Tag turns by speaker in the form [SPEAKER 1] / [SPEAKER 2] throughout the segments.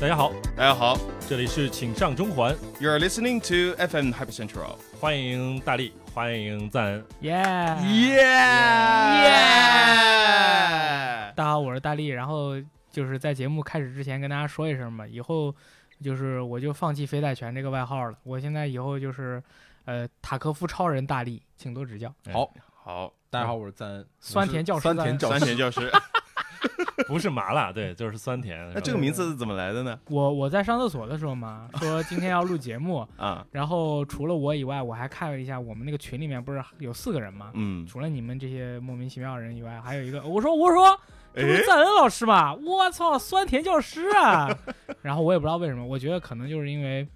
[SPEAKER 1] 大家好，
[SPEAKER 2] 大家好
[SPEAKER 1] 这里是请上中环，
[SPEAKER 2] ，You're listening to FM Hyper Central。
[SPEAKER 1] 欢迎大力，欢迎赞恩。
[SPEAKER 3] 耶！
[SPEAKER 2] 耶！
[SPEAKER 3] 大家好，我是大力。然后就是在节目开始之前跟大家说一声嘛，以后就是我就放弃飞带拳这个外号了。我现在以后就是呃塔科夫超人大力，请多指教。
[SPEAKER 2] 好，
[SPEAKER 4] 大家好，我是赞恩。
[SPEAKER 3] 酸甜教师
[SPEAKER 4] 酸甜教
[SPEAKER 2] 三
[SPEAKER 4] 师，
[SPEAKER 2] 田教 师，
[SPEAKER 1] 不是麻辣，对，就是酸甜。
[SPEAKER 4] 哎
[SPEAKER 2] 那这个名字是怎么来的呢？
[SPEAKER 3] 我我在上厕所的时候嘛，说今天要录节目，
[SPEAKER 2] 啊，
[SPEAKER 3] 然后除了我以外，我还看了一下我们那个群里面不是有四个人吗？
[SPEAKER 2] 嗯，
[SPEAKER 3] 除了你们这些莫名其妙的人以外，还有一个，我说我说这不
[SPEAKER 2] 哎
[SPEAKER 3] 是赞恩老师吗？我操，酸甜教师啊！ 然后我也不知道为什么，我觉得可能就是因为，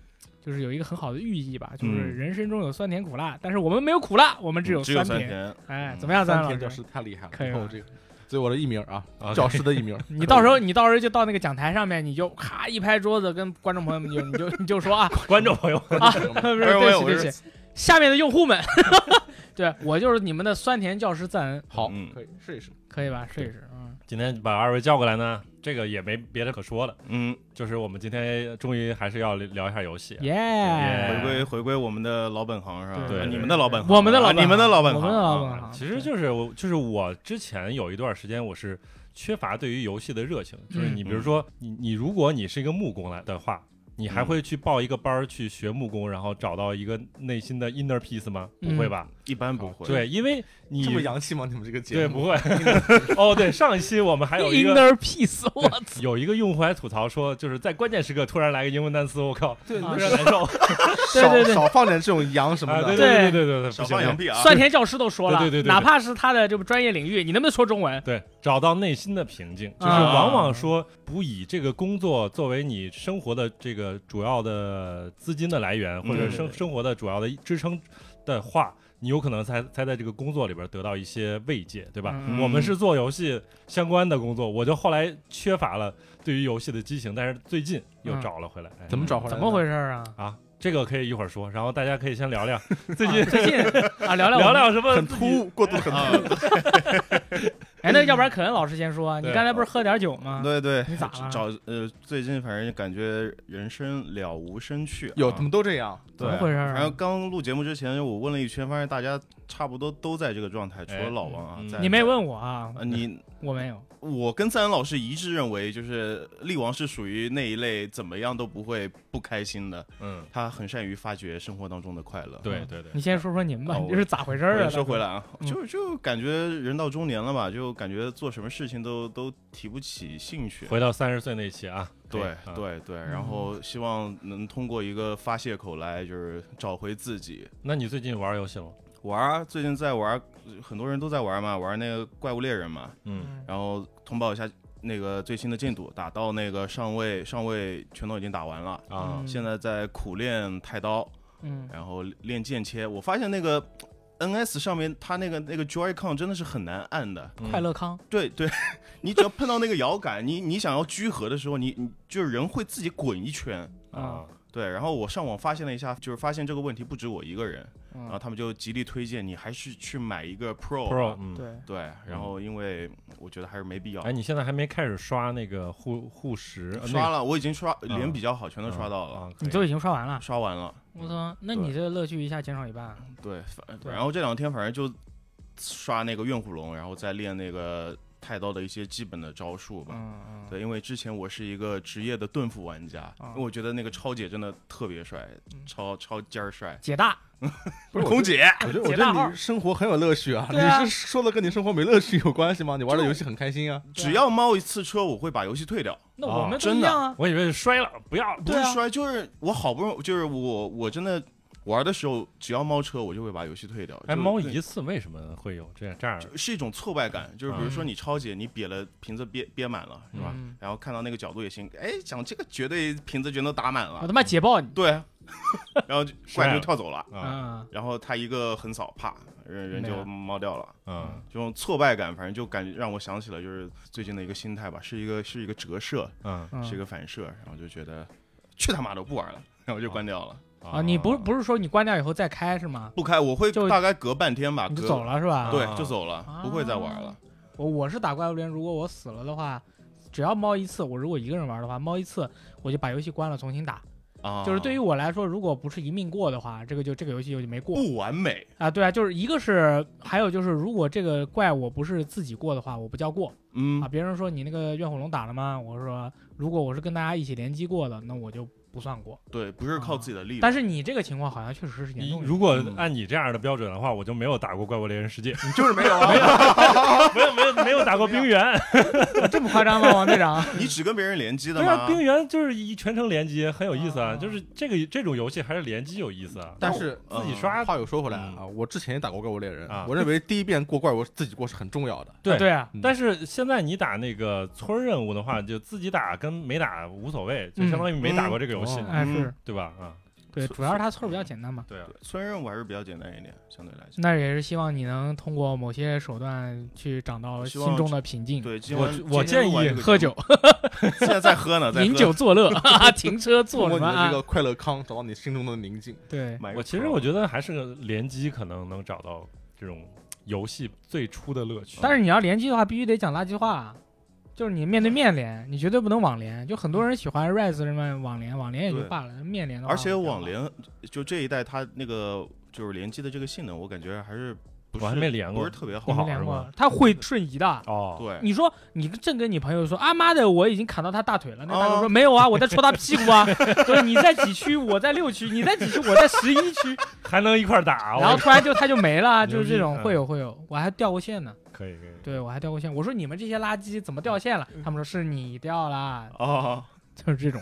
[SPEAKER 3] 就是有一个很好的寓意吧，就是
[SPEAKER 2] 嗯
[SPEAKER 3] 人生中有酸甜苦辣，但是我们没有苦辣，我们只有
[SPEAKER 2] 只有
[SPEAKER 3] 酸
[SPEAKER 2] 三田。
[SPEAKER 3] 哎
[SPEAKER 2] 嗯，
[SPEAKER 3] 怎么样，赞
[SPEAKER 4] 酸
[SPEAKER 3] 恩
[SPEAKER 4] 甜
[SPEAKER 3] 老
[SPEAKER 4] 教
[SPEAKER 3] 师
[SPEAKER 4] 师？太厉害了，
[SPEAKER 3] 可以
[SPEAKER 4] 以后
[SPEAKER 3] 吧
[SPEAKER 4] 这个，所以我的艺名啊
[SPEAKER 1] OK，
[SPEAKER 4] 教师的艺名。
[SPEAKER 3] 你到时候，你到时候就到那个讲台上面，你就咔一拍桌子，跟观众朋友们就你就你就说啊，
[SPEAKER 1] 观众朋友们，
[SPEAKER 3] 啊，不是
[SPEAKER 2] 哎
[SPEAKER 3] 对不起
[SPEAKER 2] 我
[SPEAKER 3] 对
[SPEAKER 2] 是
[SPEAKER 3] 不起，下面的用户们， 对我就是你们的酸甜教师赞恩，
[SPEAKER 4] 好
[SPEAKER 2] 嗯，
[SPEAKER 4] 可以试一试。
[SPEAKER 3] 可以吧？试一试，嗯，
[SPEAKER 1] 今天把二位叫过来呢，这个也没别的可说了，
[SPEAKER 2] 嗯，
[SPEAKER 1] 就是我们今天终于还是要聊一下游戏。啊
[SPEAKER 3] 耶，
[SPEAKER 2] 回归回归我们的老本行是吧？
[SPEAKER 1] 对
[SPEAKER 2] 啊
[SPEAKER 1] 对
[SPEAKER 2] 你们的老本行，
[SPEAKER 3] 我们的老
[SPEAKER 2] 啊
[SPEAKER 3] 板行，
[SPEAKER 2] 你们的老本
[SPEAKER 3] 我
[SPEAKER 2] 行，
[SPEAKER 3] 们的老本
[SPEAKER 2] 啊
[SPEAKER 3] 行，
[SPEAKER 1] 其实就是我，就是我之前有一段时间我是缺乏对于游戏的热情，就是
[SPEAKER 4] 嗯
[SPEAKER 1] 你比如说你你如果你是一个木工来的话，你还
[SPEAKER 4] 嗯
[SPEAKER 1] 会去报一个班儿去学木工，然后找到一个内心的 inner peace 吗？不
[SPEAKER 4] 嗯
[SPEAKER 1] 会吧？
[SPEAKER 2] 一般不会。，
[SPEAKER 1] 对，因为你
[SPEAKER 4] 这么洋气吗？你们这个节
[SPEAKER 1] 对
[SPEAKER 4] 目？
[SPEAKER 1] 不会。 哦，对，上一期我们还有一个
[SPEAKER 3] inner peace，我操，
[SPEAKER 1] 有一个用户还吐槽说，就是在关键时刻突然来个英文单词，我靠，
[SPEAKER 4] 对，你
[SPEAKER 1] 有
[SPEAKER 3] 啊
[SPEAKER 4] 们
[SPEAKER 1] 点 难
[SPEAKER 4] 少
[SPEAKER 1] 受
[SPEAKER 3] 对对对
[SPEAKER 4] 少少放点这种洋什么
[SPEAKER 1] 啊！对
[SPEAKER 4] 的。
[SPEAKER 1] 对对对对对，
[SPEAKER 2] 少
[SPEAKER 1] 不行
[SPEAKER 2] 放羊屁 啊！
[SPEAKER 3] 酸甜教师都说了，
[SPEAKER 1] 对对对对对
[SPEAKER 3] 哪怕是他的这个专业领域，你能不能说中文？
[SPEAKER 1] 对，找到内心的平静，就是
[SPEAKER 3] 啊
[SPEAKER 1] 往往说不以这个工作作为你生活的这个主要的资金的来源，或者
[SPEAKER 2] 嗯
[SPEAKER 1] 生生活的主要的支撑的话，你有可能才才在这个工作里边得到一些慰藉，对吧？
[SPEAKER 3] 嗯
[SPEAKER 1] 我们是做游戏相关的工作，我就后来缺乏了对于游戏的激情，但是最近又
[SPEAKER 3] 嗯
[SPEAKER 1] 找了回来。哎
[SPEAKER 4] 怎么找回来？
[SPEAKER 3] 怎么回？事儿啊？
[SPEAKER 1] 啊？这个可以一会儿说，然后大家可以先聊聊最近
[SPEAKER 3] 啊最近啊，聊
[SPEAKER 1] 聊
[SPEAKER 3] 聊我们。
[SPEAKER 1] 聊什么
[SPEAKER 4] 很
[SPEAKER 1] 自己
[SPEAKER 4] 突兀，过渡很突
[SPEAKER 2] 啊
[SPEAKER 4] 兀。
[SPEAKER 3] 哎，那要不然肯恩老师先说啊，
[SPEAKER 1] 对
[SPEAKER 3] 你刚才不是喝点酒吗？
[SPEAKER 2] 对对，
[SPEAKER 3] 你咋了
[SPEAKER 2] 找呃，最近反正感觉人生了无生趣啊，
[SPEAKER 4] 有，怎么都这样？
[SPEAKER 2] 对
[SPEAKER 3] 怎么回事儿
[SPEAKER 2] 反正
[SPEAKER 3] 啊？
[SPEAKER 2] 刚录节目之前，我问了一圈，发现大家差不多都在这个状态，除了老王啊
[SPEAKER 1] 嗯。
[SPEAKER 2] 在
[SPEAKER 3] 你没问我啊？
[SPEAKER 2] 啊？你
[SPEAKER 3] 我没有。
[SPEAKER 2] 我跟三人老师一致认为，就是力王是属于那一类怎么样都不会不开心的，
[SPEAKER 1] 嗯，
[SPEAKER 2] 他很善于发掘生活当中的快乐。
[SPEAKER 1] 对对对，
[SPEAKER 3] 嗯你先说说您吧，
[SPEAKER 2] 啊
[SPEAKER 3] 你这是咋回事
[SPEAKER 2] 我
[SPEAKER 3] 儿啊？
[SPEAKER 2] 也说回来啊，
[SPEAKER 3] 嗯
[SPEAKER 2] 就就感觉人到中年了吧，就感觉做什么事情都都提不起兴趣。
[SPEAKER 1] 回到三十岁那期啊，可以
[SPEAKER 2] 对
[SPEAKER 1] 啊
[SPEAKER 3] 嗯
[SPEAKER 2] 对对，然后希望能通过一个发泄口来，就是找回自己。
[SPEAKER 1] 那你最近玩游戏吗？
[SPEAKER 2] 玩啊，最近在玩儿，很多人都在玩嘛，玩那个怪物猎人嘛，
[SPEAKER 1] 嗯，
[SPEAKER 3] 嗯
[SPEAKER 2] 然后通报一下那个最新的进度，打到那个上位，上位全都已经打完了。
[SPEAKER 1] 啊，
[SPEAKER 3] 嗯
[SPEAKER 2] 现在在苦练太刀，
[SPEAKER 3] 嗯，
[SPEAKER 2] 然后练剑切。我发现那个 NS 上面它那个那个 Joy-Con 真的是很难按的。
[SPEAKER 1] 嗯
[SPEAKER 3] 快乐康，
[SPEAKER 2] 对对， 你只要碰到那个摇杆，你你想要居合的时候，你你就是人会自己滚一圈。
[SPEAKER 3] 嗯
[SPEAKER 1] 啊，
[SPEAKER 2] 对，然后我上网发现了一下，就是发现这个问题不止我一个人，然后
[SPEAKER 3] 嗯，
[SPEAKER 2] 他们就极力推荐你还是去买一个 Pro 吧。
[SPEAKER 1] Pro，嗯，
[SPEAKER 3] 对，
[SPEAKER 2] 对，然后因为我觉得还是没必要。
[SPEAKER 1] 哎，你现在还没开始刷那个护护石，呃
[SPEAKER 2] 刷了，我已经刷脸比较好，全
[SPEAKER 1] 那
[SPEAKER 2] 都
[SPEAKER 1] 个
[SPEAKER 2] 刷到了，
[SPEAKER 1] 啊，可以
[SPEAKER 3] 你都已经刷完了。
[SPEAKER 2] 刷完了。
[SPEAKER 3] 我操，那你这乐趣一下减少一半啊。
[SPEAKER 2] 对，反
[SPEAKER 3] 对
[SPEAKER 2] 然后这两天反正就刷那个怨虎龙，然后再练那个太刀的一些基本的招数吧。
[SPEAKER 3] 嗯嗯，
[SPEAKER 2] 对，因为之前我是一个职业的盾斧玩家，
[SPEAKER 3] 啊
[SPEAKER 2] 我觉得那个超姐真的特别帅，
[SPEAKER 3] 嗯
[SPEAKER 2] 超超尖儿帅，
[SPEAKER 3] 解大，
[SPEAKER 4] 不是我啊
[SPEAKER 2] 空姐。
[SPEAKER 4] 我觉得，我
[SPEAKER 3] 解
[SPEAKER 4] 觉
[SPEAKER 3] 大
[SPEAKER 4] 得
[SPEAKER 3] 号
[SPEAKER 4] 你生活很有乐趣啊！
[SPEAKER 3] 对啊
[SPEAKER 4] 你是说的跟你生活没乐趣有关系吗？你玩的游戏很开心啊！
[SPEAKER 2] 只要猫一次车，我会把游戏退掉。
[SPEAKER 3] 那我们
[SPEAKER 2] 哦
[SPEAKER 3] 都
[SPEAKER 2] 真
[SPEAKER 3] 一
[SPEAKER 2] 的
[SPEAKER 3] 样啊。
[SPEAKER 1] 我以为是摔了，不要了，
[SPEAKER 2] 不
[SPEAKER 3] 对
[SPEAKER 2] 是
[SPEAKER 3] 啊
[SPEAKER 2] 摔，就是我好不容易，就是我我真的玩的时候，只要猫车，我就会把游戏退掉。
[SPEAKER 1] 哎，
[SPEAKER 2] 就是
[SPEAKER 1] 猫
[SPEAKER 2] 对
[SPEAKER 1] 一次为什么会有这样这样的？
[SPEAKER 2] 是一种挫败感，就是比如说
[SPEAKER 3] 嗯
[SPEAKER 2] 你超姐，你瘪了瓶子憋憋满了，是吧？
[SPEAKER 3] 嗯
[SPEAKER 2] 然后看到那个角度也行，哎，讲这个绝对瓶子全都打满
[SPEAKER 3] 我
[SPEAKER 2] 了，
[SPEAKER 3] 他妈解爆你！
[SPEAKER 2] 对，啊 然后就怪
[SPEAKER 1] 帅
[SPEAKER 2] 就
[SPEAKER 1] 了
[SPEAKER 2] 跳走了，
[SPEAKER 1] 啊
[SPEAKER 3] 嗯，
[SPEAKER 2] 然后他一个横扫，啪，人人
[SPEAKER 3] 没
[SPEAKER 2] 就
[SPEAKER 3] 了
[SPEAKER 2] 猫掉了。
[SPEAKER 1] 啊
[SPEAKER 2] 这种挫败感，反正就感觉让我想起了就是最近的一个心态吧，是一个是一个折射，
[SPEAKER 1] 啊
[SPEAKER 3] 嗯
[SPEAKER 2] 是一个反射，然后就觉得去他妈的不玩了，然后就关掉了，
[SPEAKER 1] 嗯
[SPEAKER 3] 啊，你不是不是说你关掉以后再开是吗？
[SPEAKER 2] 不开，我会
[SPEAKER 3] 就
[SPEAKER 2] 大概隔半天吧，
[SPEAKER 3] 你就
[SPEAKER 2] 隔
[SPEAKER 3] 走了是吧？
[SPEAKER 2] 对
[SPEAKER 1] 啊，
[SPEAKER 2] 就走了，不会再玩了。
[SPEAKER 3] 我我是打怪物猎人，如果我死了的话，只要猫一次，我如果一个人玩的话，猫一次我就把游戏关了重新打。
[SPEAKER 2] 啊，
[SPEAKER 3] 就是对于我来说，如果不是一命过的话，这个就这个游戏就没过
[SPEAKER 2] 不完美
[SPEAKER 3] 啊。对啊，就是一个是，还有就是如果这个怪我不是自己过的话，我不叫过
[SPEAKER 2] 嗯
[SPEAKER 3] 啊。别人说你那个怨火龙打了吗？我说如果我是跟大家一起联机过的，那我就不算过。
[SPEAKER 2] 对，不是靠自己的力量。
[SPEAKER 3] 但是你这个情况好像确实是严
[SPEAKER 1] 你
[SPEAKER 3] 重的。
[SPEAKER 1] 如果
[SPEAKER 2] 嗯
[SPEAKER 1] 按你这样的标准的话，我就没有打过《怪物猎人世界》，
[SPEAKER 2] 你就是没 有啊，
[SPEAKER 1] 没有没有没有打过冰原。
[SPEAKER 3] 哦这么夸张吗，王队长？
[SPEAKER 2] 你只跟别人联机的
[SPEAKER 1] 对
[SPEAKER 2] 吗
[SPEAKER 1] 啊，？冰原就是一全程联机，很有意思啊。
[SPEAKER 3] 哦
[SPEAKER 1] 就是这个这种游戏还是联机有意思啊。
[SPEAKER 4] 但是
[SPEAKER 2] 嗯
[SPEAKER 1] 自己刷
[SPEAKER 4] 话又说回来
[SPEAKER 1] 嗯
[SPEAKER 4] 啊，我之前也打过怪物猎人
[SPEAKER 1] 啊，
[SPEAKER 4] 我认为第一遍过怪我自己过是很重要的。
[SPEAKER 1] 对
[SPEAKER 3] 对啊，
[SPEAKER 4] 嗯
[SPEAKER 1] 但是现在你打那个村儿任务的话，就自己打跟没打无所谓，就
[SPEAKER 3] 嗯
[SPEAKER 1] 相当于没打过这个游戏，
[SPEAKER 4] 嗯
[SPEAKER 3] 哎是
[SPEAKER 1] 对吧？啊，
[SPEAKER 3] 对，
[SPEAKER 2] 所
[SPEAKER 3] 主要是它错儿比较简单嘛。
[SPEAKER 1] 对啊，
[SPEAKER 2] 村任务还是比较简单一点，相对来讲。
[SPEAKER 3] 那也是希望你能通过某些手段去找到
[SPEAKER 2] 希
[SPEAKER 3] 心
[SPEAKER 2] 望
[SPEAKER 3] 中的平静。
[SPEAKER 2] 对，今
[SPEAKER 1] 我
[SPEAKER 2] 晚
[SPEAKER 1] 我
[SPEAKER 2] 今天
[SPEAKER 1] 建
[SPEAKER 2] 录完
[SPEAKER 1] 议
[SPEAKER 2] 这个
[SPEAKER 3] 喝
[SPEAKER 2] 节目
[SPEAKER 3] 酒、
[SPEAKER 2] 现在在 喝呢，在喝
[SPEAKER 3] 饮酒 作乐、停车
[SPEAKER 4] 通
[SPEAKER 3] 坐
[SPEAKER 4] 过
[SPEAKER 3] 什
[SPEAKER 4] 你
[SPEAKER 3] 么
[SPEAKER 4] 的这
[SPEAKER 3] 啊？
[SPEAKER 4] 个快乐康，找到你心中的宁静。
[SPEAKER 3] 对，
[SPEAKER 2] 买个嗯
[SPEAKER 1] 我其实
[SPEAKER 2] Pro
[SPEAKER 1] 我觉得还是个联机可能能找到这种游戏最初的乐趣。
[SPEAKER 3] 但是你要联机的话，必须得讲垃圾话，就是你面对面连，你绝对不能网连。就很多人喜欢 Rise 什么网连，网连也
[SPEAKER 2] 嗯
[SPEAKER 3] 就
[SPEAKER 2] 对
[SPEAKER 3] 罢了，面连的话，
[SPEAKER 2] 而且网，联就这一代它那个就是联机的这个性能，我感觉还是不是
[SPEAKER 1] 我还没连过
[SPEAKER 2] 不是特别
[SPEAKER 3] 你
[SPEAKER 2] 好。
[SPEAKER 3] 们
[SPEAKER 1] 好
[SPEAKER 3] 连
[SPEAKER 1] 是
[SPEAKER 3] 过
[SPEAKER 1] 吗，
[SPEAKER 3] 它会瞬移的。
[SPEAKER 1] 哦，
[SPEAKER 2] 对，
[SPEAKER 3] 你说你正跟你朋友说啊妈的，我已经砍到他大腿了，那大哥说、
[SPEAKER 2] 哦
[SPEAKER 3] 没有啊，我在戳他屁股啊， 就是你在几区，我在六区，你在几区，我 在十一区，
[SPEAKER 1] 还能一块儿打，
[SPEAKER 3] 然后
[SPEAKER 1] 啊我
[SPEAKER 3] 突然就他就没 了，
[SPEAKER 1] 牛
[SPEAKER 3] 就是这
[SPEAKER 1] 逼
[SPEAKER 3] 种
[SPEAKER 1] 嗯
[SPEAKER 3] 会有会有，我还掉过线呢，
[SPEAKER 1] 可以可以。
[SPEAKER 3] 对我还掉过线。我说你们这些垃圾怎么掉线
[SPEAKER 1] 嗯
[SPEAKER 3] 了？他们说是你掉啦，
[SPEAKER 2] 哦，
[SPEAKER 3] 就是这种。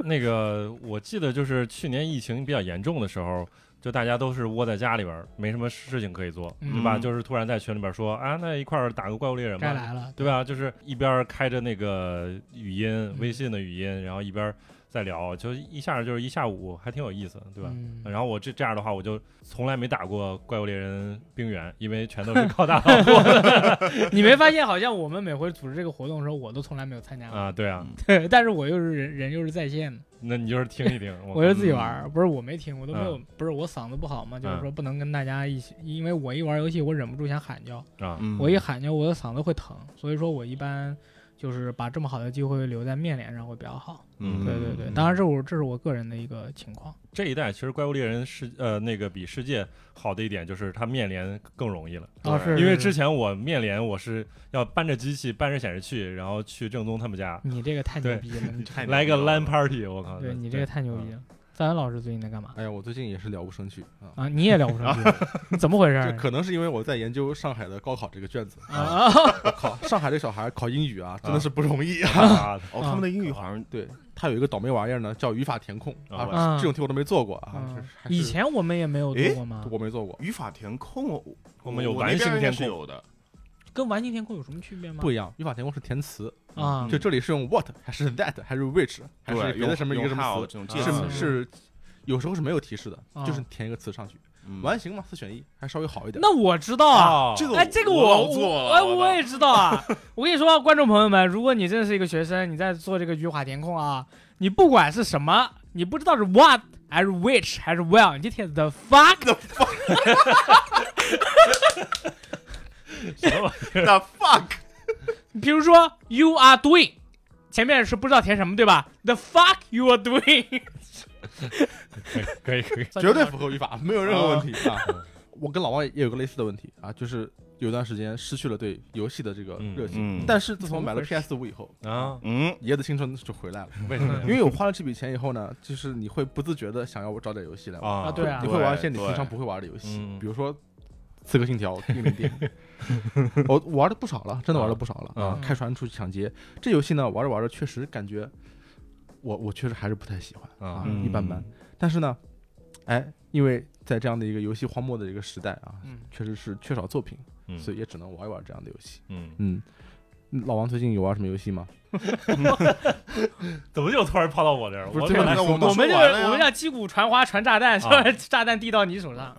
[SPEAKER 1] 那个我记得就是去年疫情比较严重的时候，就大家都是窝在家里边儿，没什么事情可以做，
[SPEAKER 3] 嗯
[SPEAKER 1] 对吧？就是突然在群里边说啊，那一块儿打个怪物猎人
[SPEAKER 3] 该
[SPEAKER 1] 吧，
[SPEAKER 3] 来了，
[SPEAKER 1] 对吧？就是一边开着那个语音，
[SPEAKER 3] 嗯
[SPEAKER 1] 微信的语音，然后一边在聊，就一下就是一下午，还挺有意思，对吧？
[SPEAKER 3] 嗯
[SPEAKER 1] 然后我这这样的话，我就从来没打过怪物猎人冰原，因为全都是 靠大佬 过的
[SPEAKER 3] 你没发现好像我们每回组织这个活动的时候，我都从来没有参加过，
[SPEAKER 1] 啊。对啊，
[SPEAKER 3] 对，但是我又是人人又是在线的，
[SPEAKER 1] 那你就是听一听，
[SPEAKER 3] 我就自己玩儿，
[SPEAKER 2] 嗯
[SPEAKER 3] 不是我没听，我都没有，不是我嗓子不好嘛，就是说不能跟大家一起，因为我一玩游戏，我忍不住想喊叫，
[SPEAKER 1] 啊，
[SPEAKER 2] 嗯
[SPEAKER 3] 我一喊叫我的嗓子会疼，所以说我一般就是把这么好的机会留在面脸上会比较好。
[SPEAKER 2] 嗯
[SPEAKER 3] 对对对，当然这我这是我个人的一个情况。
[SPEAKER 1] 这一代其实怪物猎人世呃那个比世界好的一点就是它面连更容易了，
[SPEAKER 3] 哦，
[SPEAKER 2] 对
[SPEAKER 3] 是
[SPEAKER 1] 因为
[SPEAKER 3] 是
[SPEAKER 1] 之
[SPEAKER 3] 是
[SPEAKER 1] 前我面连我是要搬着机器搬着显示器，然后去正宗他们家
[SPEAKER 3] 你这个太牛
[SPEAKER 1] 对
[SPEAKER 3] 逼了， 你
[SPEAKER 2] 太
[SPEAKER 1] 来个
[SPEAKER 2] 牛逼了
[SPEAKER 1] LAN party，我靠，
[SPEAKER 3] 对你这个太牛逼了。赞恩老师最近在干嘛
[SPEAKER 4] 哎呀，我最近也是了无生趣啊。
[SPEAKER 3] 啊？你也聊不上去，怎么回事
[SPEAKER 2] 哎
[SPEAKER 4] 这
[SPEAKER 3] 儿？
[SPEAKER 4] 可能是因为我在研究上海的高考这个卷子，
[SPEAKER 3] 啊，
[SPEAKER 4] 我靠，上海这小孩考英语啊，真的是不容易啊。
[SPEAKER 1] 啊，
[SPEAKER 2] 哦，他们的英语好像
[SPEAKER 4] 对他有一个倒霉玩意儿呢，叫语法填空
[SPEAKER 3] 啊
[SPEAKER 4] 啊，这
[SPEAKER 2] 嗯
[SPEAKER 4] 种题我都没做过啊，
[SPEAKER 3] 啊
[SPEAKER 4] 这是还是
[SPEAKER 3] 以前我们也没有做
[SPEAKER 2] 诶
[SPEAKER 3] 过吗？
[SPEAKER 4] 我没做过，
[SPEAKER 2] 语法填空，我
[SPEAKER 1] 我们有
[SPEAKER 2] 那
[SPEAKER 1] 完
[SPEAKER 2] 边
[SPEAKER 1] 形
[SPEAKER 2] 应该
[SPEAKER 1] 填
[SPEAKER 2] 是
[SPEAKER 1] 空，
[SPEAKER 2] 有的，
[SPEAKER 3] 跟玩形天空有什么区别吗？
[SPEAKER 4] 不一样，语法填空是填词，
[SPEAKER 3] 啊
[SPEAKER 2] 嗯，
[SPEAKER 4] 就这里是用 what 还是 that 还是 which 还
[SPEAKER 2] 对，
[SPEAKER 4] 是别的什么一
[SPEAKER 2] 用
[SPEAKER 4] 个什么
[SPEAKER 2] how
[SPEAKER 4] 词，
[SPEAKER 2] 这种
[SPEAKER 1] 啊
[SPEAKER 2] 介
[SPEAKER 1] 用
[SPEAKER 2] 词
[SPEAKER 4] 是是有时候是没有提示的
[SPEAKER 3] 啊，
[SPEAKER 4] 就是填一个词上去，
[SPEAKER 2] 嗯
[SPEAKER 4] 完形嘛，四选一，还稍微好一点。
[SPEAKER 3] 那我知道啊。
[SPEAKER 1] 哦
[SPEAKER 2] 这个
[SPEAKER 3] 哎，这个
[SPEAKER 2] 我
[SPEAKER 3] 我
[SPEAKER 2] 老做了
[SPEAKER 3] 哎，
[SPEAKER 2] 我
[SPEAKER 3] 我也知道啊。我跟你说，观众朋友们，如果你真的是一个学生，你在做这个语法填空啊，你不管是什么，你不知道是 what 还是 which 还是 well，你就填 the fuck。
[SPEAKER 1] 什么玩意儿
[SPEAKER 2] the fuck，
[SPEAKER 3] 比如说 you are doing，前面是不知道填什么对吧？the fuck you are doing，
[SPEAKER 1] 可以可以，
[SPEAKER 4] 绝对符合语法，没有任何问题啊。我跟老王也有个类似的问题啊，就是有段时间失去了对游戏的这个热情，
[SPEAKER 2] 嗯
[SPEAKER 4] 但是自从买了 PS 五以后，
[SPEAKER 1] 啊，
[SPEAKER 2] 嗯，
[SPEAKER 4] 爷的青春就回来了。
[SPEAKER 1] 为什么
[SPEAKER 4] 因为我花了这笔钱以后呢，就是你会不自觉的想要我找点游戏来玩，
[SPEAKER 1] 啊
[SPEAKER 3] 啊对啊
[SPEAKER 4] 你会玩一些
[SPEAKER 2] 对
[SPEAKER 4] 你
[SPEAKER 2] 对
[SPEAKER 4] 平常不会玩的游戏
[SPEAKER 1] 嗯，
[SPEAKER 4] 比如说《刺客信条》《命令殿》，我我玩的不少了，真的玩的不少了啊
[SPEAKER 3] 嗯！
[SPEAKER 4] 开船出去抢劫这游戏呢，玩着玩着确实感觉我我确实还是不太喜欢啊，
[SPEAKER 1] 嗯
[SPEAKER 4] 一般般。但是呢，哎，因为在这样的一个游戏荒漠的一个时代啊，
[SPEAKER 3] 嗯
[SPEAKER 4] 确实是缺少作品，
[SPEAKER 1] 嗯
[SPEAKER 4] 所以也只能玩一玩这样的游戏。
[SPEAKER 1] 嗯，
[SPEAKER 4] 嗯，老王最近有玩什么游戏吗？
[SPEAKER 1] 怎么又突然跑到我这儿？
[SPEAKER 4] 不是
[SPEAKER 1] 我
[SPEAKER 4] 最
[SPEAKER 1] 本
[SPEAKER 4] 后
[SPEAKER 1] 来
[SPEAKER 4] 那
[SPEAKER 2] 那
[SPEAKER 4] 我
[SPEAKER 2] 我
[SPEAKER 4] 们
[SPEAKER 3] 我们
[SPEAKER 2] 们
[SPEAKER 3] 就
[SPEAKER 2] 完了呀啊
[SPEAKER 3] 我们叫击鼓传花传炸弹，是吧？炸弹递到你手上。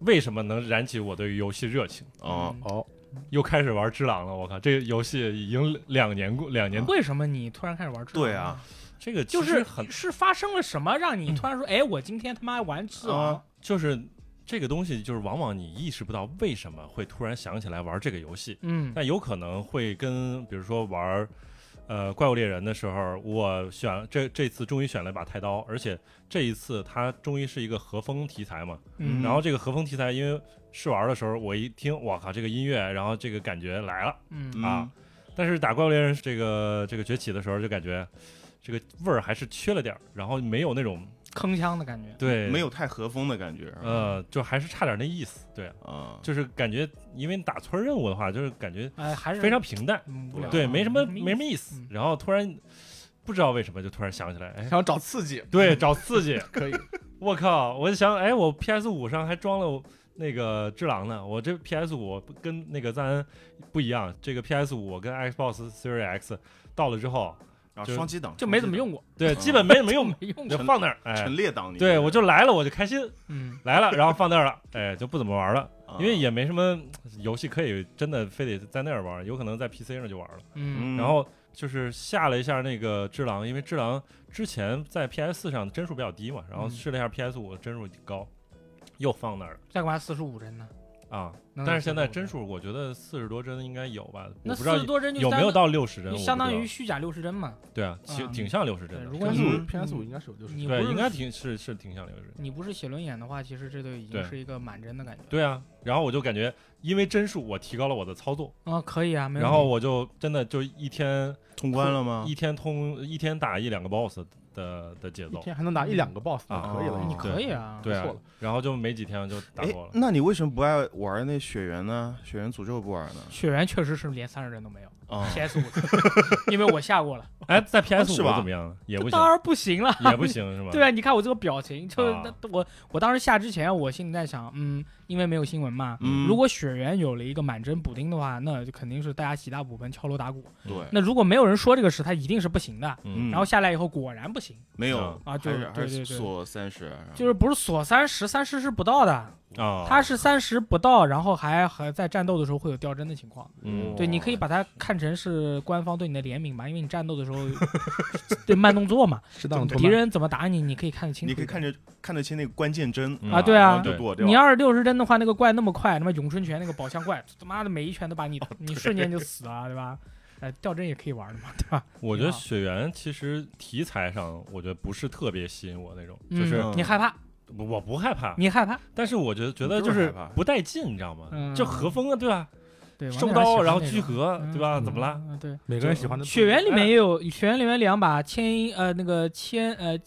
[SPEAKER 1] 为什么能燃起我对于游戏热情？
[SPEAKER 2] 哦，
[SPEAKER 3] 嗯
[SPEAKER 4] 哦，
[SPEAKER 1] 又开始玩《只狼》了，我靠，这游戏已经两年过两年，
[SPEAKER 3] 为什么你突然开始玩？
[SPEAKER 2] 对啊，
[SPEAKER 1] 这个其
[SPEAKER 3] 啊就
[SPEAKER 1] 实
[SPEAKER 3] 是
[SPEAKER 1] 很
[SPEAKER 3] 是发生了什么让你突然说，哎，我今天他妈玩智王
[SPEAKER 2] 啊？
[SPEAKER 1] 就是这个东西，就是往往你意识不到为什么会突然想起来玩这个游戏，
[SPEAKER 3] 嗯
[SPEAKER 1] 但有可能会跟比如说玩。呃怪物猎人的时候，我选这这次终于选了一把太刀，而且这一次它终于是一个和风题材嘛。
[SPEAKER 3] 嗯，
[SPEAKER 1] 然后这个和风题材，因为试玩的时候我一听，我靠，这个音乐，然后这个感觉来了。
[SPEAKER 3] 嗯
[SPEAKER 1] 啊，但是打怪物猎人这个这个崛起的时候，就感觉这个味儿还是缺了点儿，然后没有那种
[SPEAKER 3] 铿锵的感觉，
[SPEAKER 1] 对
[SPEAKER 2] 没有太和风的感觉，
[SPEAKER 1] 呃，就还是差点那意思。对，
[SPEAKER 2] 啊，
[SPEAKER 1] 就是感觉因为打村任务的话，就是感觉
[SPEAKER 3] 哎，还是
[SPEAKER 1] 非常平淡，
[SPEAKER 3] 嗯无聊，
[SPEAKER 1] 对，没什么
[SPEAKER 3] 嗯
[SPEAKER 1] 啊没什么意思
[SPEAKER 3] 嗯。
[SPEAKER 1] 然后突然不知道为什么就突然想起来，哎，
[SPEAKER 4] 想找刺激
[SPEAKER 1] 对，找刺激。
[SPEAKER 4] 可 以，
[SPEAKER 1] 我靠，我就想，哎，我 PS 五上还装了那个只狼呢，我这 PS 五跟那个赞恩不一样，这个 PS 五跟 Xbox Series X 到了之后，
[SPEAKER 2] 然后
[SPEAKER 1] 就
[SPEAKER 2] 啊双击档
[SPEAKER 3] 就没怎么用，过，
[SPEAKER 1] 对，
[SPEAKER 2] 嗯
[SPEAKER 1] 基本没什么 用，
[SPEAKER 3] 没用
[SPEAKER 1] 就
[SPEAKER 3] 过，
[SPEAKER 1] 放那儿，
[SPEAKER 2] 双击
[SPEAKER 1] 哎
[SPEAKER 2] 档陈，列档你这个，
[SPEAKER 1] 对我就来了，我就开心
[SPEAKER 3] 嗯，
[SPEAKER 1] 来了，然后放那儿了，哎，就不怎么玩了，
[SPEAKER 2] 啊
[SPEAKER 1] 因为也没什么游戏可以真的非得在那儿玩，有可能在 PC 上就玩了。
[SPEAKER 2] 嗯
[SPEAKER 3] 嗯，
[SPEAKER 1] 然后就是下了一下那个《只狼》，因为《只狼》之前在 PS 4上帧数比较低嘛，然后
[SPEAKER 3] 嗯
[SPEAKER 1] 试了一下 PS 5帧数高，又放那儿了
[SPEAKER 3] 再干嘛四十五帧呢？
[SPEAKER 1] 啊。
[SPEAKER 3] 能有
[SPEAKER 1] 但是现在
[SPEAKER 3] 45
[SPEAKER 1] 帧数，我觉得四十多帧应该有吧，
[SPEAKER 3] 那
[SPEAKER 1] 我不
[SPEAKER 3] 四
[SPEAKER 1] 知道
[SPEAKER 3] 十多帧就
[SPEAKER 1] 有没有
[SPEAKER 3] 相
[SPEAKER 1] 到六十帧，
[SPEAKER 3] 当，
[SPEAKER 1] 我
[SPEAKER 3] 就
[SPEAKER 1] 不
[SPEAKER 3] 相当
[SPEAKER 1] 知道
[SPEAKER 3] 于虚假六十帧嘛。
[SPEAKER 1] 对啊，其实
[SPEAKER 3] 嗯
[SPEAKER 1] 挺像六十帧的。
[SPEAKER 3] 对如果
[SPEAKER 1] 真
[SPEAKER 3] 你
[SPEAKER 1] 的
[SPEAKER 4] PS
[SPEAKER 3] 嗯
[SPEAKER 4] 五 PS 五应该是有六十
[SPEAKER 3] 你
[SPEAKER 4] 帧，
[SPEAKER 3] 不
[SPEAKER 1] 对
[SPEAKER 3] 是
[SPEAKER 1] 应该挺是是挺像六十帧。
[SPEAKER 3] 你不是写轮眼的话，其实这都已经
[SPEAKER 1] 对
[SPEAKER 3] 是一个满帧的感觉。
[SPEAKER 1] 对啊，然后我就感觉因为帧数我提高了我的操作，
[SPEAKER 3] 啊，可以啊，没
[SPEAKER 1] 嗯
[SPEAKER 3] 问题
[SPEAKER 1] 然后我就真的就一天
[SPEAKER 2] 通关了吗？
[SPEAKER 1] 一天通一天打一两个 boss 的的节
[SPEAKER 4] 一
[SPEAKER 1] 奏。
[SPEAKER 4] 天还能打一两个 BOSS，
[SPEAKER 1] 啊
[SPEAKER 4] 可以了，已
[SPEAKER 2] 你
[SPEAKER 4] 经
[SPEAKER 2] 可
[SPEAKER 3] 可以啊，
[SPEAKER 1] 对啊
[SPEAKER 4] 不错了，
[SPEAKER 1] 然后就没几天就打
[SPEAKER 2] 哎
[SPEAKER 1] 过了，。
[SPEAKER 2] 那你为什么不爱玩那血缘呢？血缘诅咒不玩呢？
[SPEAKER 3] 血缘确实是连三十帧都没有
[SPEAKER 2] 啊，
[SPEAKER 3] ，PS 五，因为我下过了，
[SPEAKER 1] 哎，在 PS
[SPEAKER 2] 是
[SPEAKER 1] 五
[SPEAKER 2] 吧
[SPEAKER 1] 怎么样？也不行
[SPEAKER 3] 当，然不行了。
[SPEAKER 1] 也不行 是吗？
[SPEAKER 3] 对啊，你看我这个表情，就是
[SPEAKER 1] 啊
[SPEAKER 3] 那我我当时下之前，我心里在想，嗯，因为没有新闻嘛，
[SPEAKER 2] 嗯，
[SPEAKER 3] 如果血缘有了一个满帧补丁的话，那就肯定是大家喜大普奔、敲锣打鼓。
[SPEAKER 2] 对，
[SPEAKER 3] 那如果没有人说这个事，它一定是不行的。
[SPEAKER 1] 嗯，
[SPEAKER 3] 然后下来以后果然不行，
[SPEAKER 2] 没有
[SPEAKER 3] 啊就
[SPEAKER 2] 还是
[SPEAKER 3] 对
[SPEAKER 2] 还
[SPEAKER 3] 对
[SPEAKER 2] 是
[SPEAKER 3] 对
[SPEAKER 2] 锁三十，啊然后
[SPEAKER 3] 就是不是锁三
[SPEAKER 2] 嗯
[SPEAKER 3] 十，三十是不到的，
[SPEAKER 2] 哦
[SPEAKER 1] 啊，
[SPEAKER 3] 它是三十不到，然后还还在战斗的时候会有掉帧的情况。
[SPEAKER 1] 嗯
[SPEAKER 3] 对，你可以把它看成是官方对你的怜悯吧，因为你战斗的时候 对慢动作嘛，
[SPEAKER 4] 适当的
[SPEAKER 3] 敌人怎么打你，你可以看得清楚
[SPEAKER 2] 你
[SPEAKER 3] 一
[SPEAKER 2] 可以
[SPEAKER 3] 点。
[SPEAKER 2] 看着哦看得清那个关键帧
[SPEAKER 1] 嗯
[SPEAKER 3] 啊对啊
[SPEAKER 2] 然后就躲掉。
[SPEAKER 3] 你要是六十帧的话，那个怪那么快，他妈咏春拳那个宝箱怪， 他妈的每一拳都把你，
[SPEAKER 1] 哦
[SPEAKER 3] 你瞬间就死了，对吧？呃，掉帧也可以玩的嘛，对吧？
[SPEAKER 1] 我觉得
[SPEAKER 3] 挺好
[SPEAKER 1] 血缘其实题材上，我觉得不是特别吸引我那种，
[SPEAKER 3] 嗯
[SPEAKER 1] 就是
[SPEAKER 2] 嗯
[SPEAKER 3] 你害怕，
[SPEAKER 1] 我我不害怕，
[SPEAKER 3] 你害怕，
[SPEAKER 1] 但是我觉得觉得
[SPEAKER 2] 你
[SPEAKER 1] 就
[SPEAKER 2] 就是
[SPEAKER 1] 是
[SPEAKER 2] 害怕
[SPEAKER 1] 不带劲，你知道吗
[SPEAKER 3] 嗯？
[SPEAKER 1] 就和风啊，对吧？
[SPEAKER 3] 对，王
[SPEAKER 1] 收
[SPEAKER 3] 者还喜
[SPEAKER 1] 刀
[SPEAKER 3] 欢
[SPEAKER 1] 然后
[SPEAKER 3] 那种
[SPEAKER 1] 聚合，对吧？怎么了？？
[SPEAKER 3] 嗯嗯对，
[SPEAKER 4] 每个人喜欢的
[SPEAKER 3] 血缘里面也有血缘里面两把千音，呃，那个千呃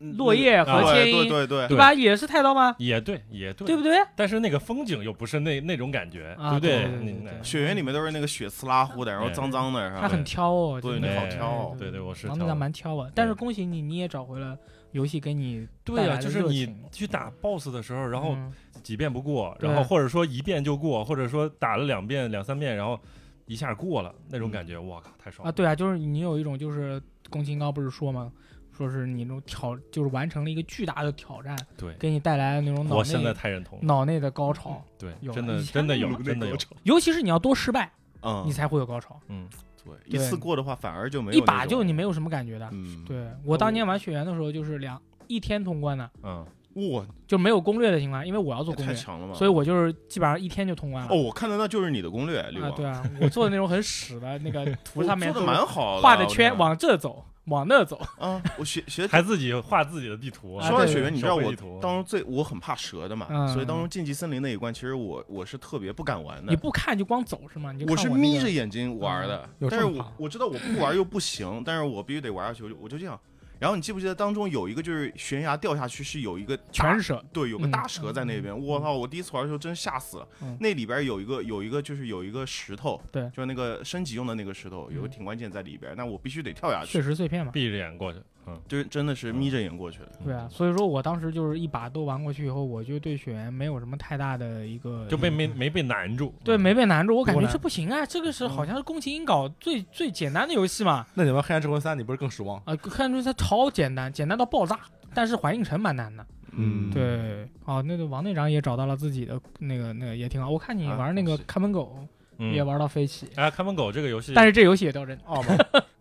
[SPEAKER 2] 嗯
[SPEAKER 3] 落叶和
[SPEAKER 1] 啊
[SPEAKER 3] 千
[SPEAKER 2] 对
[SPEAKER 3] 音，
[SPEAKER 2] 对对对，
[SPEAKER 3] 对吧？也是太刀吗？
[SPEAKER 1] 也对，也对，啊
[SPEAKER 3] 对不对？
[SPEAKER 1] 但是那个风景又不是那那种感觉，
[SPEAKER 3] 啊
[SPEAKER 1] 不
[SPEAKER 3] 对对对
[SPEAKER 1] 你
[SPEAKER 3] 对对
[SPEAKER 2] 血缘里面都是那个血丝拉呼的，然后
[SPEAKER 1] 对
[SPEAKER 2] 脏脏的，然后
[SPEAKER 3] 他很挑哦，
[SPEAKER 2] 对
[SPEAKER 3] 真的
[SPEAKER 2] 你好挑哦
[SPEAKER 1] 对对我是
[SPEAKER 3] 王
[SPEAKER 1] 挑
[SPEAKER 3] 队长
[SPEAKER 1] 的
[SPEAKER 3] 蛮挑啊，但是
[SPEAKER 1] 对
[SPEAKER 3] 恭喜你，你也找回了游戏给你带
[SPEAKER 1] 对
[SPEAKER 3] 来
[SPEAKER 1] 呀，
[SPEAKER 3] 的
[SPEAKER 1] 啊就是
[SPEAKER 3] 热
[SPEAKER 1] 你
[SPEAKER 3] 情
[SPEAKER 1] 去打 BOSS 的时候，然后
[SPEAKER 3] 嗯
[SPEAKER 1] 几遍不过，
[SPEAKER 3] 对
[SPEAKER 1] 然后或者说一遍就过，或者说打了两遍、两三遍，然后一下过了那种感觉，我靠，太爽
[SPEAKER 3] 啊，
[SPEAKER 1] 了！
[SPEAKER 3] 对啊，就是你有一种就是宫崎英高不是说嘛，说是你那种挑，就是完成了一个巨大的挑战，
[SPEAKER 1] 对，
[SPEAKER 3] 给你带来的那种脑
[SPEAKER 1] 我现在
[SPEAKER 3] 内
[SPEAKER 1] 太认同了，
[SPEAKER 3] 脑内的高潮，
[SPEAKER 1] 对
[SPEAKER 3] 有，了
[SPEAKER 1] 真
[SPEAKER 3] 以
[SPEAKER 1] 的
[SPEAKER 3] 前
[SPEAKER 1] 真的
[SPEAKER 3] 那
[SPEAKER 1] 有，
[SPEAKER 2] 种
[SPEAKER 1] 真的有，
[SPEAKER 3] 尤其是你要多失败，
[SPEAKER 2] 嗯，
[SPEAKER 3] 你才会有高潮，
[SPEAKER 1] 嗯，
[SPEAKER 2] 对一次过的话反而就没有
[SPEAKER 3] 一把
[SPEAKER 2] 那
[SPEAKER 3] 就
[SPEAKER 2] 种
[SPEAKER 3] 你没有什么感觉的。
[SPEAKER 2] 嗯，
[SPEAKER 3] 对我当年玩血缘的时候，就是两一天通关的，
[SPEAKER 1] 嗯，
[SPEAKER 2] 哇，
[SPEAKER 3] 就没有攻略的情况下，因为我要做
[SPEAKER 2] 也
[SPEAKER 3] 攻
[SPEAKER 2] 太
[SPEAKER 3] 略，
[SPEAKER 2] 强了吧！
[SPEAKER 3] 所以我就是基本上一天就通关了
[SPEAKER 2] 哦，。我看的那就是你的攻略，李
[SPEAKER 3] 啊，
[SPEAKER 2] 王
[SPEAKER 3] 对啊，我做的那种很屎的那个 图
[SPEAKER 2] 我
[SPEAKER 3] 上面
[SPEAKER 2] 做
[SPEAKER 3] 都
[SPEAKER 2] 的蛮好的，啊
[SPEAKER 3] 画的
[SPEAKER 2] 我觉
[SPEAKER 3] 圈，
[SPEAKER 2] 得
[SPEAKER 3] 往这走，往那走。
[SPEAKER 2] 啊，我学学
[SPEAKER 1] 还自己画自己的地图，
[SPEAKER 3] 啊
[SPEAKER 2] 说到
[SPEAKER 3] 对
[SPEAKER 2] 雪原，你知道
[SPEAKER 1] 手绘
[SPEAKER 2] 我
[SPEAKER 1] 地图
[SPEAKER 2] 当时最我很怕蛇的嘛，
[SPEAKER 3] 嗯
[SPEAKER 2] 所以当中竞技森林那一关，其实我我是特别不敢玩
[SPEAKER 3] 你
[SPEAKER 2] 的。
[SPEAKER 3] 不看就光走是吗？你就
[SPEAKER 2] 我
[SPEAKER 3] 看
[SPEAKER 2] 是
[SPEAKER 3] 那
[SPEAKER 2] 眯
[SPEAKER 3] 个嗯
[SPEAKER 2] 着眼睛玩的，
[SPEAKER 4] 有这
[SPEAKER 2] 但是
[SPEAKER 4] 么
[SPEAKER 2] 我
[SPEAKER 4] 怕
[SPEAKER 2] 我知道我不玩又不行，但是我必须得玩下去，我就我就这样。然后你记不记得当中有一个就是悬崖掉下去是有一个
[SPEAKER 3] 全是
[SPEAKER 2] 大
[SPEAKER 3] 蛇，
[SPEAKER 2] 对有个
[SPEAKER 3] 嗯
[SPEAKER 2] 大蛇在那边，我操！我第一次玩的时候真吓死了
[SPEAKER 3] 嗯。
[SPEAKER 2] 那里边有一个有一个就是有一个石头，
[SPEAKER 3] 对
[SPEAKER 2] 就是那个升级用的那个石头，有个
[SPEAKER 3] 嗯
[SPEAKER 2] 挺关键在里边，那我必须得跳下去
[SPEAKER 3] 确，实碎片嘛。
[SPEAKER 1] 闭着眼过去，嗯，
[SPEAKER 2] 就是真的是眯着眼过去的。
[SPEAKER 3] 对啊，，所以说我当时就是一把都玩过去以后，我就对血缘没有什么太大的一个
[SPEAKER 1] 就被没没被难住，
[SPEAKER 3] 对没被难住，我感
[SPEAKER 4] 多
[SPEAKER 3] 觉
[SPEAKER 4] 难
[SPEAKER 3] 这不行啊，这个是好像是宫崎英搞最最简单的游戏嘛。
[SPEAKER 4] 那你玩《黑暗之魂三》，你不是更失望？
[SPEAKER 3] 啊，看出它超简单，简单到爆炸，但是环影城蛮难的。
[SPEAKER 4] 嗯
[SPEAKER 3] 对，哦，那个王队长也找到了自己的那个那个也挺好。我看你
[SPEAKER 2] 啊
[SPEAKER 3] 玩那个
[SPEAKER 2] 是
[SPEAKER 3] 看门狗
[SPEAKER 1] 嗯
[SPEAKER 3] 也。玩到飞起，
[SPEAKER 1] 哎，看门狗这个游戏，
[SPEAKER 3] 但是这游戏也掉帧。
[SPEAKER 4] 哦，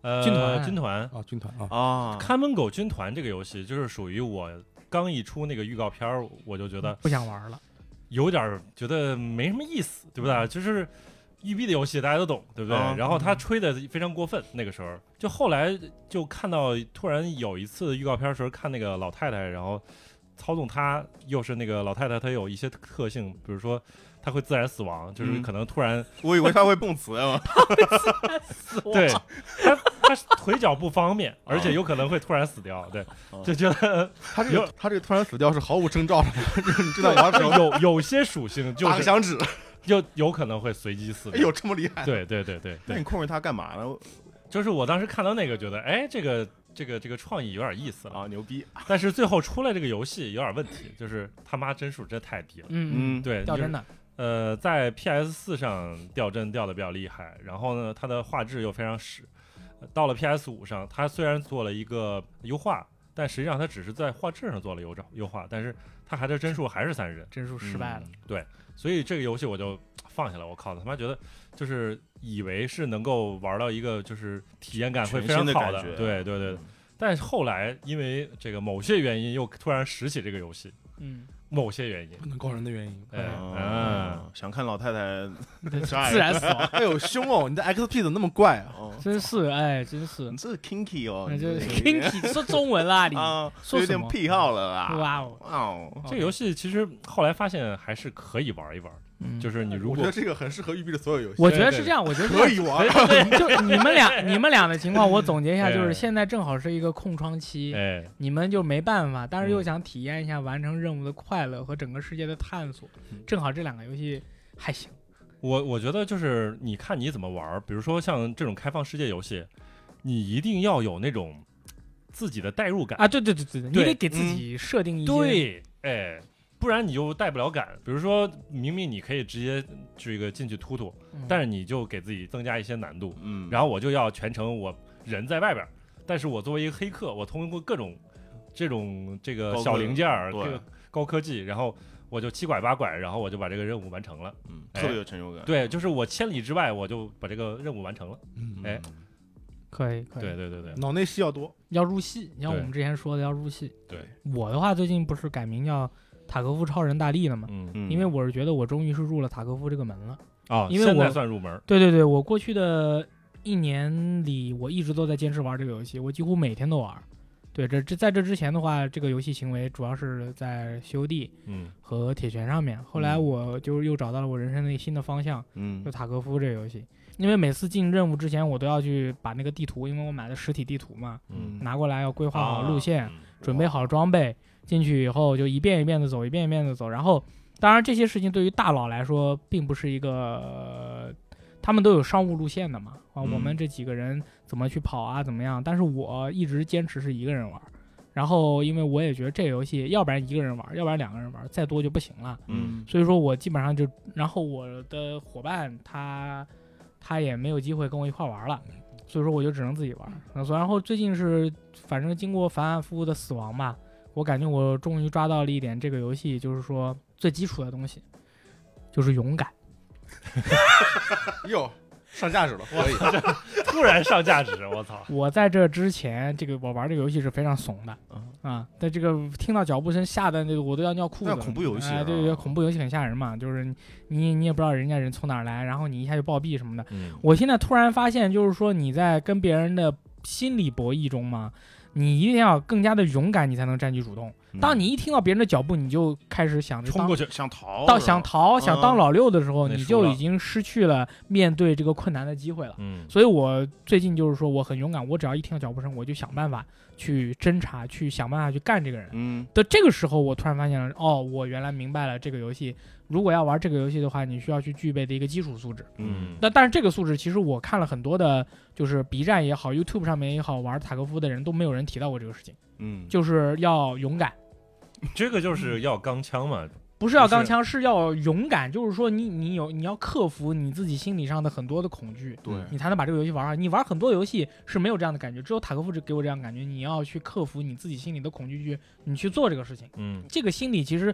[SPEAKER 1] 呃，
[SPEAKER 3] 军团
[SPEAKER 1] 军团，
[SPEAKER 4] 啊，军团啊，
[SPEAKER 2] 啊，
[SPEAKER 1] 看门狗军团这个游戏，就是属于我刚一出那个预告片儿，我就觉得
[SPEAKER 3] 不想玩了，
[SPEAKER 1] 有点儿觉得没什么意思，对不对？就是育碧的游戏大家都懂，对不对？
[SPEAKER 2] 啊
[SPEAKER 1] 然后他吹的非常过分，那个时候就后来就看到突然有一次预告片的时候看那个老太太，然后操纵她，又是那个老太太，她有一些特性，比如说她会自然死亡，就是
[SPEAKER 2] 嗯
[SPEAKER 1] 可能突然、
[SPEAKER 2] 我以为他会蹦词 啊，
[SPEAKER 1] 对她她腿脚不方便，而且有可能会突然死掉，对，就觉得
[SPEAKER 4] 他这个他这个突然死掉是毫无征兆的，就是你知道我要
[SPEAKER 1] 有有有些属性就
[SPEAKER 4] 打个
[SPEAKER 1] 是
[SPEAKER 4] 响指，
[SPEAKER 1] 就有可能会随机死
[SPEAKER 4] 哎
[SPEAKER 1] 掉
[SPEAKER 4] 呦，，这么厉害！
[SPEAKER 1] 对对对对
[SPEAKER 2] 那
[SPEAKER 1] 对
[SPEAKER 2] 你，控制他干嘛呢？
[SPEAKER 1] 就是我当时看到那个觉得，哎，这个这个这个创意有点意思了。
[SPEAKER 2] 啊，牛逼！
[SPEAKER 1] 但是最后出来这个游戏有点问题，就是他妈帧数真太低了。
[SPEAKER 3] 嗯嗯，
[SPEAKER 1] 对，
[SPEAKER 3] 掉帧
[SPEAKER 1] 的。
[SPEAKER 3] 的，
[SPEAKER 1] 呃，在 PS 四上掉帧掉的比较厉害，然后呢，它的画质又非常屎。呃到了 PS 五上，它虽然做了一个优化，但实际上它只是在画质上做了优照优化，但是它还是帧数还是三帧。
[SPEAKER 3] 帧数失败了。
[SPEAKER 1] 对，所以这个游戏我就放下了。我靠，他妈觉得就是以为是能够玩到一个就是体验感会非常
[SPEAKER 2] 全新的
[SPEAKER 1] 好
[SPEAKER 2] 感觉嗯
[SPEAKER 1] 对对对。但是后来因为这个某些原因，又突然拾起这个游戏，
[SPEAKER 3] 嗯，
[SPEAKER 1] 某些原因，
[SPEAKER 4] 不能告人的原因
[SPEAKER 1] 哎，嗯，
[SPEAKER 2] 啊，想看老太太
[SPEAKER 3] 嗯自然死亡，
[SPEAKER 4] 哎呦，凶哦！你的 XP 怎么那么怪啊？
[SPEAKER 2] 哦，
[SPEAKER 3] 真是哎，真是
[SPEAKER 2] 你，这 kinky 哦，
[SPEAKER 3] 那
[SPEAKER 2] 你
[SPEAKER 3] 就
[SPEAKER 2] 这
[SPEAKER 3] kinky 说中文 啦，你
[SPEAKER 2] 啊，
[SPEAKER 3] 说
[SPEAKER 2] 有
[SPEAKER 3] 什
[SPEAKER 2] 点
[SPEAKER 3] 么
[SPEAKER 2] 癖好了啦。
[SPEAKER 3] 哇哦，
[SPEAKER 2] 哇哦，
[SPEAKER 1] 这个游戏其实后来发现还是可以玩一玩，
[SPEAKER 3] 嗯
[SPEAKER 1] 就是你如
[SPEAKER 4] 我觉
[SPEAKER 1] 果
[SPEAKER 4] 得这个很适合育碧的所有游戏，
[SPEAKER 3] 我觉得是这样，我觉 得是
[SPEAKER 4] 可以玩。
[SPEAKER 3] 对，就你们俩，你们俩的情况，我总结一 下，
[SPEAKER 1] 对
[SPEAKER 3] 就是现在正好是一个空窗期，
[SPEAKER 1] 哎，
[SPEAKER 3] 你们就没办法，但是又
[SPEAKER 1] 嗯
[SPEAKER 3] 想体验一下完成任务的快乐和整个世界的探索，正好这两个游戏还行。
[SPEAKER 1] 我我觉得就是你看你怎么玩儿，比如说像这种开放世界游戏，你一定要有那种自己的代入感。
[SPEAKER 3] 啊，对对对对，对嗯你
[SPEAKER 1] 对
[SPEAKER 3] 得给自己设定一些，
[SPEAKER 1] 对，哎，不然你就带不了感。比如说，明明你可以直接这个进去突突，
[SPEAKER 3] 嗯
[SPEAKER 1] 但是你就给自己增加一些难度。
[SPEAKER 2] 嗯，
[SPEAKER 1] 然
[SPEAKER 2] 后
[SPEAKER 1] 后我就要全程我人在外边儿，但是我作为一个黑客，我通过各种这种这个
[SPEAKER 2] 高科
[SPEAKER 1] 小零件儿、
[SPEAKER 2] 对
[SPEAKER 1] 这个高科技，然后我就七拐八拐，然后我就把这个任务完成了。
[SPEAKER 2] 嗯，
[SPEAKER 1] 哎
[SPEAKER 2] 特别有成就感。
[SPEAKER 1] 对，就是我千里之外，我就把这个任务完成了。
[SPEAKER 4] 嗯
[SPEAKER 1] 哎
[SPEAKER 3] 可以可以，
[SPEAKER 1] 对对对对，
[SPEAKER 4] 脑内戏要多，
[SPEAKER 3] 要入戏，像我
[SPEAKER 1] 对
[SPEAKER 3] 们之前说的要入戏。
[SPEAKER 1] 对，
[SPEAKER 3] 我的话最近不是改名叫塔科夫超人大力了嘛，
[SPEAKER 1] 嗯
[SPEAKER 2] 嗯，
[SPEAKER 3] 因为我是觉得我终于是入了塔科夫这个门了。
[SPEAKER 1] 啊，
[SPEAKER 3] 因为
[SPEAKER 1] 现在
[SPEAKER 3] 我
[SPEAKER 1] 算入门儿，
[SPEAKER 3] 对对对，我过去的一年里，我一直都在坚持玩这个游戏，我几乎每天都玩。对，这这在这之前的话，这个游戏行为主要是在 COD
[SPEAKER 1] 嗯
[SPEAKER 3] 和铁拳上面。后来
[SPEAKER 1] 嗯
[SPEAKER 3] 我就又找到了我人生的新的方向，
[SPEAKER 2] 嗯
[SPEAKER 3] 就塔科夫这个游戏。因为每次进任务之前，我都要去把那个地图，因为我买的实体地图嘛，
[SPEAKER 1] 嗯，
[SPEAKER 3] 拿过来要规划好
[SPEAKER 1] 啊
[SPEAKER 3] 路线，
[SPEAKER 1] 嗯
[SPEAKER 3] 准备好装备，进去以后就一遍一遍的走，一遍一遍的走。然后，当然这些事情对于大佬来说，并不是一个，他们都有商务路线的嘛。啊，
[SPEAKER 1] 嗯
[SPEAKER 3] 我们这几个人怎么去跑啊，怎么样？但是我一直坚持是一个人玩。然后，因为我也觉得这个游戏，要不然一个人玩，要不然两个人玩，再多就不行了。
[SPEAKER 2] 嗯
[SPEAKER 3] 所以说我基本上就，然后我的伙伴他他也没有机会跟我一块儿玩了，
[SPEAKER 2] 嗯
[SPEAKER 3] 所以说我就只能自己玩。那所然后最近是反正经过反反复复的死亡吧，我感觉我终于抓到了一点这个游戏就是说最基础的东西，就是勇敢。
[SPEAKER 4] 哟，哎上价值了，可以。
[SPEAKER 1] 嗯突然上价值，我操！
[SPEAKER 3] 我在这之前，这个我玩这个游戏是非常怂的
[SPEAKER 2] 嗯
[SPEAKER 3] 啊，但这个听到脚步声吓得那个我都要尿裤子
[SPEAKER 2] 那
[SPEAKER 3] 了。
[SPEAKER 2] 恐怖游戏
[SPEAKER 3] 哎，
[SPEAKER 2] 啊
[SPEAKER 3] 对对对，恐怖游戏很吓人嘛，就是你你你也不知道人家人从哪儿来，然后你一下就暴毙什么的。
[SPEAKER 1] 嗯
[SPEAKER 3] 我现在突然发现，就是说你在跟别人的心理博弈中嘛，你一定要更加的勇敢，你才能占据主动。当你一听到别人的脚步， 你就开始想
[SPEAKER 1] 嗯
[SPEAKER 3] 着
[SPEAKER 1] 冲
[SPEAKER 3] 当
[SPEAKER 1] 过去，
[SPEAKER 2] 想逃
[SPEAKER 3] 到
[SPEAKER 2] 是吧
[SPEAKER 3] 想逃、
[SPEAKER 1] 嗯
[SPEAKER 3] 想当老六的时候，
[SPEAKER 1] 那
[SPEAKER 3] 你
[SPEAKER 1] 输
[SPEAKER 3] 就
[SPEAKER 1] 了
[SPEAKER 3] 已经失去了面对这个困难的机会了。
[SPEAKER 1] 嗯
[SPEAKER 3] 所以我最近就是说我很勇敢，我只要一听到脚步声，我就想办法去侦查，去想办法去干这个人。
[SPEAKER 2] 嗯
[SPEAKER 3] 的这个时候，我突然发现了，哦，我原来明白了这个游戏，如果要玩这个游戏的话，你需要去具备的一个基础素质。
[SPEAKER 1] 嗯，
[SPEAKER 3] 那但是这个素质，其实我看了很多的，就是 B 站也好，YouTube 上面也好，玩塔科夫的人都没有人提到过这个事情，
[SPEAKER 2] 嗯，
[SPEAKER 3] 就是要勇敢，
[SPEAKER 1] 这个就是要钢枪嘛，
[SPEAKER 3] 不是要钢枪，是要勇敢，就是说你你有你要克服你自己心理上的很多的恐惧，
[SPEAKER 2] 对
[SPEAKER 3] 你才能把这个游戏玩好。你玩很多游戏是没有这样的感觉，只有塔科夫是给我这样的感觉，你要去克服你自己心里的恐惧去，你去做这个事情。
[SPEAKER 1] 嗯
[SPEAKER 3] 这个心理其实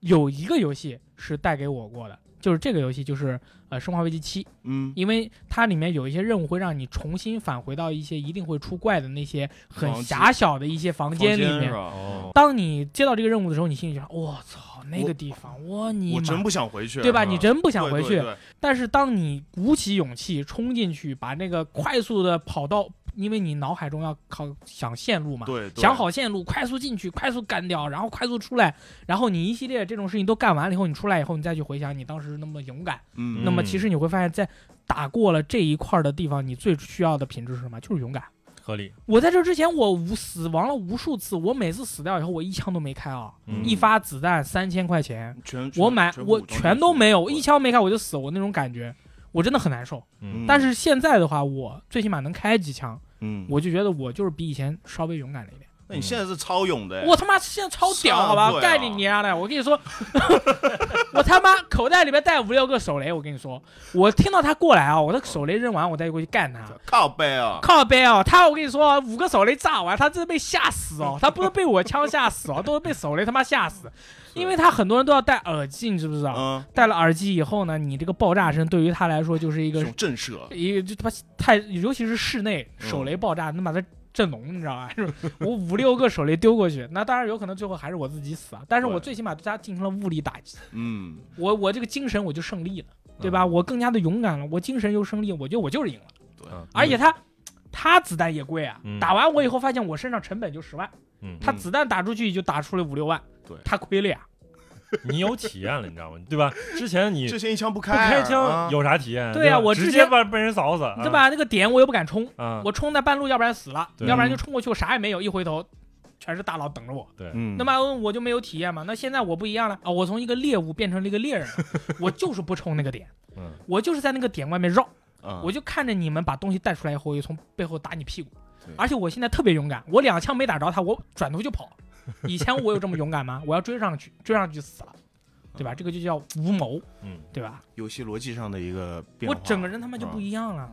[SPEAKER 3] 有一个游戏是带给我过的，就是这个游戏就是呃《生化危机七》，
[SPEAKER 2] 嗯，
[SPEAKER 3] 因为它里面有一些任务会让你重新返回到一些一定会出怪的那些很
[SPEAKER 2] 房间
[SPEAKER 3] 狭小的一些房间里
[SPEAKER 2] 是
[SPEAKER 3] 面。
[SPEAKER 2] 吧？
[SPEAKER 1] 哦，
[SPEAKER 3] 当你接到这个任务的时候，你心里就想：我操，那个地方，我你
[SPEAKER 2] 我
[SPEAKER 3] 妈
[SPEAKER 2] 真不想回去，
[SPEAKER 3] 对吧？
[SPEAKER 2] 嗯
[SPEAKER 3] 你真不想回去
[SPEAKER 2] 对，对对
[SPEAKER 3] 但是当你鼓起勇气冲进去，把那个快速的跑道，因为你脑海中要考想线路嘛，
[SPEAKER 2] 对，对
[SPEAKER 3] 想，好线路，快速进去，快速干掉，然后快速出来，然后你一系列这种事情都干完了以后，你出来以后，你再去回想你当时那么勇敢，
[SPEAKER 2] 嗯，
[SPEAKER 3] 那么其实你会发现，在打过了这一块的地方，你最需要的品质是什么？就是勇敢。
[SPEAKER 1] 合理，
[SPEAKER 3] 我在这之前，我无死亡了无数次，我每次死掉以后，我一枪都没开啊，
[SPEAKER 1] 嗯
[SPEAKER 3] 一发子弹三千块钱，
[SPEAKER 2] 全
[SPEAKER 3] 我买
[SPEAKER 2] 全部
[SPEAKER 3] 我
[SPEAKER 2] 武装
[SPEAKER 3] 全都没有，一
[SPEAKER 2] 对
[SPEAKER 3] 枪没开我就死，我那种感觉，我真的很难受。
[SPEAKER 1] 嗯
[SPEAKER 3] 但是现在的话，我最起码能开几枪，
[SPEAKER 2] 嗯，
[SPEAKER 3] 我就觉得我就是比以前稍微勇敢了一点。
[SPEAKER 2] 那你现在是超勇的，
[SPEAKER 3] 我他妈现在超屌，好吧
[SPEAKER 2] 上，位啊
[SPEAKER 3] 干你娘的！我跟 你说，我他妈口袋里面带五六个手雷，我跟你说，我听到他过来啊，我的手雷扔完，我再过去干他。
[SPEAKER 2] 靠背啊，
[SPEAKER 3] 靠背哦，他我跟你说，五个手雷炸完，他真的被吓 死哦，他不是被我枪吓死哦，都是被手雷他妈吓死，因为他很多人都要戴耳机，你知不知道？
[SPEAKER 2] 嗯，
[SPEAKER 3] 戴了耳机以后呢，你这个爆炸声对于他来说就是一
[SPEAKER 2] 这
[SPEAKER 3] 个
[SPEAKER 2] 种震慑，
[SPEAKER 3] 一个就他妈太，尤其是室内
[SPEAKER 2] 嗯
[SPEAKER 3] 手雷爆炸，能把他震聋，你知道吧？ 就是我五六个手雷丢过去，那当然有可能最后还是我自己死啊，但是我
[SPEAKER 2] 对
[SPEAKER 3] 最起码对他进行了物理打击，
[SPEAKER 2] 嗯，
[SPEAKER 3] 我我这个精神我就胜利了，对吧？我更加的勇敢了，我精神又胜利，我觉得我就是赢了，
[SPEAKER 2] 对，
[SPEAKER 1] 嗯嗯
[SPEAKER 3] 而且他。他子弹也贵啊，
[SPEAKER 1] 嗯
[SPEAKER 3] 打完我以后发现我身上成本就十万，
[SPEAKER 1] 嗯，
[SPEAKER 3] 他
[SPEAKER 2] 嗯
[SPEAKER 3] 子弹打出去就打出了五六万，
[SPEAKER 2] 对
[SPEAKER 3] 他亏了呀。
[SPEAKER 1] 你有体验了，你知道吗？对吧？之前你
[SPEAKER 2] 之前一枪不
[SPEAKER 1] 不
[SPEAKER 2] 开啊，
[SPEAKER 1] 开
[SPEAKER 2] 啊
[SPEAKER 1] 枪有啥体验？
[SPEAKER 3] 对呀
[SPEAKER 1] 吧
[SPEAKER 3] 我
[SPEAKER 1] 直
[SPEAKER 3] 之
[SPEAKER 1] 接
[SPEAKER 3] 前
[SPEAKER 1] 把被人扫死，啊
[SPEAKER 3] 对？吧？那个点我又不敢冲，
[SPEAKER 1] 啊，
[SPEAKER 3] 我冲在半路，要不然死了，
[SPEAKER 1] 对嗯
[SPEAKER 3] 要不然就冲过去，我啥也没有，一回头全是大佬等着我。
[SPEAKER 2] 嗯，
[SPEAKER 3] 那么我就没有体验嘛。那现在我不一样了啊，我从一个猎物变成了一个 猎人了，我就是不冲那个点，
[SPEAKER 1] 嗯
[SPEAKER 3] 我就是在那个点外面绕，
[SPEAKER 2] 嗯
[SPEAKER 3] 我就看着你们把东西带出来以后，我就从背后打你屁股
[SPEAKER 2] 对。
[SPEAKER 3] 而且我现在特别勇敢，我两枪没打着他，我转头就跑。以前我有这么勇敢吗？我 要追上去，追上去就死了，
[SPEAKER 2] 嗯
[SPEAKER 3] 对吧？这个就叫无谋，
[SPEAKER 1] 嗯，
[SPEAKER 3] 对吧？
[SPEAKER 2] 游戏逻辑上的一个变
[SPEAKER 3] 我
[SPEAKER 2] 化，嗯
[SPEAKER 3] 整个人他妈就不
[SPEAKER 2] 一
[SPEAKER 3] 一样了。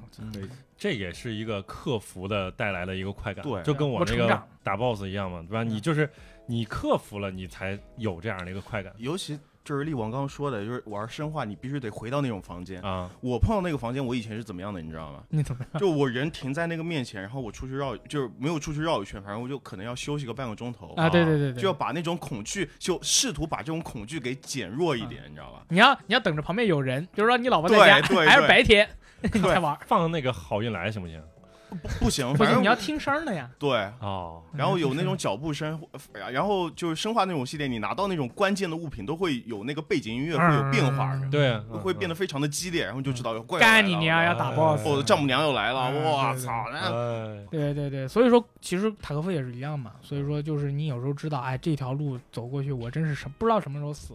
[SPEAKER 1] 这也是一个克服的带来的一个快感，
[SPEAKER 2] 对
[SPEAKER 1] 就跟我那
[SPEAKER 3] 我成
[SPEAKER 1] 个
[SPEAKER 3] 长
[SPEAKER 1] 打 boss 一样嘛，对吧？你就是你克服了，你才有这样的一个快感
[SPEAKER 2] 尤其就是力王刚刚说的，就是玩生化，你必须得回到那种房间。
[SPEAKER 1] 啊，
[SPEAKER 2] 我碰到那个房间，我以前是怎么样的，你知 道吗？
[SPEAKER 3] 你怎么样？
[SPEAKER 2] 就我人停在那个面前，然后我出去绕，就是没有出去绕一圈，反正我就可能要休息个半个钟头
[SPEAKER 3] 啊？对对对对，
[SPEAKER 2] 就要把那种恐惧，就试图把这种恐惧给减弱一点，你知道吧？
[SPEAKER 3] 你要你要等着旁边有人，比如说你老婆在家
[SPEAKER 2] 对对对
[SPEAKER 3] 还是白天， 你才
[SPEAKER 2] 对
[SPEAKER 3] 玩，
[SPEAKER 1] 放那个好运来行不行？
[SPEAKER 2] 不不行，嗯
[SPEAKER 3] 不
[SPEAKER 2] 反
[SPEAKER 3] 是
[SPEAKER 2] 正
[SPEAKER 3] 你要听声儿的呀。嗯
[SPEAKER 2] 对。
[SPEAKER 1] 哦，
[SPEAKER 2] 然后有那种脚步声，然后就是生化那种系列，你拿到那种关键的物品，都会有那个背景音乐会
[SPEAKER 3] 嗯
[SPEAKER 2] 有变化的，
[SPEAKER 1] 对啊，
[SPEAKER 2] 会变
[SPEAKER 1] 得
[SPEAKER 2] 得非常的激烈，然后你就知道有怪物来
[SPEAKER 3] 干
[SPEAKER 2] 了
[SPEAKER 3] 你娘，要打
[SPEAKER 1] 哎
[SPEAKER 3] boss。
[SPEAKER 2] 哦，
[SPEAKER 4] 嗯
[SPEAKER 2] 丈母娘又来了，我操！那
[SPEAKER 1] 哎，
[SPEAKER 3] 对对对，所以说其实塔科夫也是一样嘛，所以说就是你有时候知道，哎，这条路走过去，我真是什不知道什么时候死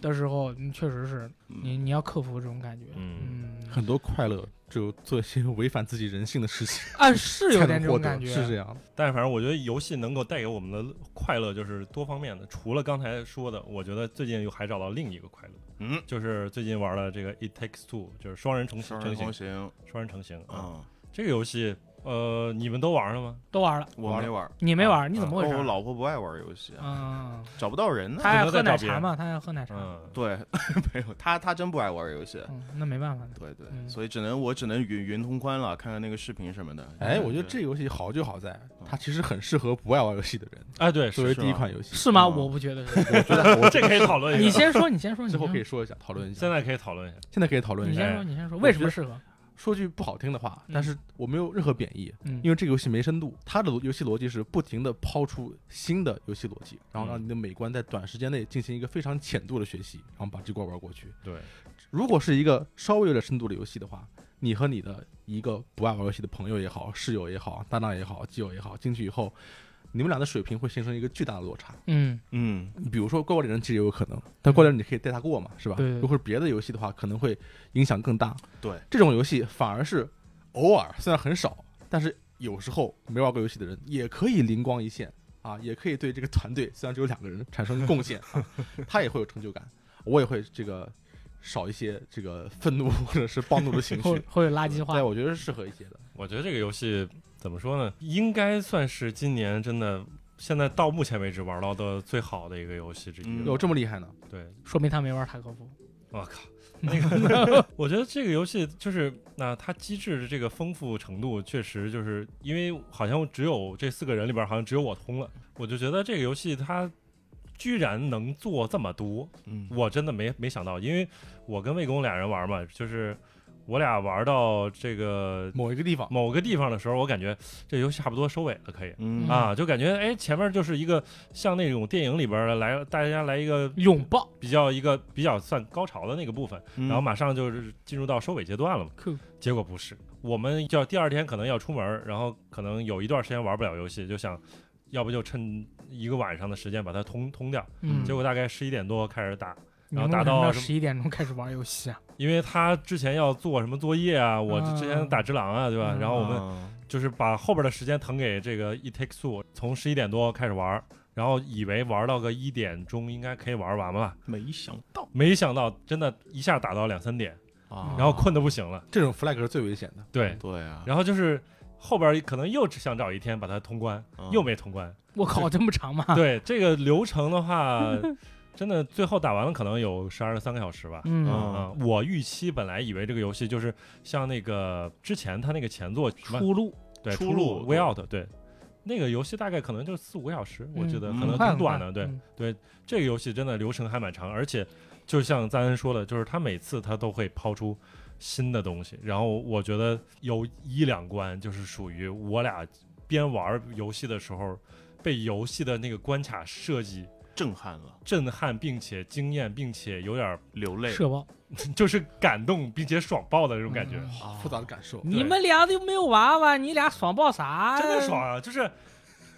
[SPEAKER 3] 的时候，你确实是
[SPEAKER 2] 嗯
[SPEAKER 3] 你
[SPEAKER 4] 嗯
[SPEAKER 3] 你要克服这种感觉，
[SPEAKER 1] 嗯，
[SPEAKER 3] 嗯，
[SPEAKER 4] 很多快乐只有做一些违反自己人性的事情
[SPEAKER 3] 啊是 有
[SPEAKER 4] 才
[SPEAKER 3] 点
[SPEAKER 4] 能
[SPEAKER 3] 这
[SPEAKER 4] 获
[SPEAKER 3] 种感
[SPEAKER 4] 得，
[SPEAKER 3] 觉，
[SPEAKER 4] 是这样的。
[SPEAKER 1] 但是反正我觉得游戏能够带给我们的快乐就是多方面的，除了刚才说的，我觉得最近又还找到另一个快乐，
[SPEAKER 2] 嗯，
[SPEAKER 1] 就是最近玩了这个 It Takes Two，就是双人成
[SPEAKER 2] 双
[SPEAKER 1] 成
[SPEAKER 2] 人
[SPEAKER 1] 型
[SPEAKER 2] 同，行，
[SPEAKER 1] 双人成型啊，
[SPEAKER 2] 嗯，
[SPEAKER 1] 这个游戏呃，你们都玩了吗？
[SPEAKER 3] 都玩了，
[SPEAKER 2] 我没玩，
[SPEAKER 3] 你没玩，你怎么回
[SPEAKER 2] 哦我
[SPEAKER 3] 事？
[SPEAKER 2] 老婆不爱玩游戏，啊
[SPEAKER 3] 嗯，
[SPEAKER 2] 找不到人呢。
[SPEAKER 3] 他爱喝奶
[SPEAKER 1] 可能在
[SPEAKER 3] 茶嘛，他爱喝
[SPEAKER 4] 啊
[SPEAKER 3] 奶茶，
[SPEAKER 1] 嗯，
[SPEAKER 2] 对， 没有她，她真不爱玩游戏。
[SPEAKER 3] 嗯，那没办法，
[SPEAKER 2] 对对，
[SPEAKER 3] 嗯
[SPEAKER 2] 所以只能我只能云云通关了，看看那个视频什么的。
[SPEAKER 4] 哎，
[SPEAKER 1] 嗯
[SPEAKER 2] 对
[SPEAKER 4] 我觉得
[SPEAKER 2] 对
[SPEAKER 4] 这游戏好就好在，它其实很适合不爱玩游戏的人。
[SPEAKER 1] 哎，对，嗯是啊
[SPEAKER 4] 作为
[SPEAKER 2] 是
[SPEAKER 4] 第一
[SPEAKER 2] 吗
[SPEAKER 4] 款游戏，
[SPEAKER 3] 是吗？
[SPEAKER 2] 嗯
[SPEAKER 3] 我不觉得是，
[SPEAKER 4] 我觉 得我
[SPEAKER 1] 这可以讨论一 下，
[SPEAKER 3] 你先说，你先说，你
[SPEAKER 4] 之后
[SPEAKER 3] 先
[SPEAKER 4] 可以说一下，讨论一下
[SPEAKER 1] 现。在可以讨论一下，
[SPEAKER 4] 现在可以讨论
[SPEAKER 3] 你
[SPEAKER 4] 一下。
[SPEAKER 3] 先
[SPEAKER 1] 哎
[SPEAKER 3] 说，你先说，
[SPEAKER 4] 我
[SPEAKER 3] 为
[SPEAKER 4] 觉
[SPEAKER 3] 什么
[SPEAKER 4] 得
[SPEAKER 3] 适合？
[SPEAKER 4] 说句不好听的话，
[SPEAKER 3] 嗯
[SPEAKER 4] 但是我没有任何贬义，
[SPEAKER 3] 嗯，
[SPEAKER 4] 因为这个游戏没深度，它的游戏逻辑是不停的抛出新的游戏逻辑，然后让
[SPEAKER 1] 嗯
[SPEAKER 4] 你的美观在短时间内进行一个非常浅度的学习，然后把这关玩过去。
[SPEAKER 1] 对，
[SPEAKER 4] 如果是一个稍微有点深度的游戏的话，你和你的一个不爱玩游戏的朋友也好、室友也好、搭档也好、基友也好，进去以后，你们俩的水平会形成一个巨大的落差。
[SPEAKER 3] 嗯
[SPEAKER 2] 嗯，
[SPEAKER 4] 你比如说怪物猎人其实也有可能，但怪物猎人你可以带他过嘛，是吧？
[SPEAKER 3] 对对对
[SPEAKER 4] 如果是别的游戏的话，可能会影响更大。
[SPEAKER 2] 对，
[SPEAKER 4] 这种游戏反而是偶尔，虽然很少，但是有时候没玩过游戏的人也可以灵光一现 啊，也可以对这个团队虽然只有两个人产生贡献、啊，他也会有成就感，我也会这个少一些这个愤怒或者是暴怒的情
[SPEAKER 3] 会
[SPEAKER 4] 绪。
[SPEAKER 3] 会有垃圾话
[SPEAKER 4] 对，，我觉得是适合一些的。
[SPEAKER 1] 我觉得这个游戏怎么说呢？应该算是今年真的现在到目前为止玩到的最好的一个游戏之一
[SPEAKER 2] 嗯
[SPEAKER 1] 了。
[SPEAKER 4] 有这么厉害呢？
[SPEAKER 1] 对，
[SPEAKER 3] 说明他没玩塔科夫。
[SPEAKER 1] 我靠，那个，我觉得这个游戏就是，那、它机制的这个丰富程度，确实就是因为好像只有这四个人里边，好像只有我通了，我就觉得这个游戏它居然能做这么多，
[SPEAKER 2] 嗯，
[SPEAKER 1] 我真的没没想到，因为我跟魏公俩人玩嘛，就是我俩玩到这个
[SPEAKER 4] 某一个地方，
[SPEAKER 1] 某个地方的时候，我感觉这游戏差不多收尾了，可以。
[SPEAKER 2] 嗯
[SPEAKER 1] 啊，就感觉哎，前面就是一个像那种电影里边儿的来，大家来一个
[SPEAKER 3] 拥抱
[SPEAKER 1] 比较一个比较算高潮的那个部分，
[SPEAKER 2] 嗯
[SPEAKER 1] 然后马上就是进入到收尾阶段了嘛。
[SPEAKER 3] Cool
[SPEAKER 1] 结果不是，我们要第二天可能要出门儿，然后可能有一段时间玩不了游戏，就想，要不就趁一个晚上的时间把它通通掉。
[SPEAKER 3] 嗯
[SPEAKER 1] 结果大概十一点多开始打，
[SPEAKER 3] 你
[SPEAKER 1] 然后
[SPEAKER 3] 们
[SPEAKER 1] 打
[SPEAKER 3] 为什么
[SPEAKER 1] 到
[SPEAKER 3] 要
[SPEAKER 1] 什么
[SPEAKER 3] 十一点钟开始玩游戏啊，
[SPEAKER 1] 因为他之前要做什么作业啊，我
[SPEAKER 3] 啊
[SPEAKER 1] 之前打只狼啊，对吧？
[SPEAKER 3] 嗯
[SPEAKER 1] 然后我们
[SPEAKER 2] 们
[SPEAKER 1] 就是把后边的时间腾给这个 E Take Two，从十一点多开始玩儿，然后以为玩到个一点钟应该可以玩完了，
[SPEAKER 2] 没想到
[SPEAKER 1] 没想到真的一下打到两三点，
[SPEAKER 2] 啊
[SPEAKER 3] 哦
[SPEAKER 1] 然后困得不行了。
[SPEAKER 4] 这种 flag 是最危险的。
[SPEAKER 1] 对，
[SPEAKER 2] 对啊，
[SPEAKER 1] 然后就是后边可能又只想找一天把它通关，
[SPEAKER 2] 嗯
[SPEAKER 1] 又没通关。
[SPEAKER 3] 我靠，这么长吗？
[SPEAKER 1] 对这个流程的 话，真的最后打完了可能有十二三个小时吧。
[SPEAKER 3] 嗯，
[SPEAKER 1] 啊、我预期本来以为这个游戏就是像那个之前它那个前作什么
[SPEAKER 3] 出路
[SPEAKER 1] 对
[SPEAKER 2] 出
[SPEAKER 1] 路
[SPEAKER 2] 路
[SPEAKER 1] Way
[SPEAKER 2] 对
[SPEAKER 1] Out 对，那个游戏大概可能就四五个小时，我觉得
[SPEAKER 2] 嗯
[SPEAKER 1] 可能
[SPEAKER 2] 很
[SPEAKER 1] 挺
[SPEAKER 3] 快很
[SPEAKER 1] 短
[SPEAKER 3] 快
[SPEAKER 1] 的。对
[SPEAKER 3] 嗯，
[SPEAKER 1] 这个游戏真的流程还蛮长，而且就像赞恩说的，就是他每次他都会抛出新的东西，然后我觉得有一两关就是属于我俩边玩游戏的时候被游戏的那个关卡设计
[SPEAKER 2] 震撼了，
[SPEAKER 1] 震撼，并且惊艳，并且有点儿
[SPEAKER 2] 流泪，
[SPEAKER 3] 社爆，
[SPEAKER 1] 就是感动并且爽爆的那种感觉。
[SPEAKER 3] 嗯
[SPEAKER 2] 啊
[SPEAKER 4] 复杂的感受，
[SPEAKER 3] 你们俩就没有娃娃，你俩爽爆啥呀？
[SPEAKER 1] 真的爽啊！就是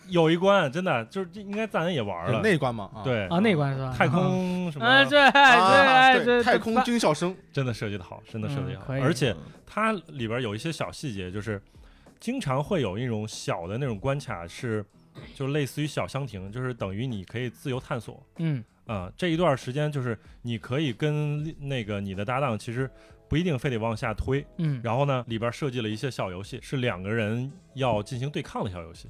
[SPEAKER 1] 有一关真的就是应该赞恩也玩
[SPEAKER 4] 有
[SPEAKER 1] 了，
[SPEAKER 4] 那一关嘛啊，，
[SPEAKER 1] 对
[SPEAKER 3] 啊！那关是吧？
[SPEAKER 1] 太空什
[SPEAKER 3] 哎，
[SPEAKER 1] 么
[SPEAKER 3] 这哎
[SPEAKER 4] 啊
[SPEAKER 3] 这这
[SPEAKER 4] 太空军校生，
[SPEAKER 1] 真的设计的好，真的设计得
[SPEAKER 3] 嗯
[SPEAKER 1] 好，
[SPEAKER 3] 可以
[SPEAKER 1] 而且
[SPEAKER 2] 嗯
[SPEAKER 1] 它里边有一些小细节，就是经常会有一种小的那种关卡是，就类似于小箱庭，就是等于你可以自由探索
[SPEAKER 3] 嗯
[SPEAKER 1] 啊、这一段时间就是你可以跟那个你的搭档其实。不一定非得往下推，
[SPEAKER 3] 嗯，
[SPEAKER 1] 然后呢，里边设计了一些小游戏，是两个人要进行对抗的小游戏，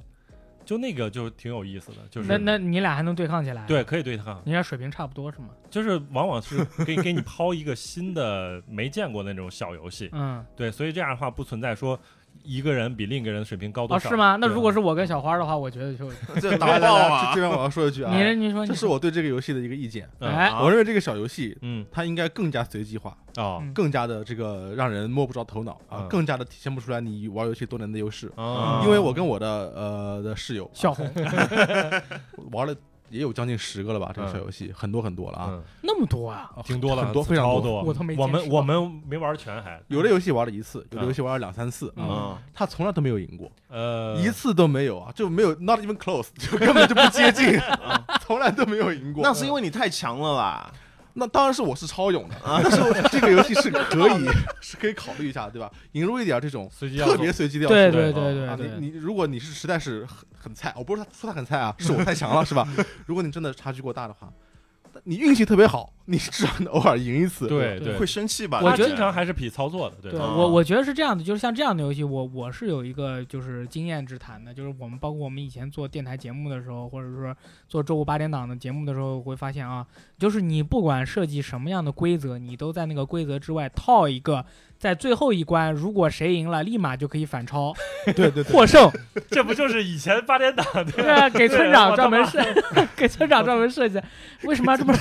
[SPEAKER 1] 就那个就挺有意思的，就是
[SPEAKER 3] 那那你俩还能对抗起来？，
[SPEAKER 1] 对，可以对抗，
[SPEAKER 3] 你俩水平差不多是吗？
[SPEAKER 1] 就是往往是给给你抛一个新的没见过的那种小游戏，
[SPEAKER 3] 嗯，
[SPEAKER 1] 对，所以这样的话不存在说一个人比另一个人水平高多
[SPEAKER 3] 哦，
[SPEAKER 1] 少。
[SPEAKER 3] 是吗？那
[SPEAKER 1] 对啊
[SPEAKER 3] 如果是我跟小花的话，我觉得就
[SPEAKER 2] 这
[SPEAKER 4] 来
[SPEAKER 2] 打
[SPEAKER 4] 来
[SPEAKER 2] 爆
[SPEAKER 4] 来
[SPEAKER 2] 啊
[SPEAKER 4] 这！这边我要说一句啊，
[SPEAKER 3] 你是你说你
[SPEAKER 4] 这是我对这个游戏的一个意见，
[SPEAKER 1] 嗯
[SPEAKER 3] 哎
[SPEAKER 2] 啊
[SPEAKER 4] 我认为这个小游戏
[SPEAKER 1] 嗯
[SPEAKER 4] 它应该更加随机化，
[SPEAKER 1] 哦
[SPEAKER 3] 嗯
[SPEAKER 4] 更加的这个让人摸不着头脑啊
[SPEAKER 1] 嗯，
[SPEAKER 4] 更加的体现不出来你玩游戏多年的优势。
[SPEAKER 1] 哦
[SPEAKER 4] 因为我跟我的呃的室友
[SPEAKER 3] 小红
[SPEAKER 4] 玩了也有将近十个了吧，这个
[SPEAKER 1] 嗯
[SPEAKER 4] 小游戏很多很多了啊，
[SPEAKER 1] 嗯
[SPEAKER 3] 那么多啊？
[SPEAKER 4] 啊
[SPEAKER 1] 挺多的，
[SPEAKER 4] 很多非常
[SPEAKER 1] 超
[SPEAKER 4] 多。
[SPEAKER 1] 多，
[SPEAKER 3] 我都没
[SPEAKER 1] 我
[SPEAKER 3] 见
[SPEAKER 1] 们
[SPEAKER 3] 识
[SPEAKER 1] 我
[SPEAKER 3] 过
[SPEAKER 1] 们没玩全还
[SPEAKER 4] 有的游戏玩了一次，有的
[SPEAKER 1] 嗯
[SPEAKER 4] 游戏玩了两三次
[SPEAKER 3] 嗯
[SPEAKER 4] 啊，
[SPEAKER 2] 嗯，
[SPEAKER 4] 他从来都没有赢过，
[SPEAKER 1] 呃
[SPEAKER 4] 一次都没有啊，就没有 not even close，就根本就不接近，
[SPEAKER 1] 嗯
[SPEAKER 4] 从来都没有赢过。
[SPEAKER 2] 那是因为你太强了啦。
[SPEAKER 4] 那当然是我是超勇的，啊但是我这个游戏是可以是可以考虑一下，对吧？引入一点这种
[SPEAKER 1] 随机要
[SPEAKER 4] 特
[SPEAKER 1] 素
[SPEAKER 4] 别随机的要素。
[SPEAKER 3] 对
[SPEAKER 1] 对
[SPEAKER 3] 对对对
[SPEAKER 4] 啊，
[SPEAKER 3] 对，
[SPEAKER 4] 你你如果你是实在是很很菜，我不是说他很菜啊，是我太强了，是吧？如果你真的差距过大的话，你运气特别好，你至少能偶尔赢一次。
[SPEAKER 1] 对
[SPEAKER 3] 对
[SPEAKER 1] 对
[SPEAKER 2] 会，生气吧？
[SPEAKER 1] 他
[SPEAKER 3] 我觉得
[SPEAKER 1] 经常还是比操作的，对啊
[SPEAKER 3] 对
[SPEAKER 1] 吧
[SPEAKER 3] 我，我觉得是这样的，就是像这样的游戏，我我是有一个就是经验之谈的，就是我们包括我们以前做电台节目的时候，或者说做周五八点档的节目的时候，会发现啊，就是你不管设计什么样的规则，你都在那个规则之外套一个，在最后一关，如果谁赢了，立马就可以反超
[SPEAKER 4] 对对对，
[SPEAKER 3] 获胜，
[SPEAKER 1] 这不就是以前八点档
[SPEAKER 3] 对
[SPEAKER 1] 的？
[SPEAKER 3] 吧，给村
[SPEAKER 1] 我
[SPEAKER 3] 长
[SPEAKER 1] 他
[SPEAKER 3] 专门
[SPEAKER 1] 妈
[SPEAKER 3] 设， 给村长专门设计，为什 么要这么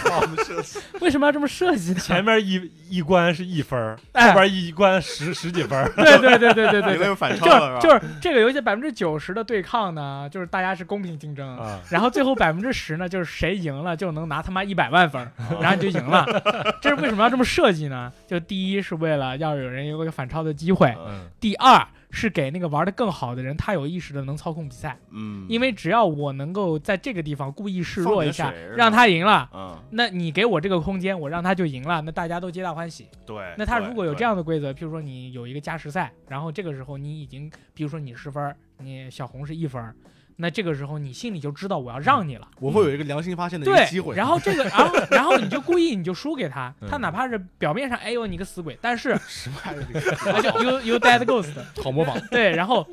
[SPEAKER 3] 为什么要这么设计呢？
[SPEAKER 1] 前面一一关是一分儿，
[SPEAKER 3] 哎
[SPEAKER 1] 后边一关十十几 分儿，
[SPEAKER 3] 对对对对对对
[SPEAKER 2] 你那
[SPEAKER 3] 对。
[SPEAKER 2] 个反超啊了
[SPEAKER 3] 就是
[SPEAKER 2] 是吧？
[SPEAKER 3] 就是这个游戏百分之九十的对抗呢，就是大家是公平竞争，
[SPEAKER 1] 啊，
[SPEAKER 3] 然后最后百分之十呢，就是谁赢了就能拿他妈一百万分儿，
[SPEAKER 2] 哦
[SPEAKER 3] 然后你就赢 了。这是为什么要这么设计呢？就第一是为了要有人有个反超的机
[SPEAKER 2] 啊
[SPEAKER 3] 会，
[SPEAKER 1] 嗯
[SPEAKER 3] 第二是给那个玩的更好的人，他有意识的能操控比赛，
[SPEAKER 2] 嗯，
[SPEAKER 3] 因为只要我能够在这个地方故意示弱一下
[SPEAKER 2] 放点水是，吧
[SPEAKER 3] 让他赢了。
[SPEAKER 2] 嗯，
[SPEAKER 3] 那你给我这个空间，我让他就赢了，那大家都皆大欢喜。
[SPEAKER 4] 哎
[SPEAKER 2] 对。
[SPEAKER 3] 那他
[SPEAKER 2] 对
[SPEAKER 3] 如果有
[SPEAKER 2] 对
[SPEAKER 3] 这样的规则，譬如说你有一个加时赛，然后这个时候你已经，比如说你十分儿，你小红是一分儿，那这个时候你心里就知道我要让你了。
[SPEAKER 4] 我嗯会有一个良心发现的一个
[SPEAKER 3] 嗯对
[SPEAKER 4] 机，会。
[SPEAKER 3] 然后这 个，然后然后你就故意你就输给他，
[SPEAKER 1] 嗯
[SPEAKER 3] 他哪怕是表面上哎呦你个死鬼， 但是
[SPEAKER 4] 失败了，这个
[SPEAKER 3] 而且 you you dead ghost，
[SPEAKER 4] 好模仿。
[SPEAKER 3] 对，然后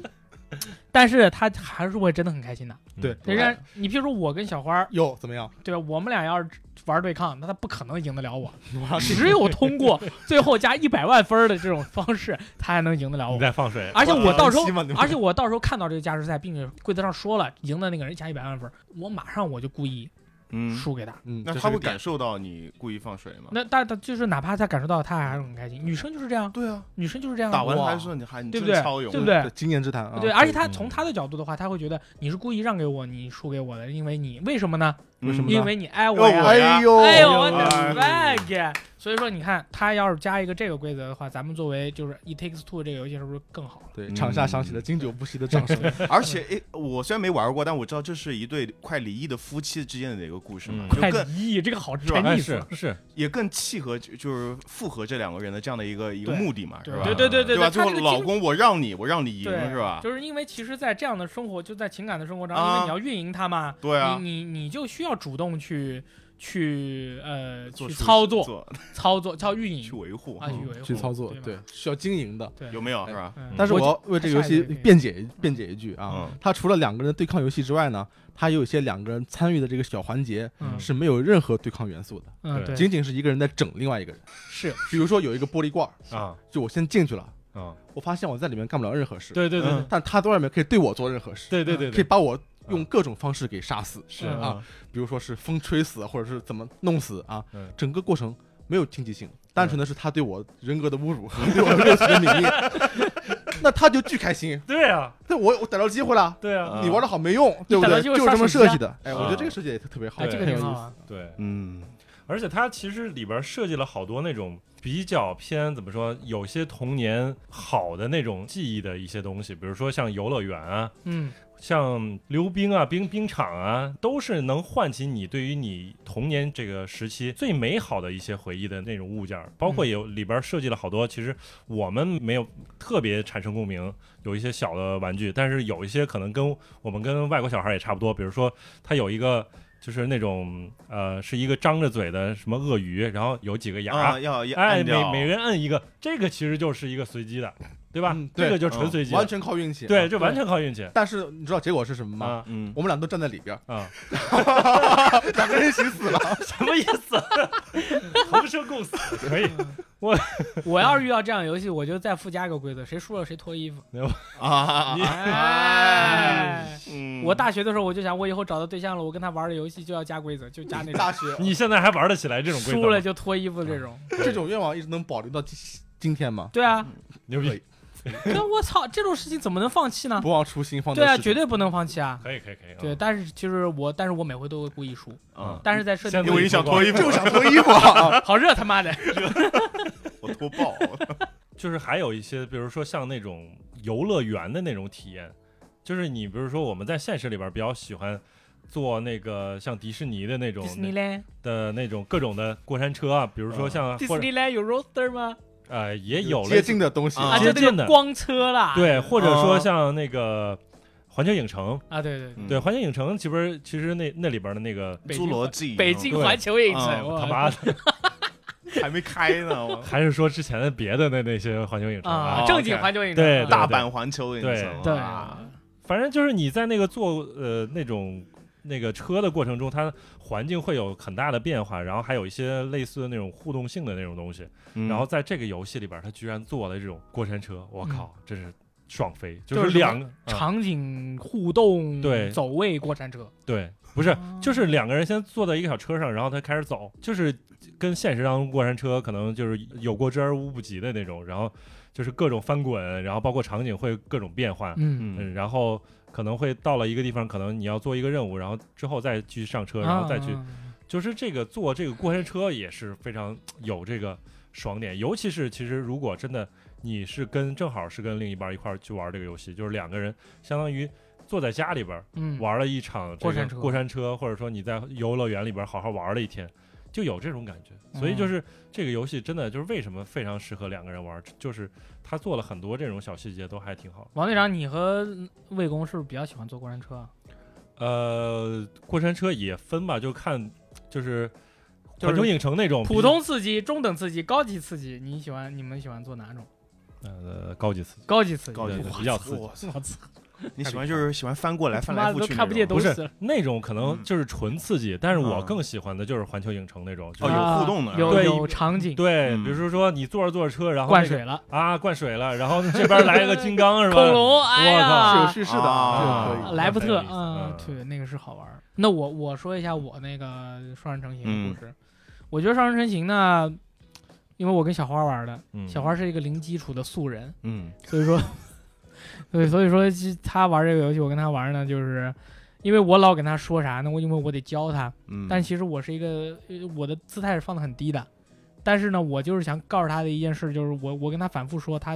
[SPEAKER 3] 但是他还是会真的很开心的。
[SPEAKER 1] 嗯
[SPEAKER 4] 对，
[SPEAKER 3] 人家你譬如说我跟小花儿，
[SPEAKER 4] 哟，怎么样？
[SPEAKER 3] 对吧？我们俩要是玩对抗，那他不可能赢得了我。
[SPEAKER 4] 哇
[SPEAKER 3] 只有通 过最后加一百万分儿的这种方式，他才能赢得了
[SPEAKER 1] 你
[SPEAKER 3] 我。
[SPEAKER 1] 在放 水，
[SPEAKER 3] 而且我到时候
[SPEAKER 5] 希望你，们
[SPEAKER 3] 而且我到时候看到这个加时赛，并且规则上说了，赢的那个人加一百万分儿，我马上我就故意
[SPEAKER 2] 嗯，
[SPEAKER 3] 输给他。
[SPEAKER 4] 嗯，
[SPEAKER 2] 那
[SPEAKER 4] 这
[SPEAKER 2] 他
[SPEAKER 4] 是个
[SPEAKER 2] 会
[SPEAKER 4] 点
[SPEAKER 2] 感受到你故意放水吗？
[SPEAKER 3] 那但他就是哪怕他感受到，他还是很开心。女生就是这样，
[SPEAKER 2] 对啊，
[SPEAKER 3] 女生就是这样的。
[SPEAKER 2] 打完
[SPEAKER 3] 哇
[SPEAKER 2] 还说你还你
[SPEAKER 3] 对
[SPEAKER 2] 真
[SPEAKER 3] 不对
[SPEAKER 2] 超勇，
[SPEAKER 3] 对不对
[SPEAKER 4] 经验之谈啊，
[SPEAKER 3] 对，而且
[SPEAKER 4] 对
[SPEAKER 3] 他
[SPEAKER 1] 嗯
[SPEAKER 3] 从他的角度的话，他会觉得你是故意让给我，你输给我的，因为你为什么呢？
[SPEAKER 2] 嗯
[SPEAKER 4] 为什么呢
[SPEAKER 3] 因为你爱
[SPEAKER 2] 要我
[SPEAKER 3] 我呀。
[SPEAKER 2] 呀
[SPEAKER 5] 呦
[SPEAKER 3] 哎呦，我
[SPEAKER 2] 我
[SPEAKER 3] 的
[SPEAKER 2] 的
[SPEAKER 3] flag！所以说，你看他要是加一个这个规则的话，咱们作为就是《It Takes Two》这个游戏是不是更好了？
[SPEAKER 4] 对
[SPEAKER 2] 嗯
[SPEAKER 4] 场下响起了经久不息的掌声，
[SPEAKER 2] 而且，诶，我虽然没玩过，但我知道这是一对快离异的夫妻之间的一个故事嘛，
[SPEAKER 1] 嗯
[SPEAKER 2] 就
[SPEAKER 3] 快
[SPEAKER 2] 更
[SPEAKER 3] 一，这个好
[SPEAKER 2] 是吧
[SPEAKER 3] 沉
[SPEAKER 1] 哎
[SPEAKER 3] 意思
[SPEAKER 1] 是
[SPEAKER 3] 了。
[SPEAKER 1] 是，
[SPEAKER 2] 也更契合，就就是符合这两个人的这样的一个一个
[SPEAKER 3] 对
[SPEAKER 2] 目的嘛，是
[SPEAKER 3] 对
[SPEAKER 2] 吧？
[SPEAKER 3] 对对对
[SPEAKER 2] 吧？
[SPEAKER 3] 对，
[SPEAKER 2] 最
[SPEAKER 3] 他
[SPEAKER 2] 后
[SPEAKER 3] 这个
[SPEAKER 2] 老
[SPEAKER 3] 经
[SPEAKER 2] 公，我让你，我让你赢，
[SPEAKER 3] 对
[SPEAKER 2] 是吧？
[SPEAKER 3] 就是因为其实，在这样的生活，就在情感的生活中，
[SPEAKER 2] 啊
[SPEAKER 3] 因为你要运营它嘛，
[SPEAKER 2] 对啊，
[SPEAKER 3] 你你你就需要主动去去呃
[SPEAKER 2] 做
[SPEAKER 3] 去
[SPEAKER 2] 出
[SPEAKER 3] 操作
[SPEAKER 2] 做
[SPEAKER 3] 操作叫运营
[SPEAKER 2] 去维护
[SPEAKER 3] 啊，去维护
[SPEAKER 4] 去操作，
[SPEAKER 3] 对
[SPEAKER 4] 对
[SPEAKER 3] 吧，
[SPEAKER 4] 需要经营的。
[SPEAKER 3] 对
[SPEAKER 2] 有没有是吧？
[SPEAKER 3] 嗯
[SPEAKER 4] 但是我
[SPEAKER 3] 我
[SPEAKER 4] 要为这个游戏
[SPEAKER 3] 我就
[SPEAKER 4] 辩解辩解一句啊
[SPEAKER 2] 嗯，
[SPEAKER 4] 它除了两个人对抗游戏之外呢，它也有一些两个人参与的这个小环节
[SPEAKER 3] 嗯
[SPEAKER 4] 是没有任何对抗元素的，
[SPEAKER 3] 嗯对
[SPEAKER 4] 仅仅是一个人在整另外一个人。
[SPEAKER 3] 是
[SPEAKER 4] 比如说有一个玻璃罐儿，
[SPEAKER 1] 啊
[SPEAKER 4] 就我先进去了，
[SPEAKER 1] 啊，
[SPEAKER 4] 我发现我在里面干不了任何事，
[SPEAKER 1] 对对对
[SPEAKER 2] 嗯
[SPEAKER 4] 但他在外面可以对我做任何事，
[SPEAKER 1] 对对对
[SPEAKER 4] 嗯可
[SPEAKER 1] 对，
[SPEAKER 4] 以把我用各种方式给杀死，
[SPEAKER 1] 是
[SPEAKER 3] 嗯
[SPEAKER 4] 啊，比如说是风吹死，或者是怎么弄死啊
[SPEAKER 1] 嗯，
[SPEAKER 4] 整个过程没有竞技性，单纯的是他对我人格的侮辱和对我热情的 泯灭， 那他就巨开心，
[SPEAKER 1] 对啊
[SPEAKER 4] 那我我逮着机会了。
[SPEAKER 1] 对啊，
[SPEAKER 2] 嗯
[SPEAKER 4] 你玩的好没用，对不
[SPEAKER 3] 逮
[SPEAKER 4] 对？
[SPEAKER 3] 着机
[SPEAKER 4] 就
[SPEAKER 3] 会
[SPEAKER 4] 是这
[SPEAKER 3] 刷手
[SPEAKER 4] 么
[SPEAKER 3] 机
[SPEAKER 4] 设
[SPEAKER 3] 啊
[SPEAKER 4] 计的。哎，我觉得
[SPEAKER 2] 啊
[SPEAKER 4] 这个设计也特别好，
[SPEAKER 3] 哎，这个
[SPEAKER 4] 很有
[SPEAKER 3] 挺
[SPEAKER 4] 意
[SPEAKER 3] 好
[SPEAKER 4] 思。
[SPEAKER 3] 啊，
[SPEAKER 1] 对，
[SPEAKER 2] 嗯，
[SPEAKER 1] 而且它其实里边设计了好多那种比较偏怎么说，有些童年好的那种记忆的一些东西，比如说像游乐园啊，
[SPEAKER 3] 嗯
[SPEAKER 1] 像溜冰啊、冰冰场啊，都是能唤起你对于你童年这个时期最美好的一些回忆的那种物件儿。包括有里边设计了好多，其实我们没有特别产生共鸣，有一些小的玩具，但是有一些可能跟我们跟外国小孩也差不多，比如说它有一个。就是那种呃，是一个张着嘴的什么鳄鱼，然后有几个牙，
[SPEAKER 2] 啊要要
[SPEAKER 1] 哎，
[SPEAKER 2] 按
[SPEAKER 1] 每
[SPEAKER 2] 掉
[SPEAKER 1] 每人摁一个，这个其实就是一个随机的，对吧？
[SPEAKER 4] 嗯对
[SPEAKER 1] 这个就纯随机的，
[SPEAKER 4] 完全靠运气。
[SPEAKER 1] 对，
[SPEAKER 4] 啊
[SPEAKER 1] 这完全靠运气
[SPEAKER 4] 但是你知道结果是什么吗？
[SPEAKER 1] 啊
[SPEAKER 2] 嗯
[SPEAKER 4] 我们俩都站在里边儿，
[SPEAKER 1] 啊！
[SPEAKER 3] 嗯
[SPEAKER 4] 两个人一起死了。
[SPEAKER 1] 什么意思？同生共死可以？
[SPEAKER 3] 我要是遇到这样的游戏，我就再附加一个规则，谁输了谁脱衣服。
[SPEAKER 2] 啊，
[SPEAKER 1] 你
[SPEAKER 3] 哎，
[SPEAKER 2] 嗯
[SPEAKER 3] 我大学的时候我就想，我以后找到对象了，我跟他玩的游戏就要加规则，就 加那种
[SPEAKER 4] 大学
[SPEAKER 1] 你现在还玩得起来这种规则吗？
[SPEAKER 3] 输了就脱衣
[SPEAKER 2] 啊
[SPEAKER 3] 服这种。
[SPEAKER 4] 这种愿望一直能保留到今今天吗？
[SPEAKER 3] 对啊，
[SPEAKER 1] 牛逼
[SPEAKER 4] 可以！
[SPEAKER 3] 那我操，这种事情怎么能放弃呢？
[SPEAKER 4] 不忘初心，放在
[SPEAKER 3] 对啊，
[SPEAKER 4] 事
[SPEAKER 3] 绝
[SPEAKER 4] 情
[SPEAKER 3] 对不能放弃啊。
[SPEAKER 1] 可以可以可以。
[SPEAKER 3] 对，
[SPEAKER 1] 嗯，
[SPEAKER 3] 但是其实我，但是我每回都会故意输，
[SPEAKER 2] 啊，
[SPEAKER 3] 但是在设定
[SPEAKER 1] 先
[SPEAKER 2] 因为你想脱衣服，就想脱衣服，
[SPEAKER 3] 好热他妈的，
[SPEAKER 2] 我脱爆，
[SPEAKER 1] 就是还有一些，比如说像那种游乐园的那种体验，就是你比如说我们在现实里边比较喜欢坐那个像迪士尼的那种
[SPEAKER 3] 迪士尼 land，
[SPEAKER 1] 的那种各种的过山车啊，比如说像
[SPEAKER 3] 迪士
[SPEAKER 1] 或者
[SPEAKER 3] 尼 land 有 roaster 吗？
[SPEAKER 1] 呃也
[SPEAKER 4] 有
[SPEAKER 1] 有
[SPEAKER 4] 接
[SPEAKER 1] 类
[SPEAKER 4] 近
[SPEAKER 1] 似
[SPEAKER 4] 的东西
[SPEAKER 2] 啊
[SPEAKER 3] 啊，就
[SPEAKER 1] 接
[SPEAKER 3] 那
[SPEAKER 1] 近
[SPEAKER 3] 个
[SPEAKER 1] 的
[SPEAKER 3] 光车啦。
[SPEAKER 1] 对，或者说
[SPEAKER 2] 啊
[SPEAKER 1] 像那个环球影城，
[SPEAKER 3] 啊，对对
[SPEAKER 2] 嗯
[SPEAKER 3] 对，
[SPEAKER 1] 对，环球影城其实其实那那里边的那个
[SPEAKER 3] 北
[SPEAKER 2] 侏
[SPEAKER 3] 京
[SPEAKER 2] 罗
[SPEAKER 3] 环
[SPEAKER 2] 纪，
[SPEAKER 3] 北京
[SPEAKER 1] 对
[SPEAKER 3] 环球影
[SPEAKER 2] 啊
[SPEAKER 3] 城，我
[SPEAKER 1] 他妈的
[SPEAKER 2] 还没开呢，我
[SPEAKER 1] 还是说之前的别的那那些环球影城
[SPEAKER 3] 啊，
[SPEAKER 2] 哦
[SPEAKER 3] 正经
[SPEAKER 2] OK
[SPEAKER 3] 环球影城
[SPEAKER 1] 对嗯
[SPEAKER 3] 啊
[SPEAKER 2] 大阪环球影城，
[SPEAKER 3] 对
[SPEAKER 2] 啊
[SPEAKER 3] 啊，
[SPEAKER 1] 反正就是你在那个坐呃那种那个车的过程中，它环境会有很大的变化，然后还有一些类似的那种互动性的那种东西。
[SPEAKER 2] 嗯
[SPEAKER 1] 然后在这个游戏里边，它居然做了这种过山车，我靠，真是爽飞！
[SPEAKER 3] 就
[SPEAKER 1] 就是
[SPEAKER 3] 是
[SPEAKER 1] 两个、啊
[SPEAKER 3] 场景互动，
[SPEAKER 1] 对
[SPEAKER 3] 走位过山车，
[SPEAKER 1] 对，不是
[SPEAKER 3] 哦
[SPEAKER 1] 就是两个人先坐在一个小车上，然后他开始走，就是跟现实当中过山车可能就是有过之而无不及的那种，然后就是各种翻滚，然后包括场景会各种变换，
[SPEAKER 3] 嗯，
[SPEAKER 2] 嗯
[SPEAKER 1] 嗯，然后可能会到了一个地方，可能你要做一个任务，然后之后再去上车，然后再去，
[SPEAKER 3] 啊
[SPEAKER 1] 就是这个坐这个过山车也是非常有这个爽点，尤其是其实如果真的你是跟正好是跟另一半一块儿去玩这个游戏，就是两个人相当于坐在家里边儿
[SPEAKER 3] 嗯，
[SPEAKER 1] 玩了一场这
[SPEAKER 3] 过
[SPEAKER 1] 个
[SPEAKER 3] 山车
[SPEAKER 1] 过山车，或者说你在游乐园里边好好玩了一天。就有这种感觉，所
[SPEAKER 3] 嗯
[SPEAKER 1] 以就是这个游戏真的就是为什么非常适合两个人玩，就是他做了很多这种小细节都还挺好。
[SPEAKER 3] 王队长，你和魏公是不是比较喜欢坐过山车啊？
[SPEAKER 1] 呃，过山车也分吧，就看就是
[SPEAKER 3] 就是
[SPEAKER 1] 环球影城那种
[SPEAKER 3] 普通刺激、中等刺激、高级刺激，你喜欢你们喜欢坐哪种？
[SPEAKER 1] 呃高级刺激，
[SPEAKER 3] 高级刺激，
[SPEAKER 2] 高级
[SPEAKER 1] 对对比较刺激。
[SPEAKER 3] 我操！
[SPEAKER 2] 你喜欢就是喜欢翻过来翻
[SPEAKER 3] 他妈
[SPEAKER 2] 来
[SPEAKER 3] 的
[SPEAKER 2] 覆
[SPEAKER 3] 都
[SPEAKER 2] 去
[SPEAKER 3] 看不见
[SPEAKER 2] 那种。
[SPEAKER 1] 不
[SPEAKER 3] 东
[SPEAKER 1] 是
[SPEAKER 3] 西了。
[SPEAKER 1] 那种可能就是纯刺激，但是我
[SPEAKER 2] 嗯
[SPEAKER 1] 更喜欢的就是环球影城那种，就
[SPEAKER 2] 哦
[SPEAKER 1] 是
[SPEAKER 2] 有
[SPEAKER 3] 啊
[SPEAKER 2] 互动的
[SPEAKER 3] 有
[SPEAKER 1] 对
[SPEAKER 3] 有场景，
[SPEAKER 1] 对，
[SPEAKER 2] 嗯
[SPEAKER 1] 比如说你坐着坐着车，然后
[SPEAKER 3] 灌
[SPEAKER 1] 那个
[SPEAKER 3] 水了，
[SPEAKER 1] 啊灌水了，然后这边来一个金刚是 吧？
[SPEAKER 3] 恐龙，哎
[SPEAKER 4] 是有
[SPEAKER 3] 呀，
[SPEAKER 4] 叙事的，
[SPEAKER 2] 啊
[SPEAKER 4] 这个可以。
[SPEAKER 3] 莱布
[SPEAKER 1] 那
[SPEAKER 3] 特，
[SPEAKER 1] 很有意思
[SPEAKER 3] 嗯
[SPEAKER 1] 嗯，
[SPEAKER 3] 对，那个是好玩儿。那我我说一下我那个双人成行
[SPEAKER 2] 嗯
[SPEAKER 3] 的故事。我觉得双人成行呢，因为我跟小花玩的，
[SPEAKER 1] 嗯
[SPEAKER 3] 小花是一个零基础的素人，
[SPEAKER 2] 嗯，
[SPEAKER 3] 所以说， 对，所以说其实他玩这个游戏，我跟他玩呢，就是因为我老跟他说啥呢，我因为我得教他，
[SPEAKER 2] 嗯
[SPEAKER 3] 但其实我是一个呃我的姿态是放的很低的，但是呢，我就是想告诉他的一件事就是我我跟他反复说他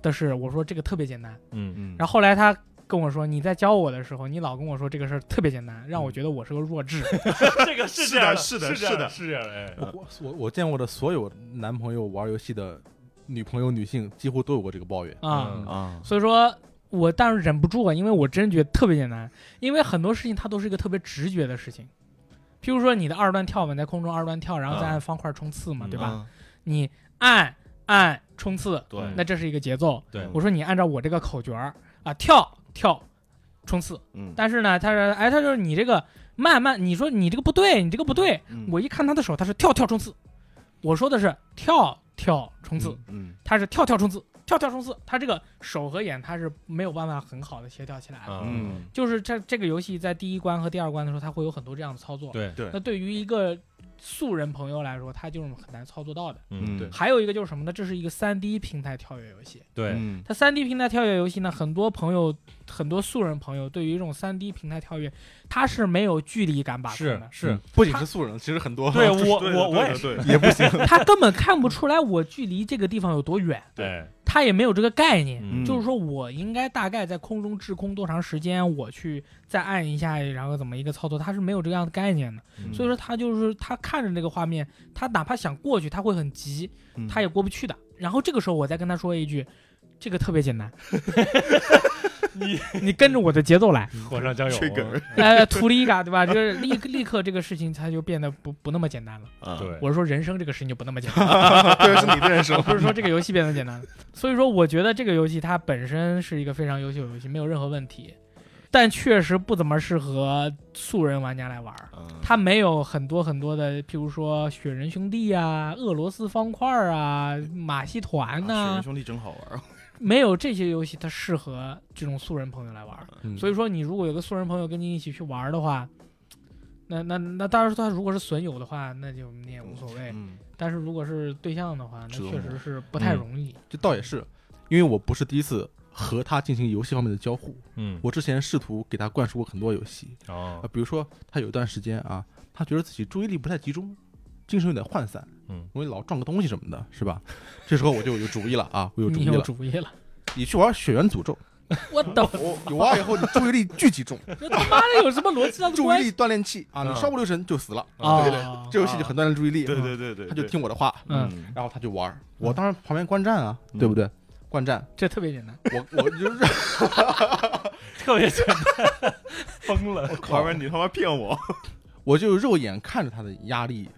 [SPEAKER 3] 的事，我说这个特别简单，
[SPEAKER 1] 嗯
[SPEAKER 2] 嗯
[SPEAKER 3] 然后后来他。跟我说你在教我的时候，你老跟我说这个事儿特别简单，
[SPEAKER 1] 嗯
[SPEAKER 3] 让我觉得我是个 弱智。
[SPEAKER 1] 这个
[SPEAKER 2] 是
[SPEAKER 1] 这样
[SPEAKER 2] 的是的
[SPEAKER 1] 的，
[SPEAKER 2] 是
[SPEAKER 1] 这
[SPEAKER 2] 的
[SPEAKER 1] 样是这样的，
[SPEAKER 3] 啊
[SPEAKER 1] 哎，
[SPEAKER 4] 我我我见过的所有男朋友玩游戏的女朋友女性，几乎都有过这个抱怨。
[SPEAKER 3] 啊、
[SPEAKER 1] 嗯
[SPEAKER 2] 啊，
[SPEAKER 3] 所以说我但是忍不住啊，因为我真觉得特别简单，因为很多事情它都是一个特别直觉的事情。譬如说你的二段跳嘛，你在空中二段跳，然后再
[SPEAKER 2] 嗯
[SPEAKER 3] 按方块冲刺嘛，
[SPEAKER 1] 嗯
[SPEAKER 3] 对吧？
[SPEAKER 2] 吧？
[SPEAKER 3] 你按按冲刺，
[SPEAKER 2] 对，
[SPEAKER 1] 嗯
[SPEAKER 3] 那这是一个节奏。
[SPEAKER 1] 对
[SPEAKER 3] 我说你按照我这个口诀儿啊，跳跳冲刺，
[SPEAKER 2] 嗯，
[SPEAKER 3] 但是呢，他说哎，他说你这个慢慢，你说你这个不对，你这个不对。
[SPEAKER 2] 嗯
[SPEAKER 3] 我一看他的手，他是跳跳冲刺，我说的是跳跳冲刺。
[SPEAKER 2] 嗯
[SPEAKER 3] 他是跳跳冲刺，跳跳冲刺，他这个手和眼他是没有办法很好的协调起来的。
[SPEAKER 1] 嗯
[SPEAKER 2] 嗯
[SPEAKER 3] 就是这这个游戏在第一关和第二关的时候，它会有很多这样的操作。
[SPEAKER 1] 对
[SPEAKER 2] 对
[SPEAKER 3] 那对于一个素人朋友来说，他就是很难操作到的。
[SPEAKER 1] 嗯
[SPEAKER 2] 对
[SPEAKER 3] 还有一个就是什么呢？这是一个3 D 平台跳跃游戏。
[SPEAKER 1] 对，
[SPEAKER 2] 嗯
[SPEAKER 3] 它3 D 平台跳跃游戏呢，很多朋友、很多素人朋友对于这种3 D 平台跳跃，它是没有距离感把控
[SPEAKER 1] 是
[SPEAKER 3] 的，
[SPEAKER 1] 是
[SPEAKER 4] 嗯，不仅是素人，其实很多
[SPEAKER 1] 对
[SPEAKER 4] 啊
[SPEAKER 1] 我
[SPEAKER 2] 对的
[SPEAKER 1] 我我
[SPEAKER 2] 对
[SPEAKER 1] 也
[SPEAKER 2] 的
[SPEAKER 1] 是，
[SPEAKER 2] 对的
[SPEAKER 4] 也不行。
[SPEAKER 3] 他根本看不出来我距离这个地方有多远，
[SPEAKER 1] 对，
[SPEAKER 3] 他也没有这个概念。
[SPEAKER 1] 哎嗯
[SPEAKER 3] 就是说我应该大概在空中滞空多长时间，我去再按一下，然后怎么一个操作，它是没有这样的概念的。
[SPEAKER 1] 嗯
[SPEAKER 3] 所以说他就是他看着这个画面，他哪怕想过去，他会很急，
[SPEAKER 2] 嗯
[SPEAKER 3] 他也过不去的。然后这个时候我再跟他说一句。这个特 别简单，
[SPEAKER 1] 你
[SPEAKER 3] 你跟着我的节奏来，
[SPEAKER 1] 火上加油，
[SPEAKER 2] 吹梗儿
[SPEAKER 3] 呃，图里嘎，对吧？就是立立刻这个事情，它就变得不不那么简单了。
[SPEAKER 2] 啊
[SPEAKER 1] 对，
[SPEAKER 3] 我是说人生这个事情就不那么简单了，
[SPEAKER 2] 这是你的人生
[SPEAKER 3] 不是说这个游戏变得简单了。所以说，我觉得这个游戏它本身是一个非常优秀的游戏，没有任何问题，但确实不怎么适合素人玩家来玩儿。
[SPEAKER 2] 嗯
[SPEAKER 3] 它没有很多很多的，譬如说雪人兄弟啊、俄罗斯方块啊、马戏团
[SPEAKER 2] 啊雪
[SPEAKER 3] 呐、
[SPEAKER 2] 人兄弟真好玩儿，
[SPEAKER 3] 没有这些游戏，它适合这种素人朋友来玩儿。所以
[SPEAKER 4] 以
[SPEAKER 3] 说，你如果有个素人朋友跟你一起去玩儿的话，那那那当然，他如果是损友的话，那就你也无所谓。
[SPEAKER 2] 嗯
[SPEAKER 3] 但是如果是对象的话，那
[SPEAKER 2] 折磨
[SPEAKER 3] 确实是不太
[SPEAKER 1] 嗯
[SPEAKER 3] 容易。
[SPEAKER 4] 这倒也是，因为我不是第一次和他进行游戏方面的交互，
[SPEAKER 1] 嗯，
[SPEAKER 4] 我之前试图给他灌输过很多游戏啊
[SPEAKER 1] 哦，，
[SPEAKER 4] 比如说他有一段时间啊，他觉得自己注意力不太集中，精神有点涣散，
[SPEAKER 1] 嗯，
[SPEAKER 4] 容易老撞个东西什么的，是吧？这时候我就有主意了啊，我有主
[SPEAKER 3] 你
[SPEAKER 4] 意
[SPEAKER 3] 有
[SPEAKER 4] 了，
[SPEAKER 3] 主意了，
[SPEAKER 4] 你去玩《血缘诅 咒
[SPEAKER 3] 我的》，
[SPEAKER 4] 有玩以后你注意力 巨集中，
[SPEAKER 3] 这他妈的有什么逻辑上的
[SPEAKER 4] 注
[SPEAKER 3] 关
[SPEAKER 4] 意
[SPEAKER 3] 系
[SPEAKER 4] 力锻炼器啊，你
[SPEAKER 1] 嗯
[SPEAKER 4] 稍不留神就死了。
[SPEAKER 3] 啊？
[SPEAKER 4] 这游戏就很锻炼注意力，啊
[SPEAKER 2] 对对对对，
[SPEAKER 4] 他就
[SPEAKER 2] 对
[SPEAKER 4] 听我的话，
[SPEAKER 3] 嗯，
[SPEAKER 2] 嗯
[SPEAKER 4] 然后他就玩儿。我当然旁边观战啊，对不对？观战，
[SPEAKER 3] 这特别简单。
[SPEAKER 4] 我我就是
[SPEAKER 1] 特别简单，疯了，
[SPEAKER 2] 玩玩你他妈骗我，
[SPEAKER 4] 我就肉眼看着他的压力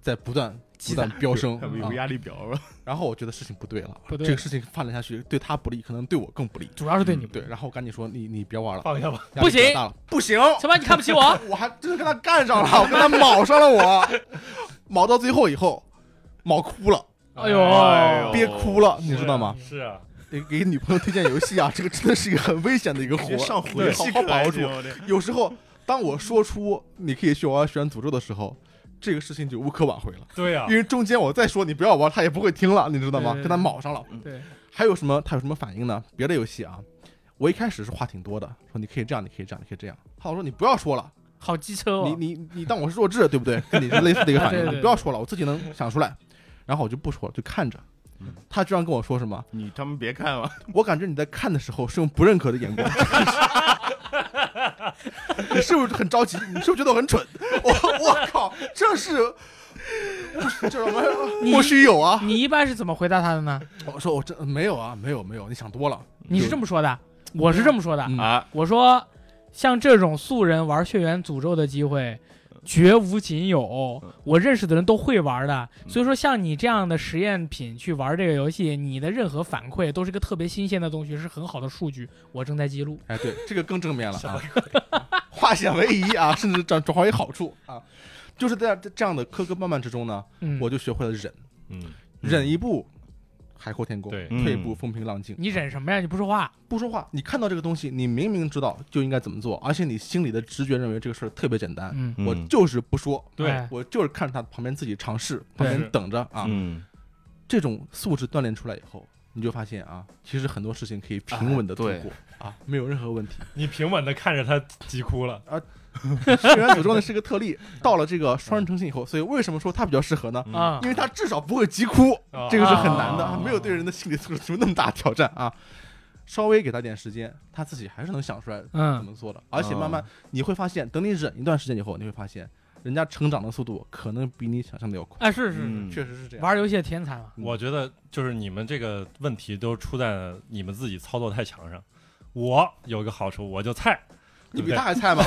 [SPEAKER 4] 在不断不断飙升、
[SPEAKER 2] 有有
[SPEAKER 4] 啊。
[SPEAKER 2] 压力表了，
[SPEAKER 4] 然后我觉得事情不对了，
[SPEAKER 3] 不对
[SPEAKER 4] 这个事情发展下去对他不利，可能对我更不利。
[SPEAKER 3] 主要是对你
[SPEAKER 2] 嗯
[SPEAKER 3] 不
[SPEAKER 4] 对，然后我赶紧说你你别玩了，
[SPEAKER 1] 放下吧，
[SPEAKER 4] 压力
[SPEAKER 3] 不行
[SPEAKER 4] 比较大了，不行，
[SPEAKER 3] 什么？你看不起我？
[SPEAKER 4] 我还真的跟他干上了，我跟他卯上了我，卯到最后以后，卯哭了，
[SPEAKER 3] 哎呦，
[SPEAKER 2] 哎呦
[SPEAKER 4] 憋哭了，你知道吗？
[SPEAKER 1] 是啊，
[SPEAKER 4] 给给女朋友推荐游戏啊，这个真的是一个很危险的一个活
[SPEAKER 2] 别，上
[SPEAKER 4] 啊对
[SPEAKER 2] 回
[SPEAKER 4] 好
[SPEAKER 2] 戏
[SPEAKER 4] 好把握
[SPEAKER 2] 可
[SPEAKER 4] 住
[SPEAKER 2] 以。我这
[SPEAKER 4] 有时候，当我说出你可以去玩《选诅咒》的时候，这个事情就无可挽回了，
[SPEAKER 1] 对啊
[SPEAKER 4] 因，为中间我再说你不要玩，他也不会听了，你知道吗？
[SPEAKER 3] 对对嗯
[SPEAKER 4] 跟他卯上了。
[SPEAKER 3] 对，
[SPEAKER 4] 还有什么？他有什么反应呢？别的游戏啊，我一开始是话挺多的，说你可以这样，你可以这样，你可以这样。他老说你不要说了，
[SPEAKER 3] 好机车
[SPEAKER 4] 你
[SPEAKER 3] 哦。
[SPEAKER 4] 你你当我是弱智，对不对？跟你是类似的一个反应，啊
[SPEAKER 3] 对对对
[SPEAKER 4] 你不要说了，我自己能想出来。然后我就不说了，就看着
[SPEAKER 2] 嗯。
[SPEAKER 4] 他居然跟我说什么？
[SPEAKER 2] 你他妈别看了，
[SPEAKER 4] 我感觉你在看的时候是用不认可的眼光。 你是不是很着急？你是不是觉得我很蠢？我 我靠，这是这什么
[SPEAKER 3] 你
[SPEAKER 4] 莫须有啊！
[SPEAKER 3] 你一般是怎么回答他的呢？
[SPEAKER 4] 我说我真没有啊，没有没有，你想多了。
[SPEAKER 3] 你是这么说的，我是这么说的。
[SPEAKER 4] 嗯
[SPEAKER 2] 啊，
[SPEAKER 3] 我说，像这种素人玩《血缘诅咒》的机会，
[SPEAKER 1] 嗯
[SPEAKER 3] 绝无仅有
[SPEAKER 2] 嗯，
[SPEAKER 3] 我认识的人都会玩的。
[SPEAKER 2] 嗯
[SPEAKER 3] 所以说，像你这样的实验品去玩这个游戏，你的任何反馈都是个特别新鲜的东西，是很好的数据。我正在记录，
[SPEAKER 4] 哎，对，这个更正面了啊，化险为夷啊，甚至转转化为好处啊，就是在在这样的磕磕绊绊之中呢，
[SPEAKER 3] 嗯，
[SPEAKER 4] 我就学会了忍，
[SPEAKER 1] 嗯，
[SPEAKER 4] 忍一步，海阔天空，
[SPEAKER 1] 对
[SPEAKER 4] 退一
[SPEAKER 2] 嗯
[SPEAKER 4] 步风平浪静。
[SPEAKER 3] 你忍什么呀？你不说话，
[SPEAKER 4] 不说话，你看到这个东西，你明明知道就应该怎么做，而且你心里的直觉认为这个事儿特别简单，
[SPEAKER 3] 嗯，
[SPEAKER 4] 我
[SPEAKER 2] 嗯
[SPEAKER 4] 就是不说，
[SPEAKER 1] 对
[SPEAKER 3] 哎
[SPEAKER 4] 我就是看着他旁边自己尝试，旁边
[SPEAKER 1] 是
[SPEAKER 4] 等着啊。
[SPEAKER 2] 嗯，
[SPEAKER 4] 这种素质锻炼出来以后，你就发现啊，其实很多事情可以平稳的度
[SPEAKER 2] 哎
[SPEAKER 4] 过啊，没有任 何问题。
[SPEAKER 1] 你平稳的看着他急哭了，
[SPEAKER 4] 虽然诅咒呢是个特例，到了这个双人成型以后，所以为什么说他比较适合呢？
[SPEAKER 1] 嗯
[SPEAKER 3] 啊
[SPEAKER 4] 因为他至少不会急哭，
[SPEAKER 1] 啊
[SPEAKER 4] 这个是很难的，
[SPEAKER 3] 啊
[SPEAKER 4] 没有对人的心理素质提出那么大的挑战啊。稍微给他点时间，他自己还是能想出来怎
[SPEAKER 3] 嗯，
[SPEAKER 4] 么做的。而且慢慢你会发现，等你忍一段时间以后，你会发现人家成长的速度可能比你想象的要快。
[SPEAKER 3] 哎，是是是，
[SPEAKER 2] 嗯
[SPEAKER 4] 确实是这样。
[SPEAKER 3] 玩游戏的天才嘛，
[SPEAKER 1] 我觉得就是你们这个问题都出在你们自己操作太强上。我有个好处，我就菜，
[SPEAKER 4] 你比他还 菜吗？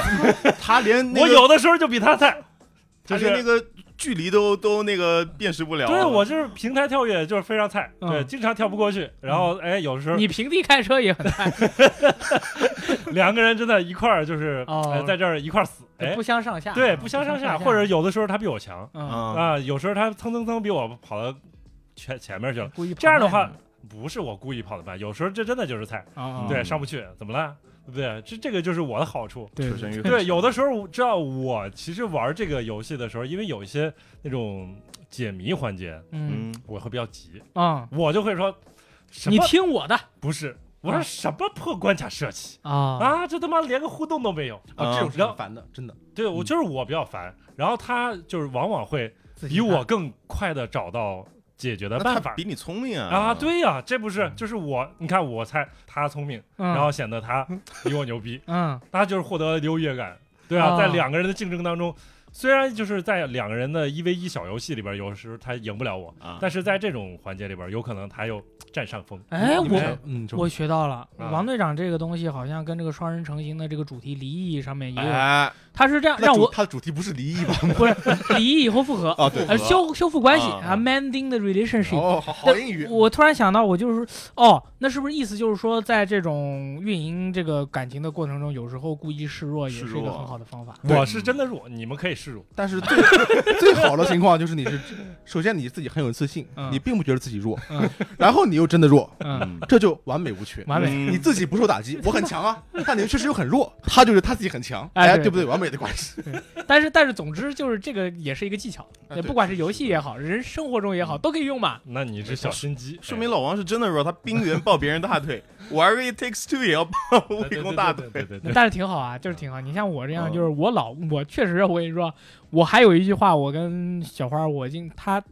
[SPEAKER 2] 他连那
[SPEAKER 1] 我
[SPEAKER 2] 个
[SPEAKER 1] 有的时候就比他菜，就
[SPEAKER 2] 他
[SPEAKER 1] 是
[SPEAKER 2] 连那个距离都都那个辨识不了。啊
[SPEAKER 1] 对我就是平台跳跃就是非常菜，
[SPEAKER 3] 嗯
[SPEAKER 1] 对，经常跳不过去。然后哎，有时候
[SPEAKER 3] 你平地开车也很菜，
[SPEAKER 1] 两个人真的一块儿就是
[SPEAKER 3] 哦
[SPEAKER 1] 哎在这儿一块儿死，哎
[SPEAKER 3] 不，相上下，
[SPEAKER 1] 对，
[SPEAKER 3] 啊
[SPEAKER 1] 不相上下，
[SPEAKER 3] 下，
[SPEAKER 1] 或者有的时候他比我强
[SPEAKER 3] 嗯，
[SPEAKER 2] 啊，
[SPEAKER 1] 啊，有时候他蹭蹭蹭比我跑到前前面去了。
[SPEAKER 3] 故意
[SPEAKER 1] 这样的
[SPEAKER 3] 跑慢
[SPEAKER 1] 话，不是我故意跑得慢，有时候这真的就是菜，
[SPEAKER 3] 啊啊，
[SPEAKER 1] 对，
[SPEAKER 2] 嗯
[SPEAKER 1] 上不去，怎么了？对不对？这这个就是我的好 处。
[SPEAKER 3] 对
[SPEAKER 2] 求生欲
[SPEAKER 3] 对
[SPEAKER 2] 很
[SPEAKER 1] 对，
[SPEAKER 2] 强
[SPEAKER 1] 有的时候我知道我其实玩这个游戏的时候，因为有一些那种解谜环节，
[SPEAKER 3] 嗯
[SPEAKER 2] 嗯
[SPEAKER 1] 我会比较急，
[SPEAKER 3] 啊，
[SPEAKER 1] 我就会说什
[SPEAKER 3] 你
[SPEAKER 1] 么
[SPEAKER 3] 听我的
[SPEAKER 1] 不是，我说什么破关卡设计
[SPEAKER 3] 啊，
[SPEAKER 1] 啊，这他妈连个互动都没有。
[SPEAKER 4] 啊，这种
[SPEAKER 3] 嗯
[SPEAKER 4] 是
[SPEAKER 1] 然
[SPEAKER 4] 很
[SPEAKER 1] 后
[SPEAKER 4] 烦的，真的。
[SPEAKER 1] 对我就是我比较烦，然后他就是往往会
[SPEAKER 3] 自己
[SPEAKER 1] 比
[SPEAKER 3] 看
[SPEAKER 1] 我更快的找到解决的
[SPEAKER 2] 那
[SPEAKER 1] 办
[SPEAKER 2] 他
[SPEAKER 1] 法。
[SPEAKER 2] 比你嗯聪明
[SPEAKER 1] 啊，，对呀、这不是就是我，你看我猜他聪明，
[SPEAKER 3] 嗯
[SPEAKER 1] 然后显得他比我牛逼，
[SPEAKER 3] 嗯
[SPEAKER 1] 他就是获得了优越感，对啊，
[SPEAKER 3] 啊
[SPEAKER 1] 在两个人的竞争当中，虽然就是在两个人的一 v 一小游戏里边，有时候他赢不了我，
[SPEAKER 2] 啊，
[SPEAKER 1] 但是在这种环节里边，有可能他又占上风。
[SPEAKER 3] 哎，
[SPEAKER 4] 你们
[SPEAKER 3] 我
[SPEAKER 4] 想嗯，就
[SPEAKER 3] 我学到了，
[SPEAKER 1] 啊
[SPEAKER 3] 王队长这个东西好像跟这个双人成行的这个主题离异上面也有，
[SPEAKER 2] 哎，
[SPEAKER 3] 他是这样
[SPEAKER 4] 那
[SPEAKER 3] 让
[SPEAKER 4] 主
[SPEAKER 3] 我
[SPEAKER 4] 他的主题不是离异吧？
[SPEAKER 3] 不是离异以后复合，
[SPEAKER 4] 啊，对。
[SPEAKER 3] 呃，修修复关系
[SPEAKER 2] 啊
[SPEAKER 3] 啊，mending the relationship。
[SPEAKER 4] 哦，好好英语。
[SPEAKER 3] 我突然想到，我就是哦，那是不是意思就是说，在这种运营这个感情的过程中，有时候故意示弱也
[SPEAKER 2] 示
[SPEAKER 3] 是一个
[SPEAKER 2] 弱
[SPEAKER 3] 很好的方法
[SPEAKER 4] 对
[SPEAKER 1] 我
[SPEAKER 2] 嗯
[SPEAKER 1] 是真的弱，你们可以示弱。
[SPEAKER 4] 但是 最最好的情况就是你是，首先你自己很有自信，
[SPEAKER 3] 嗯
[SPEAKER 4] 你并不觉得自己弱
[SPEAKER 3] 嗯，
[SPEAKER 4] 然后你又真的弱，
[SPEAKER 3] 嗯，
[SPEAKER 4] 这就完美无缺。
[SPEAKER 3] 完美。
[SPEAKER 2] 嗯
[SPEAKER 4] 你自己不 受打击，我很强啊，但你确实又很弱，他就是他自己很强，
[SPEAKER 3] 哎
[SPEAKER 4] 哎，
[SPEAKER 3] 对
[SPEAKER 4] 对不对？完美的关系，
[SPEAKER 3] 但是但是，总之就是这个也是一个技巧，
[SPEAKER 4] 哎
[SPEAKER 3] 也
[SPEAKER 4] 对
[SPEAKER 3] 不管是游戏也好，人生活中也好，都可以用嘛。
[SPEAKER 1] 那你是小心机，
[SPEAKER 2] 说明老王是真的弱，他冰原抱别人大腿，玩个 It Takes Two 也要抱
[SPEAKER 1] 哎
[SPEAKER 2] 魏公大腿。
[SPEAKER 1] 对对对对 对对
[SPEAKER 3] 但是挺好啊，就是挺好。你像我这样，
[SPEAKER 2] 嗯
[SPEAKER 3] 就是我老我确实，我跟你说，我还有一句话，我跟小花，我经他，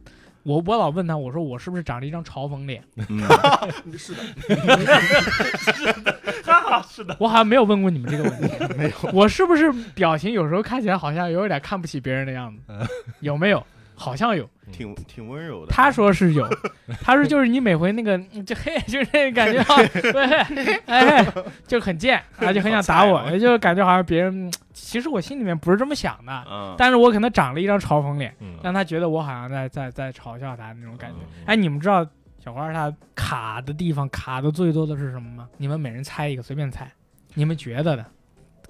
[SPEAKER 3] 我我老问他，我说我是不是长了一张嘲讽脸？
[SPEAKER 4] 是的，
[SPEAKER 3] 我好像没有问过你们这个问题，
[SPEAKER 4] 没有。
[SPEAKER 3] 我是不是表情有时候看起来好像有点看不起别人的样子？有没有？好像有，
[SPEAKER 2] 挺挺温柔的。
[SPEAKER 3] 他说是有，他说就是你每回那个嗯就嘿，就是那个感觉好，对，哎，就很贱，啊，就很想打
[SPEAKER 2] 好
[SPEAKER 3] 我，
[SPEAKER 2] 菜
[SPEAKER 3] 就感觉好像别人，嗯其实我心里面不是这么想的，
[SPEAKER 2] 啊，
[SPEAKER 3] 但是我可能长了一张嘲讽脸，
[SPEAKER 1] 嗯
[SPEAKER 3] 让他觉得我好像在在在嘲笑他那种感觉。
[SPEAKER 1] 嗯
[SPEAKER 3] 哎，你们知道小花她卡的地方卡的最多的是什么吗？你们每人猜一个，随便猜，你们觉得的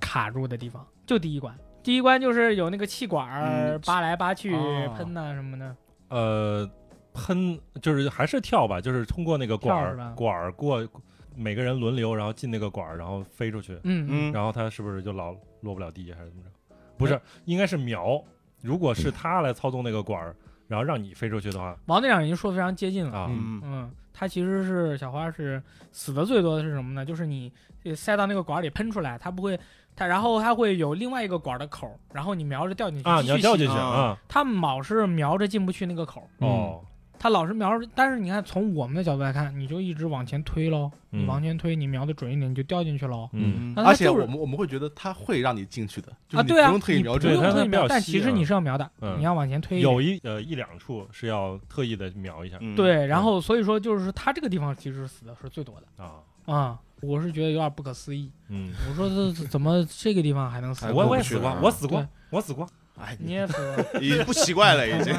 [SPEAKER 3] 卡住的地方就第一关。第一关就是有那个气管儿
[SPEAKER 2] 嗯
[SPEAKER 3] 扒来扒去
[SPEAKER 4] 哦
[SPEAKER 3] 喷呐、什么的，
[SPEAKER 1] 呃，喷就是还是跳吧，就是通过那个管
[SPEAKER 3] 跳是吧
[SPEAKER 1] 儿管儿过，每个人轮流，然后进那个管儿，然后飞出去，
[SPEAKER 3] 嗯
[SPEAKER 2] 嗯，
[SPEAKER 1] 然后他是不是就老落不了地还是怎么着？不是，应该是苗。如果是他来操纵那个管儿，然后让你飞出去的话，
[SPEAKER 3] 王队长已经说得非常接近了。
[SPEAKER 1] 啊，
[SPEAKER 2] 嗯
[SPEAKER 3] 嗯，他其实是小花是死的最多的是什么呢？就是你呃塞到那个管儿里喷出来，它不会，它然后它会有另外一个管儿的口儿，然后你瞄着掉进去
[SPEAKER 1] 啊，
[SPEAKER 3] 继
[SPEAKER 1] 你
[SPEAKER 3] 续
[SPEAKER 1] 要掉
[SPEAKER 3] 吸
[SPEAKER 1] 进去啊，
[SPEAKER 3] 他老是瞄着进不去那个口儿，
[SPEAKER 4] 嗯
[SPEAKER 1] 哦，
[SPEAKER 3] 他老是瞄着。但是你看，从我们的角度来看，你就一直往前推喽，
[SPEAKER 1] 嗯
[SPEAKER 3] 你往前推，你瞄的准一点，你就掉进去喽。
[SPEAKER 1] 嗯，
[SPEAKER 3] 那他
[SPEAKER 4] 而且
[SPEAKER 3] 就是
[SPEAKER 4] 我们我们会觉得他会让你进去的，就
[SPEAKER 3] 啊，
[SPEAKER 4] 是你不
[SPEAKER 3] 对啊，
[SPEAKER 4] 用特意瞄
[SPEAKER 3] 不
[SPEAKER 1] 对
[SPEAKER 4] 准
[SPEAKER 3] 用
[SPEAKER 1] 它它
[SPEAKER 3] 特意
[SPEAKER 1] 比
[SPEAKER 3] 瞄
[SPEAKER 1] 较，
[SPEAKER 3] 但
[SPEAKER 1] 细
[SPEAKER 3] 其实
[SPEAKER 1] 啊
[SPEAKER 3] 你是要瞄的，
[SPEAKER 1] 嗯
[SPEAKER 3] 你要往前推一点。
[SPEAKER 1] 有一呃一两处是要特意的瞄一下
[SPEAKER 2] 嗯，
[SPEAKER 3] 对，然后所以说就是他这个地方其实死的是最多的
[SPEAKER 1] 啊，
[SPEAKER 3] 啊、我是觉得有点不可思议。
[SPEAKER 1] 嗯，
[SPEAKER 3] 我说这这怎么这个地方还能死？
[SPEAKER 2] 哎
[SPEAKER 1] 我
[SPEAKER 2] 过
[SPEAKER 1] 我
[SPEAKER 2] 不
[SPEAKER 1] 也
[SPEAKER 2] 去
[SPEAKER 1] 死过
[SPEAKER 2] 了，
[SPEAKER 1] 我死过
[SPEAKER 3] 对，
[SPEAKER 1] 我死过，
[SPEAKER 2] 哎，你
[SPEAKER 3] 捏死我！
[SPEAKER 2] 已经不奇怪了，
[SPEAKER 3] 嗯
[SPEAKER 2] 已经。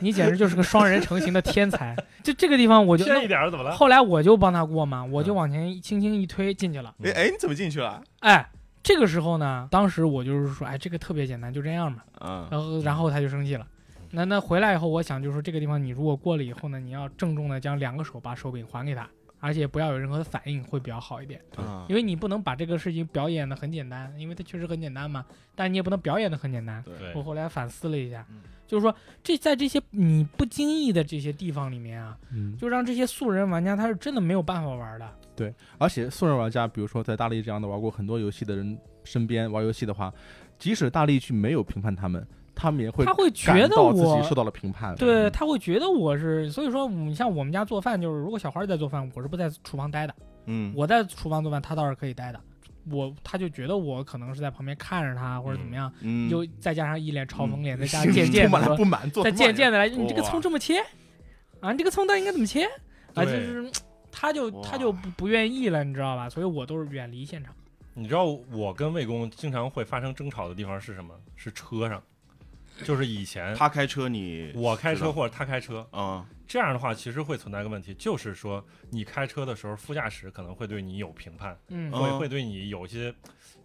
[SPEAKER 3] 你简直就是个双人成型的天才。就这个地方，我就
[SPEAKER 1] 偏一点儿怎么了？
[SPEAKER 3] 后来我就帮他过嘛，我就往前轻轻一推进去了。
[SPEAKER 1] 嗯
[SPEAKER 4] 哎哎，你怎么进去了？
[SPEAKER 3] 哎，这个时候呢，当时我就是说，哎，这个特别简单，就这样嘛。
[SPEAKER 2] 嗯，
[SPEAKER 3] 然后然后他就生气了。那那回来以后，我想就是说这个地方你如果过了以后呢，你要郑重的将两个手把手柄还给他，而且不要有任何的反应，会比较好一点。
[SPEAKER 2] 啊
[SPEAKER 3] 因为你不能把这个事情表演的很简单，因为它确实很简单嘛，但你也不能表演的很简单。
[SPEAKER 2] 对
[SPEAKER 1] 嗯对
[SPEAKER 3] 我后来反思了一下
[SPEAKER 2] 嗯，
[SPEAKER 3] 就是说这在这些你不经意的这些地方里面啊，
[SPEAKER 4] 嗯，
[SPEAKER 3] 就让这些素人玩家他是真的没有办法玩的。
[SPEAKER 4] 而且素人玩家，比如说在大力这样的玩过很多游戏的人身边玩游戏的话，即使大力去没有评判他们，他们也会
[SPEAKER 3] 他会觉
[SPEAKER 4] 感
[SPEAKER 3] 得
[SPEAKER 4] 到自己
[SPEAKER 3] 我
[SPEAKER 4] 受到了嗯评判。
[SPEAKER 3] 对，他会觉得我是，所以说，你像我们家做饭，就是如果小花儿在做饭，我是不在厨房待的，
[SPEAKER 2] 嗯，
[SPEAKER 3] 我在厨房做饭，他倒是可以待的。我他就觉得我可能是在旁边看着他或者怎么样，
[SPEAKER 2] 嗯
[SPEAKER 3] 又再加上一脸嘲讽 脸，再加
[SPEAKER 4] 嗯
[SPEAKER 3] 上渐渐
[SPEAKER 4] 充满
[SPEAKER 3] 的说，
[SPEAKER 4] 了不满，做
[SPEAKER 3] 再
[SPEAKER 4] 什么玩
[SPEAKER 3] 渐
[SPEAKER 4] 意儿
[SPEAKER 3] 渐的来，你这个
[SPEAKER 2] 哇
[SPEAKER 3] 葱这么切啊，你这个葱段应该怎么切啊？就
[SPEAKER 1] 对
[SPEAKER 3] 是他就他
[SPEAKER 2] 哇
[SPEAKER 3] 就不不愿意了，你知道吧？所以我都是远离现场。
[SPEAKER 1] 你知道我跟魏公经常会发生争吵的地方是什么？是车上，就是以前
[SPEAKER 2] 他开车你
[SPEAKER 1] 我开
[SPEAKER 2] 知
[SPEAKER 1] 车
[SPEAKER 2] 道
[SPEAKER 1] 或者他开车，
[SPEAKER 2] 啊
[SPEAKER 1] 这样的话其实会存在一个问题，就是说你开车的时候，副驾驶可能会对你有评判，
[SPEAKER 3] 嗯
[SPEAKER 2] 哦
[SPEAKER 1] 会会对你有一些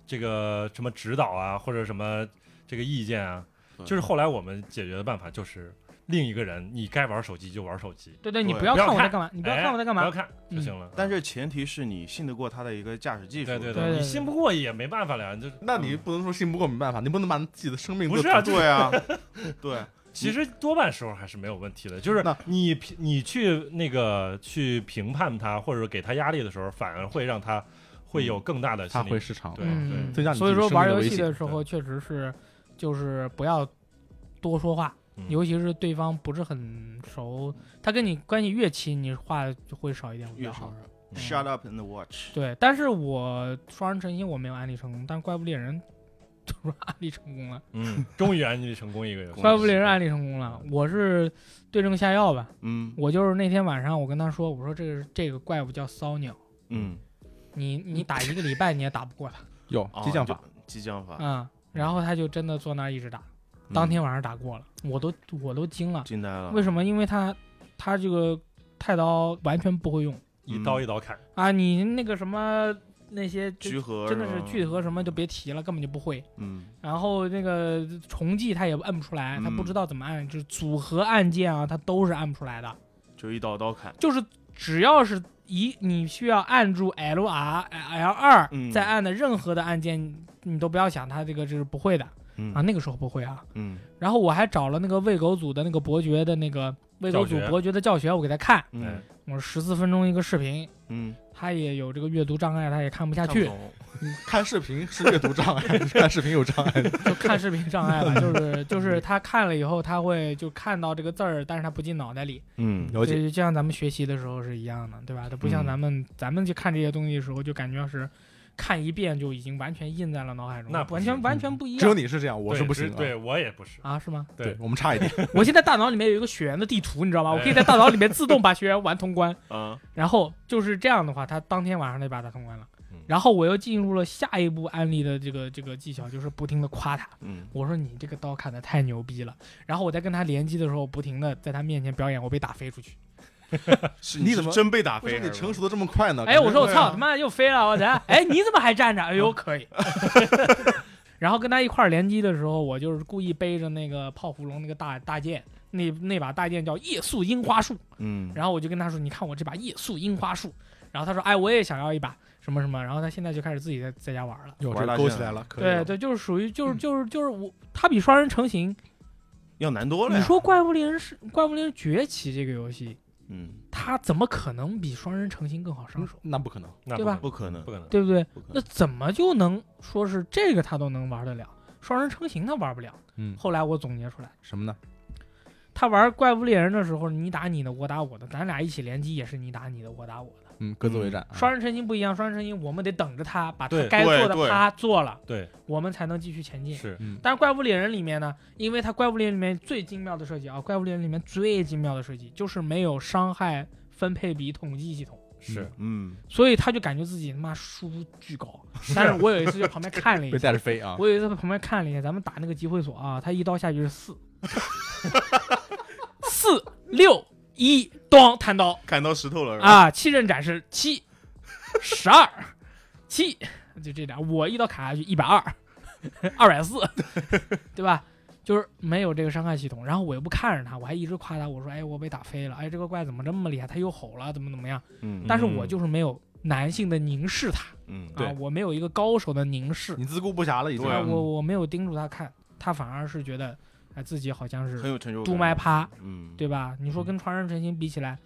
[SPEAKER 1] 这个什么指导啊，或者什么这个意见啊。
[SPEAKER 2] 对
[SPEAKER 1] 就是后来我们解决的办法就是，另一个人你该玩手机就玩手机，
[SPEAKER 3] 对对，你
[SPEAKER 2] 对
[SPEAKER 3] 不要
[SPEAKER 1] 不要
[SPEAKER 3] 看我在
[SPEAKER 1] 看
[SPEAKER 3] 干嘛，你不要
[SPEAKER 1] 哎
[SPEAKER 3] 看我在干
[SPEAKER 1] 不
[SPEAKER 3] 嘛嗯
[SPEAKER 1] 要。看就行了。
[SPEAKER 2] 但是前提是你信得过他的一个驾驶技术。
[SPEAKER 1] 对对
[SPEAKER 2] 对
[SPEAKER 3] 对
[SPEAKER 1] 你信不过也没办法了，就
[SPEAKER 4] 那你不能说信不过没办法，你不能把自己的生命
[SPEAKER 1] 不
[SPEAKER 4] 都
[SPEAKER 1] 是啊
[SPEAKER 2] 对啊， 对，
[SPEAKER 3] 嗯
[SPEAKER 1] 其实多半时候还是没有问题的，就是
[SPEAKER 4] 那
[SPEAKER 1] 你评你去那个去评判他，或者给他压力的时候，反而会让他会有更大的心
[SPEAKER 4] 他
[SPEAKER 1] 理。
[SPEAKER 4] 会失常，
[SPEAKER 1] 对
[SPEAKER 3] 嗯，
[SPEAKER 4] 增加你
[SPEAKER 3] 所以
[SPEAKER 4] 自己
[SPEAKER 3] 说
[SPEAKER 4] 生
[SPEAKER 3] 玩
[SPEAKER 4] 命
[SPEAKER 3] 游
[SPEAKER 4] 危
[SPEAKER 3] 戏
[SPEAKER 4] 险
[SPEAKER 3] 的时候，确实是就是不要多说话，
[SPEAKER 1] 嗯
[SPEAKER 3] 尤其是对方不是很熟，他跟你关系越亲，你话就会少一点比较好。嗯
[SPEAKER 2] Shut up and watch。
[SPEAKER 3] 对，但是我双人成型我没有安利成功，但是怪物猎人 突然安利成功了，
[SPEAKER 1] 嗯，终于安利成功一个游戏。
[SPEAKER 3] 怪物猎
[SPEAKER 4] 嗯
[SPEAKER 3] 人安利成功了，我是对症下药吧。
[SPEAKER 2] 嗯
[SPEAKER 3] 我就是那天晚上我跟他说，我说这个这个怪物叫骚鸟，
[SPEAKER 2] 嗯，
[SPEAKER 3] 你你打一个礼拜你也打不过它
[SPEAKER 4] 有
[SPEAKER 2] 哦
[SPEAKER 4] 激将法，，
[SPEAKER 2] 就激将法，
[SPEAKER 3] 啊、然后他就真的坐那儿一直打。
[SPEAKER 2] 嗯啊
[SPEAKER 3] 当天晚上打过了，我都我都惊了。
[SPEAKER 2] 惊呆了。
[SPEAKER 3] 为什么？因为他他这个太刀完全不会用
[SPEAKER 1] 一刀一刀砍，
[SPEAKER 3] 啊！你那个什么那些就
[SPEAKER 2] 聚合
[SPEAKER 3] 真的是
[SPEAKER 2] 吧
[SPEAKER 3] 聚合什么就别提了，根本就不会。
[SPEAKER 2] 嗯
[SPEAKER 3] 然后那个重技他也摁不出来，他不
[SPEAKER 2] 嗯
[SPEAKER 3] 知道怎么按，就是组合按键啊，他都是按不出来的。
[SPEAKER 2] 就一刀刀砍。
[SPEAKER 3] 就是只要是一你需要按住 L R 哎 L 二
[SPEAKER 2] 嗯
[SPEAKER 3] 再按的任何的按键，你都不要想他这个就是不会的
[SPEAKER 2] 嗯
[SPEAKER 3] 啊，那个时候不会啊。
[SPEAKER 2] 嗯
[SPEAKER 3] 然后我还找了那个喂狗组的那个伯爵的那个喂狗组
[SPEAKER 1] 教学
[SPEAKER 3] 伯爵的教学，我给他看，
[SPEAKER 2] 嗯
[SPEAKER 3] 我说十四分钟一个视频，
[SPEAKER 2] 嗯，
[SPEAKER 3] 他也有这个阅读障碍，他也看不下去，
[SPEAKER 4] 看视频是阅读障碍， 看视频有障碍的。
[SPEAKER 3] 就看视频障碍吧，就是就是他看了以后，他会就看到这个字儿，但是他不进脑袋里，
[SPEAKER 2] 嗯
[SPEAKER 4] 了
[SPEAKER 3] 就，就像咱们学习的时候是一样的，对吧？它不像
[SPEAKER 2] 嗯
[SPEAKER 3] 咱们、咱们去看这些东西的时候，就感觉是看一遍就已经完全印在了脑海中，
[SPEAKER 1] 那不
[SPEAKER 3] 完
[SPEAKER 1] 是
[SPEAKER 3] 全完全不一
[SPEAKER 4] 嗯只有
[SPEAKER 3] 样
[SPEAKER 4] 你是这样，我是
[SPEAKER 1] 对
[SPEAKER 4] 不
[SPEAKER 1] 只
[SPEAKER 4] 行啊。
[SPEAKER 1] 对我也不是。
[SPEAKER 3] 啊？是吗？
[SPEAKER 4] 对
[SPEAKER 1] 对，
[SPEAKER 4] 我们差一点。
[SPEAKER 3] 我现在大脑里面有一个血缘的地图，你知道吗？我可以在大脑里面自动把血缘玩通关。
[SPEAKER 2] 啊
[SPEAKER 3] 然后就是这样的话，他当天晚上就把他通关了
[SPEAKER 1] 嗯。
[SPEAKER 3] 然后我又进入了下一步安利的这个这个技巧，就是不停的夸他。
[SPEAKER 2] 嗯
[SPEAKER 3] 我说你这个刀砍的太牛逼了。然后我在跟他联机的时候，不停的在他面前表演我被打飞出去。
[SPEAKER 2] 是
[SPEAKER 4] 你怎么
[SPEAKER 2] 是真被打
[SPEAKER 4] 为
[SPEAKER 2] 飞还
[SPEAKER 4] 什么
[SPEAKER 2] 是
[SPEAKER 4] 你
[SPEAKER 2] 吧？
[SPEAKER 4] 成熟的这么快呢？
[SPEAKER 3] 哎，我说我
[SPEAKER 4] 感觉啊
[SPEAKER 3] 操他妈又飞了，我操！哎，你怎么还 站着？哎呦，可以。 然后跟他一块儿联机的时候，我就是故意背着那个泡芙龙那个大大剑，那那把大剑叫夜宿樱花树。
[SPEAKER 2] 嗯，
[SPEAKER 3] 然后我就跟他说：“你看我这把夜宿樱花树。”然后他说：“哎，我也想要一把什么什么。”然后他现在就开始自己在在家玩了。
[SPEAKER 4] 哟，
[SPEAKER 2] 玩
[SPEAKER 4] 这
[SPEAKER 2] 大
[SPEAKER 4] 勾
[SPEAKER 2] 剑
[SPEAKER 4] 起来
[SPEAKER 2] 啊
[SPEAKER 4] 了，可以嗯
[SPEAKER 3] 对
[SPEAKER 4] 了
[SPEAKER 3] 对，就是属于就是就是就是我，他比双人成型。
[SPEAKER 2] 要难多了
[SPEAKER 4] 啊
[SPEAKER 3] 你
[SPEAKER 2] 呀。
[SPEAKER 3] 说《怪物猎人》是《怪物猎人崛起》这个游戏，
[SPEAKER 2] 嗯，
[SPEAKER 3] 它怎么可能比双人成型更好上手？
[SPEAKER 4] 那不可能，
[SPEAKER 1] 那
[SPEAKER 3] 对吧
[SPEAKER 2] 不可能
[SPEAKER 1] 不，可能，
[SPEAKER 3] 对不对？
[SPEAKER 2] 不可
[SPEAKER 3] 那
[SPEAKER 2] 能。
[SPEAKER 3] 怎么就能说是这个他都能玩得了，双人成型他玩不了？
[SPEAKER 4] 嗯
[SPEAKER 3] 后来我总结出来，
[SPEAKER 4] 什么呢？
[SPEAKER 3] 他玩《怪物猎人》的时候，你打你的，我打我的，咱俩一起联机也是你打你的，我打我的。
[SPEAKER 4] 嗯，各自为
[SPEAKER 2] 嗯
[SPEAKER 4] 战。啊
[SPEAKER 3] 双人成型不一样，双人成型我们得等着他把他
[SPEAKER 1] 对
[SPEAKER 3] 该做的
[SPEAKER 2] 对对
[SPEAKER 3] 他做了，
[SPEAKER 1] 对，
[SPEAKER 3] 我们才能继续前进。
[SPEAKER 1] 是
[SPEAKER 4] 嗯，
[SPEAKER 3] 但是怪物猎人里面呢，因为它怪物猎人里面最精妙的设计啊，怪物猎人里面最精妙的设计就是没有伤害分配比统计系统。
[SPEAKER 1] 是
[SPEAKER 2] 嗯，
[SPEAKER 3] 所以他就感觉自己他妈输出巨高。但是我有一次就旁边看了一
[SPEAKER 4] 被
[SPEAKER 3] 下，
[SPEAKER 4] 带着飞啊！
[SPEAKER 3] 我有一次在旁边看了一下，咱们打那个集会所啊，他一刀下去是四， 四六一，咚，弹刀
[SPEAKER 2] 砍到石头了是吧？
[SPEAKER 3] 啊，七刃斩是七，十二，七，就这点。我一刀砍下去一百二，二百四， 对吧？就是没有这个伤害系统，然后我又不看着他，我还一直夸他，我说：“哎，我被打飞了，哎，这个怪怎么这么厉害？他又吼了，怎么怎么样？”
[SPEAKER 2] 嗯
[SPEAKER 3] 但是我就是没有男性的凝视他，
[SPEAKER 2] 嗯
[SPEAKER 4] 对
[SPEAKER 3] 啊，我没有一个高手的凝视，
[SPEAKER 4] 你自顾不暇了已经嗯
[SPEAKER 2] 对
[SPEAKER 3] 啊
[SPEAKER 2] 啊，
[SPEAKER 3] 我我没有盯住他看，他反而是觉得，哎，自己好像
[SPEAKER 2] 很
[SPEAKER 3] 是
[SPEAKER 2] 有成就感。
[SPEAKER 3] 嘟麦趴，
[SPEAKER 2] 嗯，
[SPEAKER 3] 对吧？你说跟传人成型比起来，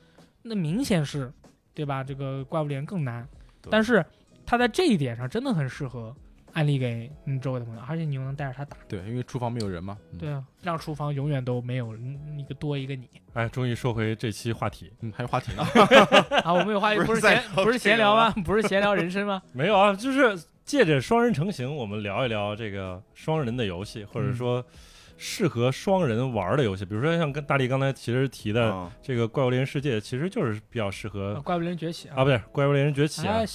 [SPEAKER 3] 那明显是，对吧？这个怪物猎人更难，
[SPEAKER 2] 对
[SPEAKER 3] 但是他在这一点上真的很适合安利给你周围的朋友，而且你又能带着他打，
[SPEAKER 2] 嗯
[SPEAKER 4] 对，因为厨房没有人嘛。嗯
[SPEAKER 3] 对，啊，让厨房永远都没有嗯一个多一个你
[SPEAKER 1] 哎，终于说回这期话题，
[SPEAKER 4] 嗯，还有话 题呢。
[SPEAKER 3] 啊！我们有话
[SPEAKER 2] 不是
[SPEAKER 3] 不是
[SPEAKER 2] 在
[SPEAKER 3] 闲
[SPEAKER 2] 聊
[SPEAKER 3] 不是闲聊吗？不是闲聊 人生吗？
[SPEAKER 1] 没有啊，就是借着双人成型，我们聊一聊这个双人的游戏，或者
[SPEAKER 4] 嗯
[SPEAKER 1] 说适合双人玩的游戏，比如说像跟大力刚才其实提的
[SPEAKER 2] 啊，
[SPEAKER 1] 这个《怪物猎人世界》，其实就是比较适
[SPEAKER 2] 嗯
[SPEAKER 3] 啊
[SPEAKER 1] 合
[SPEAKER 3] 怪物猎人崛起
[SPEAKER 1] 啊，不是《怪物猎人崛起》啊
[SPEAKER 3] 哎，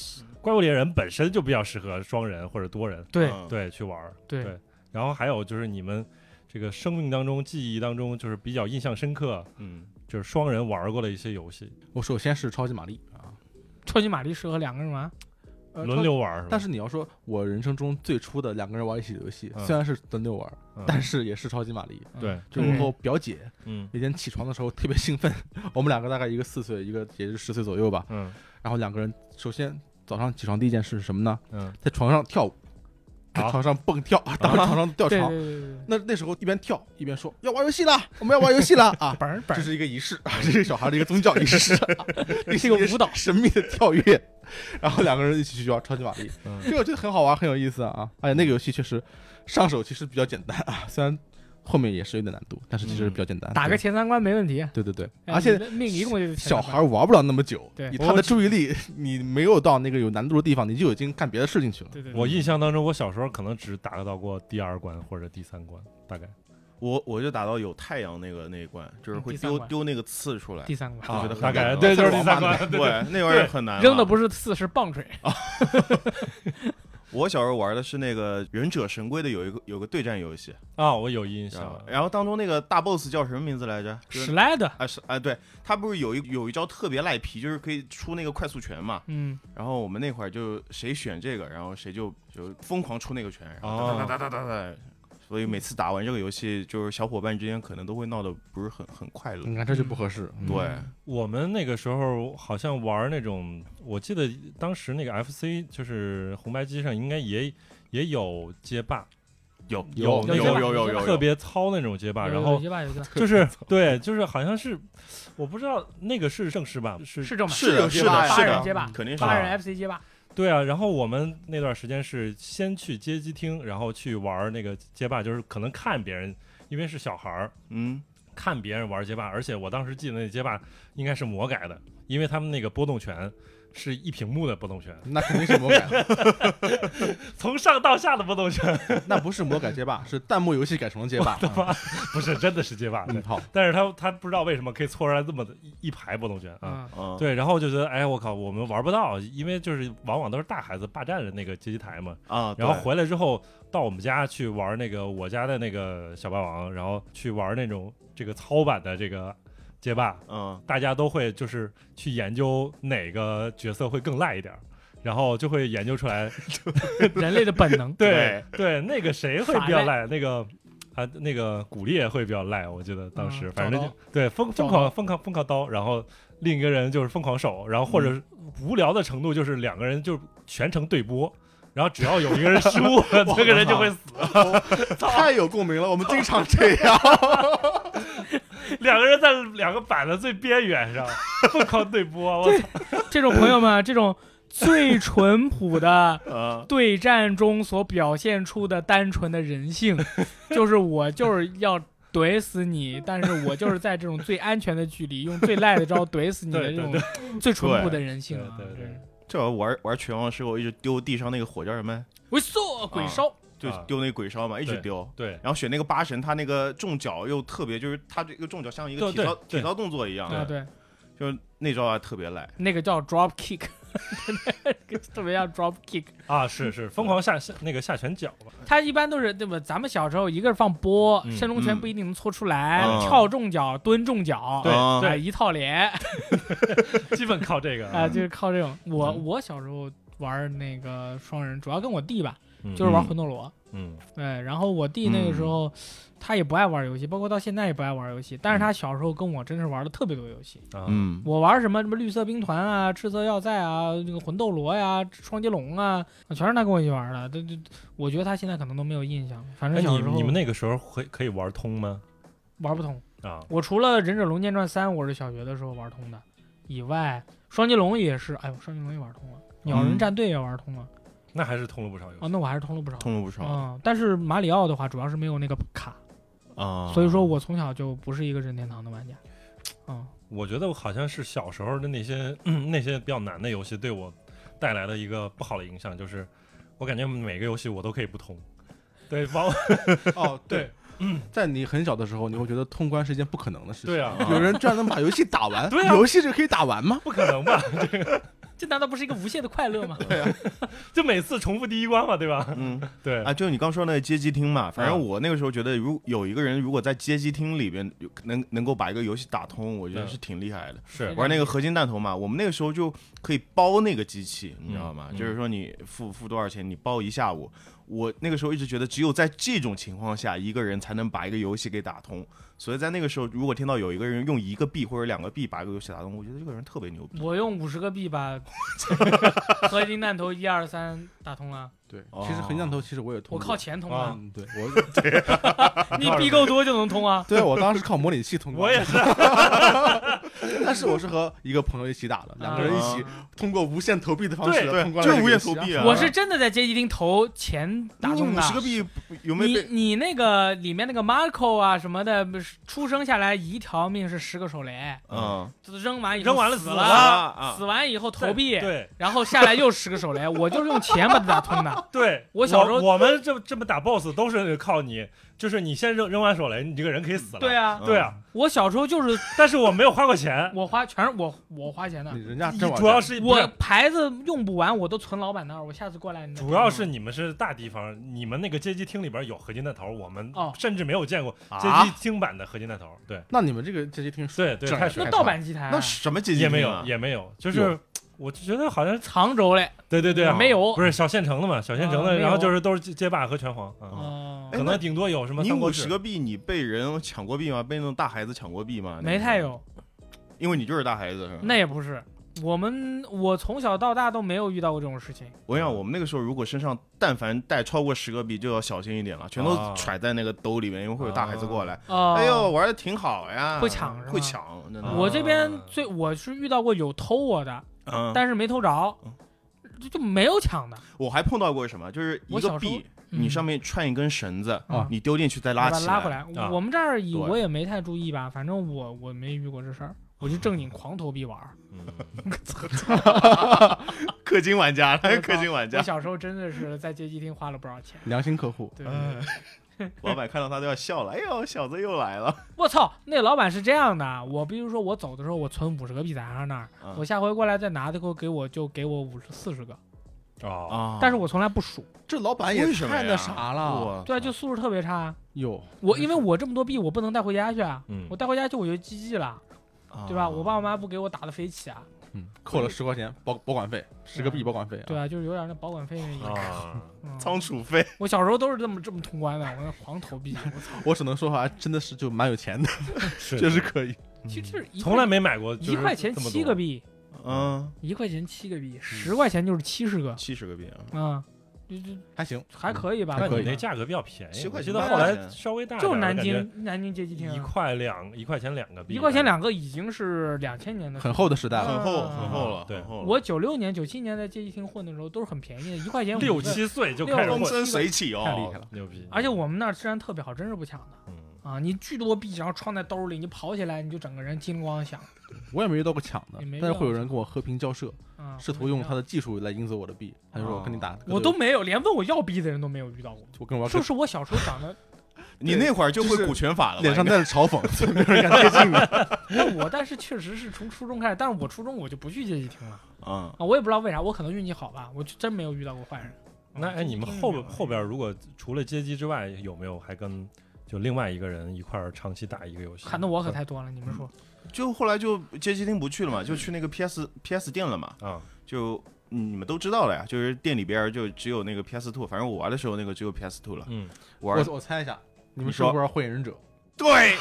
[SPEAKER 1] 怪物猎人本身就比较适合双人或者多人
[SPEAKER 3] 对
[SPEAKER 2] 嗯，
[SPEAKER 1] 对去玩儿。
[SPEAKER 3] 对
[SPEAKER 1] 对然后还有就是你们这个生命当中、记忆当中，就是比较印象深刻，
[SPEAKER 2] 嗯，
[SPEAKER 1] 就是双人玩过的一些游戏，
[SPEAKER 4] 我首先是超级玛丽啊，
[SPEAKER 3] 超级玛丽适合两个人玩，
[SPEAKER 4] 呃
[SPEAKER 1] 轮。流玩儿吧。
[SPEAKER 4] 但是你要说，我人生中最初的两个人玩一起的游戏，
[SPEAKER 1] 嗯
[SPEAKER 4] 虽然是轮流玩，
[SPEAKER 1] 嗯
[SPEAKER 4] 但是嗯也是超级玛丽。
[SPEAKER 1] 对，
[SPEAKER 4] 就我和我表姐
[SPEAKER 1] 嗯
[SPEAKER 4] 每天起床的时候特别兴奋， 我们两个大概一个四岁，一个也是十岁左右吧。
[SPEAKER 1] 嗯
[SPEAKER 4] 然后两个人首先早上起床第一件事是什么呢？
[SPEAKER 1] 嗯，
[SPEAKER 4] 在床上跳舞，在
[SPEAKER 1] 啊
[SPEAKER 4] 床上蹦跳， 啊、当床上吊
[SPEAKER 3] 对对
[SPEAKER 4] 床。
[SPEAKER 3] 对对 对。
[SPEAKER 4] 那那时候一边跳一边说要玩游戏了，我们要玩游戏了啊！
[SPEAKER 3] 本儿本
[SPEAKER 4] 这
[SPEAKER 3] 儿
[SPEAKER 4] 是一个仪式啊，这是小孩的一个宗教仪 式，这
[SPEAKER 3] 是个舞蹈
[SPEAKER 4] 神秘的跳跃，然后两个人一起去玩超级玛丽，
[SPEAKER 1] 嗯
[SPEAKER 4] 这个我觉得很好玩，很有意思啊！而且那个游戏确实上手其实比较简单啊，虽然后面也是有点难度，但是其实比较简单。
[SPEAKER 3] 嗯打个前三关没问题，
[SPEAKER 4] 对对对，对
[SPEAKER 3] 哎
[SPEAKER 4] 而且
[SPEAKER 3] 你的命一共就是前
[SPEAKER 4] 小
[SPEAKER 3] 三关
[SPEAKER 4] 孩玩不了那么久，
[SPEAKER 3] 对
[SPEAKER 4] 以他的注意力， 你没有到那个有难度的地方，你就已经干别的事情去了。
[SPEAKER 3] 对对，对
[SPEAKER 1] 我印象当中，我小时候可能只打到过第二关或者第三关，大概。
[SPEAKER 2] 我我就打到有太阳那个那一关，就是
[SPEAKER 3] 嗯
[SPEAKER 2] 会
[SPEAKER 3] 第三
[SPEAKER 2] 丢
[SPEAKER 3] 关
[SPEAKER 2] 丢那个刺出来，
[SPEAKER 3] 第三关
[SPEAKER 2] 我觉得很
[SPEAKER 1] 大概
[SPEAKER 2] 难
[SPEAKER 1] 对，
[SPEAKER 2] 了
[SPEAKER 1] 就是第三
[SPEAKER 4] 王八
[SPEAKER 1] 关。对对
[SPEAKER 2] 对，那玩意儿很难
[SPEAKER 4] 啊
[SPEAKER 2] 了。啊
[SPEAKER 3] 扔的不是刺是棒槌，
[SPEAKER 2] 我小时候玩的是那个《忍者神龟》的有一个有个对战游戏，
[SPEAKER 1] 啊，我有印
[SPEAKER 2] 然
[SPEAKER 1] 象
[SPEAKER 2] 后。然后当中那个大 boss 叫什么名字来着？就是
[SPEAKER 3] 史莱德，
[SPEAKER 2] 啊是啊，对他不是有一有一招特别赖皮，就是可以出那个快速拳嘛。
[SPEAKER 3] 嗯，
[SPEAKER 2] 然后我们那会儿就谁选这个，然后谁就就疯狂出那个拳，然后
[SPEAKER 1] 哦
[SPEAKER 2] 哒哒哒哒哒哒。所以每次打完这个游戏，就是小伙伴之间可能都会闹得不是很很快乐。
[SPEAKER 4] 你看这就不合适。嗯
[SPEAKER 2] 对，
[SPEAKER 1] 我们那个时候好像玩那种，我记得当时那个 FC 就是红白机上应该也也有街霸，
[SPEAKER 2] 有
[SPEAKER 1] 有
[SPEAKER 2] 有
[SPEAKER 3] 有
[SPEAKER 2] 有有有有
[SPEAKER 1] 特别糙那种街霸，
[SPEAKER 3] 有
[SPEAKER 1] 然
[SPEAKER 3] 有有
[SPEAKER 1] 后
[SPEAKER 3] 些吧有些吧
[SPEAKER 1] 就是对，就是好像是我不知道那个是正式吧，是
[SPEAKER 3] 是正版，
[SPEAKER 2] 是
[SPEAKER 4] 嗯
[SPEAKER 2] 的
[SPEAKER 3] 街
[SPEAKER 2] 是
[SPEAKER 3] 霸
[SPEAKER 2] 的
[SPEAKER 3] 八
[SPEAKER 2] 是
[SPEAKER 3] 人
[SPEAKER 2] 的，
[SPEAKER 3] 街霸，
[SPEAKER 2] 肯定是
[SPEAKER 1] 啊
[SPEAKER 3] 八人 FC 街霸，
[SPEAKER 1] 对啊。然后我们那段时间是先去街机厅，然后去玩那个街霸，就是可能看别人，因为是小孩儿，
[SPEAKER 2] 嗯
[SPEAKER 1] 看别人玩街霸，而且我当时记得那街霸应该是魔改的，因为他们那个波动拳是一屏幕的波动拳，
[SPEAKER 4] 嗯那肯定是魔改，
[SPEAKER 1] 从上到下的波动拳，
[SPEAKER 4] 那不是魔改街霸，是弹幕游戏改成了街霸。
[SPEAKER 1] 妈不是真的是街霸。
[SPEAKER 4] 嗯，
[SPEAKER 1] 对
[SPEAKER 4] 好，
[SPEAKER 1] 但是他他不知道为什么可以搓出来这么的一一排波动拳啊。
[SPEAKER 3] 嗯，
[SPEAKER 2] 嗯，
[SPEAKER 1] 对，然后就觉得，哎，我靠，我们玩不到，因为就是往往都是大孩子霸占了那个街机台嘛。
[SPEAKER 2] 啊，
[SPEAKER 1] 然后
[SPEAKER 2] 对
[SPEAKER 1] 回来之后，到我们家去玩那个我家的那个小霸王，然后去玩那种这个糙版的这个街霸，
[SPEAKER 2] 嗯
[SPEAKER 1] 大家都会就是去研究哪个角色会更赖一点儿，然后就会研究出来，
[SPEAKER 3] 嗯人类的本 能，
[SPEAKER 1] 对对，那个谁会比较
[SPEAKER 3] 耍
[SPEAKER 1] 赖，那个啊那个古力会比较赖，我记得当时、
[SPEAKER 3] 嗯
[SPEAKER 1] 反正
[SPEAKER 3] 找
[SPEAKER 1] 就
[SPEAKER 3] 刀
[SPEAKER 1] 对疯疯狂疯狂疯狂刀，然后另一个人就是疯狂手，然后或者无聊的程度就是两个人就全程对播。然后只要有一个人失误，这个人就会死。
[SPEAKER 4] 太有共鸣了，我们经常这样。
[SPEAKER 1] 两个人在两个板的最边缘上疯狂对播，我操！
[SPEAKER 3] 这种朋友们，这种最淳朴的
[SPEAKER 2] 啊，
[SPEAKER 3] 对战中所表现出的单纯的人 性，就是我就是要。怼死你！但是我就是在这种最安全的距离，用最赖的招怼死你的
[SPEAKER 1] 对
[SPEAKER 3] 这
[SPEAKER 1] 对
[SPEAKER 3] 种最淳朴的人性啊！
[SPEAKER 1] 对对对
[SPEAKER 3] 真是
[SPEAKER 2] 这玩玩拳王的时候，我一直丢地上那个火叫什么，
[SPEAKER 3] 我说鬼
[SPEAKER 2] 啊
[SPEAKER 3] 烧，
[SPEAKER 2] 就
[SPEAKER 1] 啊
[SPEAKER 2] 丢那鬼烧嘛，一直
[SPEAKER 1] 对
[SPEAKER 2] 丢。
[SPEAKER 1] 对，
[SPEAKER 2] 然后选那个八神，他那个中脚又特别，就是他这个中脚像一个
[SPEAKER 1] 对
[SPEAKER 2] 体操
[SPEAKER 1] 对对
[SPEAKER 2] 体操动作一样
[SPEAKER 1] 对
[SPEAKER 3] 啊
[SPEAKER 2] 的，
[SPEAKER 3] 对，
[SPEAKER 2] 就是那招还特别赖，
[SPEAKER 3] 那个叫 drop kick，特别像 drop kick。
[SPEAKER 1] 啊，是是，疯狂下下那个下拳脚吧，
[SPEAKER 3] 它一般都是对吧？咱们小时候一个是放波，
[SPEAKER 1] 嗯
[SPEAKER 3] 伸龙拳不一定能搓出来，
[SPEAKER 2] 嗯
[SPEAKER 3] 跳中脚、蹲中脚，
[SPEAKER 1] 对
[SPEAKER 2] 啊
[SPEAKER 3] 哎
[SPEAKER 1] 对，
[SPEAKER 3] 一套脸，
[SPEAKER 1] 基本靠这 个
[SPEAKER 3] 啊、
[SPEAKER 1] 啊，
[SPEAKER 3] 就是靠这种。我
[SPEAKER 1] 嗯
[SPEAKER 3] 我小时候玩那个双人，主要跟我弟吧，
[SPEAKER 1] 嗯
[SPEAKER 3] 就是玩魂斗罗。
[SPEAKER 1] 嗯
[SPEAKER 3] 对，然后我弟那个时候，他也不爱玩游戏，包括到现在也不爱玩游戏。
[SPEAKER 1] 嗯
[SPEAKER 3] 但是他小时候跟我真是玩的特别多游戏，
[SPEAKER 1] 啊
[SPEAKER 2] 嗯
[SPEAKER 3] 我玩什么什么绿色兵团啊、赤色要塞啊、这个魂斗罗呀、双截龙啊，全是他跟我一起玩的。这这，我觉得他现在可能都没有印象，反
[SPEAKER 1] 哎，
[SPEAKER 3] 正嗯小
[SPEAKER 1] 你
[SPEAKER 3] 时候
[SPEAKER 1] 你们那个时候会可以玩通吗？
[SPEAKER 3] 玩不通。
[SPEAKER 1] 啊，
[SPEAKER 3] 我除了忍者龙剑传三，我是小学的时候玩通的，以外，双截龙也是，哎呦，双截龙也玩通了，鸟人战队也玩通了，
[SPEAKER 1] 那还是通了不少游
[SPEAKER 3] 哦，
[SPEAKER 1] 戏。
[SPEAKER 3] 那我还是通了不少。
[SPEAKER 2] 嗯通了不少
[SPEAKER 3] 嗯，但是马里奥的话，主要是没有那个卡，
[SPEAKER 2] 啊。
[SPEAKER 3] 所以说我从小就不是一个任天堂的玩家。嗯，
[SPEAKER 1] 我觉得我好像是小时候的那些嗯那些比较难的游戏对我带来的一个不好的影响，就是我感觉每个游戏我都可以不通。对， 包
[SPEAKER 4] 哦，
[SPEAKER 1] 对，
[SPEAKER 4] 在你很小的时候，你会觉得通关是一件不可能的事情。
[SPEAKER 1] 对啊，
[SPEAKER 4] 有人居然能把游戏打完，
[SPEAKER 1] 对啊
[SPEAKER 4] 游戏是可以打完吗？
[SPEAKER 1] 不可能吧？
[SPEAKER 3] 这难道不是一个无限的快乐吗？
[SPEAKER 1] 就每次重复第一关嘛，对吧？
[SPEAKER 2] 嗯
[SPEAKER 1] 对，
[SPEAKER 2] 啊，就你刚说那个街机厅嘛，反正
[SPEAKER 1] 啊
[SPEAKER 4] 嗯
[SPEAKER 2] 我那个时候觉得，如有一个人如果在街机厅里边有能能够把一个游戏打通，我觉得
[SPEAKER 1] 嗯
[SPEAKER 2] 是挺厉害的。
[SPEAKER 1] 是
[SPEAKER 2] 玩那个合金弹头嘛，我们那个时候就可以包那个机器，你知道吗？
[SPEAKER 1] 嗯
[SPEAKER 2] 就是说你付付多少钱，你包一下午。我那个时候一直觉得，只有在这种情况下，一个人才能把一个游戏给打通。所以在那个时候，如果听到有一个人用一个币或者两个币把一个游戏打通，我觉得这个人特别牛逼。
[SPEAKER 3] 我用五十个币把合金弹头一二三打通了，
[SPEAKER 4] 对
[SPEAKER 2] 哦，
[SPEAKER 4] 其实横向头其实我也
[SPEAKER 3] 我
[SPEAKER 4] 通过。
[SPEAKER 3] 靠啊钱通 了，
[SPEAKER 4] 嗯，对我。
[SPEAKER 3] 你币够多就能通啊
[SPEAKER 4] 对我当时靠模拟器通关，
[SPEAKER 1] 我也是，
[SPEAKER 4] 但是我是和一个朋友一起打的，两个人一起
[SPEAKER 3] 啊
[SPEAKER 4] 通过无限投币的方式
[SPEAKER 1] 对
[SPEAKER 4] 通
[SPEAKER 2] 就
[SPEAKER 4] 关了这
[SPEAKER 2] 是
[SPEAKER 4] 个
[SPEAKER 2] 无限
[SPEAKER 4] 游戏
[SPEAKER 2] 投
[SPEAKER 4] 啊
[SPEAKER 2] 币啊！
[SPEAKER 3] 我是真的在街机厅投钱打通
[SPEAKER 2] 五
[SPEAKER 3] 的。
[SPEAKER 2] 十个币有没
[SPEAKER 3] 你
[SPEAKER 2] 有被？
[SPEAKER 3] 你那个里面那个 Marco 啊什么的，不是出生下来一条命是十个手雷，
[SPEAKER 2] 嗯
[SPEAKER 3] 扔完以后
[SPEAKER 1] 扔完了
[SPEAKER 3] 死
[SPEAKER 1] 死了
[SPEAKER 2] 啊
[SPEAKER 3] 死完以后投币，
[SPEAKER 1] 对
[SPEAKER 3] 然后下来又十个手雷， 我就是用钱把它打通的。
[SPEAKER 1] 对，
[SPEAKER 3] 我小时候
[SPEAKER 1] 我们这么这么打 BOSS 都是靠你，就是你先扔扔完手雷，你这个人可以死了。
[SPEAKER 3] 对
[SPEAKER 1] 啊，
[SPEAKER 3] 啊，
[SPEAKER 1] 对啊，
[SPEAKER 3] 我小时候就是
[SPEAKER 1] 但是我没有花过钱，
[SPEAKER 3] 我花全是我我花钱的，
[SPEAKER 4] 人家真玩
[SPEAKER 1] 主要是不
[SPEAKER 3] 我
[SPEAKER 1] 是
[SPEAKER 3] 牌子用不完我都存老板那儿，嗯我下次过来你再给
[SPEAKER 1] 主
[SPEAKER 3] 我
[SPEAKER 1] 要是你们是大地方，你们那个街机厅里边有合金弹头，我们
[SPEAKER 3] 哦
[SPEAKER 1] 甚至没有见过街
[SPEAKER 4] 啊
[SPEAKER 1] 机，厅版的合金弹头。对
[SPEAKER 4] 那你们这个这些听说
[SPEAKER 1] 对对，
[SPEAKER 4] 这
[SPEAKER 1] 太
[SPEAKER 4] 这
[SPEAKER 1] 水
[SPEAKER 3] 那
[SPEAKER 1] 了
[SPEAKER 4] 太
[SPEAKER 3] 盗版机台啊
[SPEAKER 2] 那什么街机
[SPEAKER 1] 也没
[SPEAKER 2] 厅
[SPEAKER 1] 有
[SPEAKER 2] 啊？
[SPEAKER 1] 也没有，就是
[SPEAKER 4] 有
[SPEAKER 1] 我就觉得好像
[SPEAKER 3] 藏轴嘞。
[SPEAKER 1] 对对对啊，
[SPEAKER 3] 没有
[SPEAKER 1] 不是小县城的嘛，小县城
[SPEAKER 3] 啊
[SPEAKER 1] 的，
[SPEAKER 3] 没有
[SPEAKER 1] 然后就是都是街街霸和拳皇啊，
[SPEAKER 3] 哦
[SPEAKER 2] 哎
[SPEAKER 1] 可能顶多有什么
[SPEAKER 2] 你
[SPEAKER 1] 三国
[SPEAKER 2] 五
[SPEAKER 1] 志
[SPEAKER 2] 十个币，你被人抢过币吗？被那种大孩子抢过币吗？
[SPEAKER 3] 没太，有，
[SPEAKER 2] 因为你就是大孩子是吧？
[SPEAKER 3] 那也不是。我们我从小到大都没有遇到过这种事情，
[SPEAKER 2] 我跟你讲，我们那个时候如果身上但凡带超过十个币，就要小心一点了，全都
[SPEAKER 1] 啊
[SPEAKER 2] 揣在那个兜里面，因为会有大孩子过来。
[SPEAKER 3] 哦，
[SPEAKER 2] 哎呦，，玩的挺好呀，
[SPEAKER 3] 会抢是吧
[SPEAKER 2] 会抢，真的。
[SPEAKER 3] 我这边最我是遇到过有偷我的，
[SPEAKER 2] 啊嗯，
[SPEAKER 3] 但是没偷着
[SPEAKER 2] 嗯，
[SPEAKER 3] 就就没有抢的。
[SPEAKER 2] 我还碰到过什么，就是一
[SPEAKER 3] 我
[SPEAKER 2] 个
[SPEAKER 3] 小时候
[SPEAKER 2] 币，你上
[SPEAKER 3] 面
[SPEAKER 2] 面串一根绳子，
[SPEAKER 3] 啊
[SPEAKER 2] 你丢进去再
[SPEAKER 3] 拉
[SPEAKER 2] 起
[SPEAKER 3] 拉回
[SPEAKER 2] 来。
[SPEAKER 3] 来
[SPEAKER 1] 啊，
[SPEAKER 3] 我们这儿也
[SPEAKER 2] 对
[SPEAKER 3] 我也没太注意吧，反正我我没遇过这事儿，我就正经狂投币玩儿。
[SPEAKER 1] 嗯
[SPEAKER 2] 氪金玩家，
[SPEAKER 3] 我
[SPEAKER 2] 氪金玩
[SPEAKER 3] 我
[SPEAKER 2] 家，
[SPEAKER 3] 小时候真的是在街机厅花了不少钱。
[SPEAKER 4] 良心客户，
[SPEAKER 3] 对对
[SPEAKER 2] 哎
[SPEAKER 3] 对，
[SPEAKER 2] 老板看到他都要笑了。哎呦，小子又来了。
[SPEAKER 3] 我操，那老板是这样的，我比如说我走的时候，我存五十个币在他那儿，
[SPEAKER 2] 嗯
[SPEAKER 3] 我下回过来再拿的给我给我就给我五十四十个，
[SPEAKER 1] 哦，
[SPEAKER 2] 啊
[SPEAKER 3] 但是我从来不数。
[SPEAKER 4] 这老板
[SPEAKER 2] 为
[SPEAKER 4] 也
[SPEAKER 2] 什么
[SPEAKER 4] 太
[SPEAKER 2] 呀
[SPEAKER 4] 那啥了，
[SPEAKER 2] 我
[SPEAKER 3] 对啊，
[SPEAKER 2] 操
[SPEAKER 3] 就素质特别差啊。
[SPEAKER 4] 有
[SPEAKER 3] 我因为我这么多币，我不能带回家去啊，
[SPEAKER 1] 嗯啊
[SPEAKER 3] 我带回家去我就 GG 了，对吧？
[SPEAKER 2] 啊
[SPEAKER 3] 我爸我妈不给我打的飞起啊，
[SPEAKER 4] 嗯，扣了十块钱保保管费，十个币保管费啊，
[SPEAKER 3] 对啊，就是有点那保管费那意思。
[SPEAKER 1] 啊，
[SPEAKER 3] 嗯
[SPEAKER 2] 仓储费，
[SPEAKER 3] 我小时候都是这么这么通关的，我那狂投 币，我操，
[SPEAKER 4] 我只能说还真的是就蛮有钱的，
[SPEAKER 1] 是
[SPEAKER 4] 确实可以。
[SPEAKER 3] 其实就是一块
[SPEAKER 1] 嗯从来没买过，就是
[SPEAKER 3] 一块钱
[SPEAKER 1] 这么多嗯
[SPEAKER 3] 七个，币，
[SPEAKER 2] 嗯，
[SPEAKER 3] 一块钱七个币，十块钱就是七十个，
[SPEAKER 2] 七十个币啊。
[SPEAKER 3] 嗯，就就
[SPEAKER 4] 还行，
[SPEAKER 1] 嗯
[SPEAKER 3] 还可以吧？
[SPEAKER 1] 那
[SPEAKER 4] 还可
[SPEAKER 1] 你
[SPEAKER 4] 以
[SPEAKER 1] 啊那价格比较便宜，
[SPEAKER 2] 七块
[SPEAKER 1] 我记
[SPEAKER 2] 钱
[SPEAKER 1] 得
[SPEAKER 2] 八
[SPEAKER 1] 后
[SPEAKER 2] 块
[SPEAKER 1] 来
[SPEAKER 2] 钱
[SPEAKER 1] 稍微大一点，
[SPEAKER 3] 就是南
[SPEAKER 1] 我感觉
[SPEAKER 3] 京南京街机厅
[SPEAKER 1] 一
[SPEAKER 3] 啊，
[SPEAKER 1] 块两一块钱两个币，
[SPEAKER 3] 一块钱两个已经是两千年的事
[SPEAKER 4] 很。厚的时代了。
[SPEAKER 2] 很厚很厚
[SPEAKER 1] 啊
[SPEAKER 2] 了，
[SPEAKER 1] 对
[SPEAKER 2] 很厚了
[SPEAKER 3] 我九六年、九七年在街机厅混的时候都是很便宜的，一块钱五
[SPEAKER 1] 六
[SPEAKER 3] 个，
[SPEAKER 1] 七岁就开始
[SPEAKER 2] 风
[SPEAKER 1] 混，
[SPEAKER 2] 生水起哦，
[SPEAKER 4] 太厉害了。
[SPEAKER 1] 牛逼！
[SPEAKER 3] 而且我们那儿治安特别好，真是不抢的
[SPEAKER 1] 嗯
[SPEAKER 3] 啊！你巨多币，然后装在兜里，你跑起来你就整个人金光响
[SPEAKER 4] 我嗯也没遇到过抢的
[SPEAKER 3] 也没，
[SPEAKER 4] 但
[SPEAKER 3] 遇
[SPEAKER 4] 是
[SPEAKER 3] 到
[SPEAKER 4] 会有人跟我和平交涉，
[SPEAKER 3] 啊！
[SPEAKER 4] 试图用他的技术来赢走我的币。他就说我跟你打，
[SPEAKER 3] 我都没有，连问我要币的人都没有遇到过。
[SPEAKER 4] 我跟我要
[SPEAKER 3] 就是我小时候长得
[SPEAKER 2] 你那会儿就
[SPEAKER 4] 就
[SPEAKER 2] 会
[SPEAKER 4] 是
[SPEAKER 2] 股权法了吧，
[SPEAKER 4] 脸上
[SPEAKER 2] 应该
[SPEAKER 4] 带着嘲讽， 所以没有人敢接近你。
[SPEAKER 3] 但我但是确实是从初中开始，但是我初中我就不去街机厅了
[SPEAKER 2] 嗯，
[SPEAKER 3] 啊，我也不知道为啥，我可能运气好吧，我就真没有遇到过坏人。
[SPEAKER 1] 那哎，你们后边后边如果除了街机之外，有没有还跟就另外一个人一块儿长期打一个游戏？
[SPEAKER 3] 看的我可太多了，你们说？
[SPEAKER 2] 就后来就街机厅不去了嘛，就去那个 PS PS 店了嘛，
[SPEAKER 1] 啊，
[SPEAKER 2] 就嗯你们都知道了呀，就是店里边儿就只有那个 PS Two，反正我玩的时候那个只有 PS Two 了，
[SPEAKER 1] 嗯，
[SPEAKER 2] 玩
[SPEAKER 4] 我我猜一下，你们是不是玩《火影忍者》？
[SPEAKER 2] 对，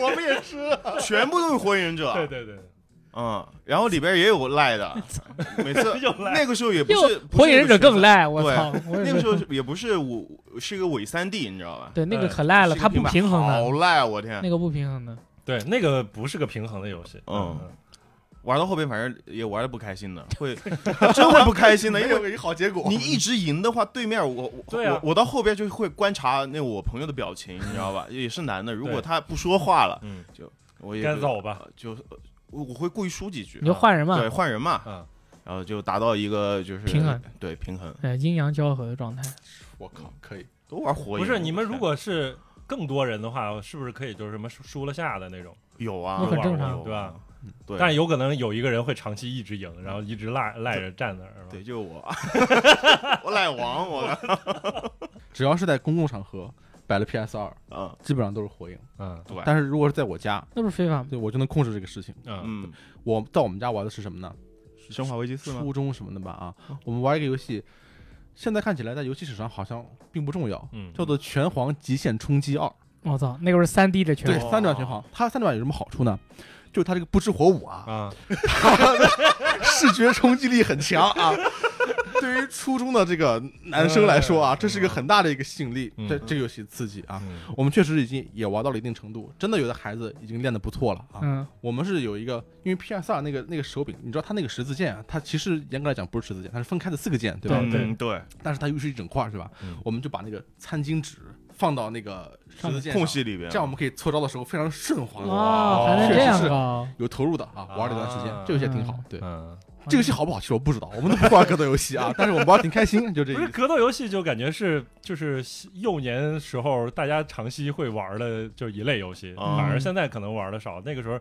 [SPEAKER 4] 我们也是。
[SPEAKER 2] 全部都是火影忍者，
[SPEAKER 1] 对对对，
[SPEAKER 2] 嗯，然后里边也有赖的， 每次那个时候也不
[SPEAKER 3] 哟
[SPEAKER 2] 是，不是
[SPEAKER 3] 火影忍者
[SPEAKER 2] 一个全
[SPEAKER 3] 更赖，我
[SPEAKER 2] 对
[SPEAKER 3] 操！我
[SPEAKER 2] 那
[SPEAKER 3] 也没
[SPEAKER 2] 个时候也不是五，是一个伪三 D，你知道吧？
[SPEAKER 3] 对那个
[SPEAKER 1] 呃
[SPEAKER 3] 可赖了，
[SPEAKER 2] 是一
[SPEAKER 3] 它
[SPEAKER 2] 个
[SPEAKER 3] 不
[SPEAKER 2] 平板
[SPEAKER 3] 平衡的，
[SPEAKER 2] 好赖啊，我天
[SPEAKER 3] 那！个不平衡的。
[SPEAKER 1] 对，那个不是个平衡的游戏。
[SPEAKER 2] 嗯
[SPEAKER 1] 嗯，
[SPEAKER 2] 玩到后边反正也玩的不开心 的，会真会不开心的，因
[SPEAKER 4] 没
[SPEAKER 2] 为
[SPEAKER 4] 有一个好结果。
[SPEAKER 2] 你一直赢的话，对面我我
[SPEAKER 1] 对啊
[SPEAKER 2] 我我到后边就会观察那我朋友的表情，你知 道吧？也是男的，如果
[SPEAKER 1] 对
[SPEAKER 2] 他不说话了，
[SPEAKER 1] 嗯，
[SPEAKER 2] 我
[SPEAKER 1] 嗯
[SPEAKER 2] 也
[SPEAKER 1] 该
[SPEAKER 2] 会
[SPEAKER 1] 走吧。
[SPEAKER 2] 呃就呃我我会故意输几句，
[SPEAKER 3] 你就换人嘛，
[SPEAKER 2] 对换人嘛，
[SPEAKER 1] 啊，
[SPEAKER 2] 然后就达到一个就是
[SPEAKER 3] 平衡，
[SPEAKER 2] 对平衡。
[SPEAKER 3] 呃，阴阳交合的状态。
[SPEAKER 4] 我靠，可以。
[SPEAKER 2] 都玩火
[SPEAKER 1] 不
[SPEAKER 2] 影，
[SPEAKER 1] 是你们
[SPEAKER 2] 我天
[SPEAKER 1] 如果是更多人的话，是不是可以就是什么输输了下的那种？
[SPEAKER 2] 有啊，
[SPEAKER 3] 那很
[SPEAKER 2] 有啊
[SPEAKER 3] 正常
[SPEAKER 2] 有啊
[SPEAKER 1] 对吧
[SPEAKER 4] 嗯
[SPEAKER 2] 对，
[SPEAKER 1] 但是有可能有一个人会长期一直赢，然后一直赖赖着站那儿。是吧
[SPEAKER 2] 对，，就是我，啊 嗯我赖王，我
[SPEAKER 4] 只要是在公共场合摆了 PS 二，
[SPEAKER 2] 嗯
[SPEAKER 4] 基本上都是火影。
[SPEAKER 1] 嗯
[SPEAKER 2] 对
[SPEAKER 4] 但是如果是在我家，
[SPEAKER 3] 那不是非法吗？
[SPEAKER 4] 对我就能控制这个事情。
[SPEAKER 1] 嗯
[SPEAKER 2] 嗯，
[SPEAKER 4] 我到我们家玩的是什么呢？
[SPEAKER 2] 生化危机四吗？
[SPEAKER 4] 初中什么的吧啊，我们玩一个游戏，现在看起来在游戏史上好像并不重要，
[SPEAKER 1] 嗯，
[SPEAKER 4] 叫做《拳皇极限冲击二》。
[SPEAKER 3] 我操，那个是三 D 的拳
[SPEAKER 4] 对，
[SPEAKER 3] 头，
[SPEAKER 4] 三段拳皇，它三段有什么好处呢？就是它这个不知火舞啊，
[SPEAKER 1] 啊，
[SPEAKER 4] 视觉冲击力很强啊。对于初中的这个男生来说啊，这是一个很大的一个吸引力
[SPEAKER 1] 嗯。
[SPEAKER 4] 这这个游戏刺激啊，
[SPEAKER 1] 嗯
[SPEAKER 4] 我们确实已经也玩到了一定程度，真的有的孩子已经练得不错了啊。
[SPEAKER 3] 嗯，
[SPEAKER 4] 我们是有一个，因为 PS 二那个那个手柄，你知道它那个十字键啊，它其实严格来讲不是十字键，它是分开的四个键，对吧？
[SPEAKER 1] 对
[SPEAKER 2] 嗯对，
[SPEAKER 4] 但是它又是一整块儿，是吧？
[SPEAKER 1] 嗯
[SPEAKER 4] 我们就把那个餐巾纸放到那个十字键上
[SPEAKER 2] 空，隙里边，啊
[SPEAKER 4] 这样我们可以搓招的时候非常顺滑。
[SPEAKER 3] 哦，还能
[SPEAKER 4] 确
[SPEAKER 3] 这
[SPEAKER 4] 实
[SPEAKER 3] 样
[SPEAKER 4] 是
[SPEAKER 3] 搞，
[SPEAKER 4] 有投入的啊，玩了一段时间，这游戏也挺好
[SPEAKER 3] 嗯。
[SPEAKER 4] 对，
[SPEAKER 1] 嗯，
[SPEAKER 4] 这个游戏好不好，其实我不知道，我们都不玩格斗游戏啊，但是我们玩得挺开心，就这意
[SPEAKER 1] 不是
[SPEAKER 4] 思。
[SPEAKER 1] 格斗游戏，就感觉是就是幼年时候大家长期会玩的就一类游戏，
[SPEAKER 2] 啊
[SPEAKER 1] 反而现在可能玩的少。那个时候，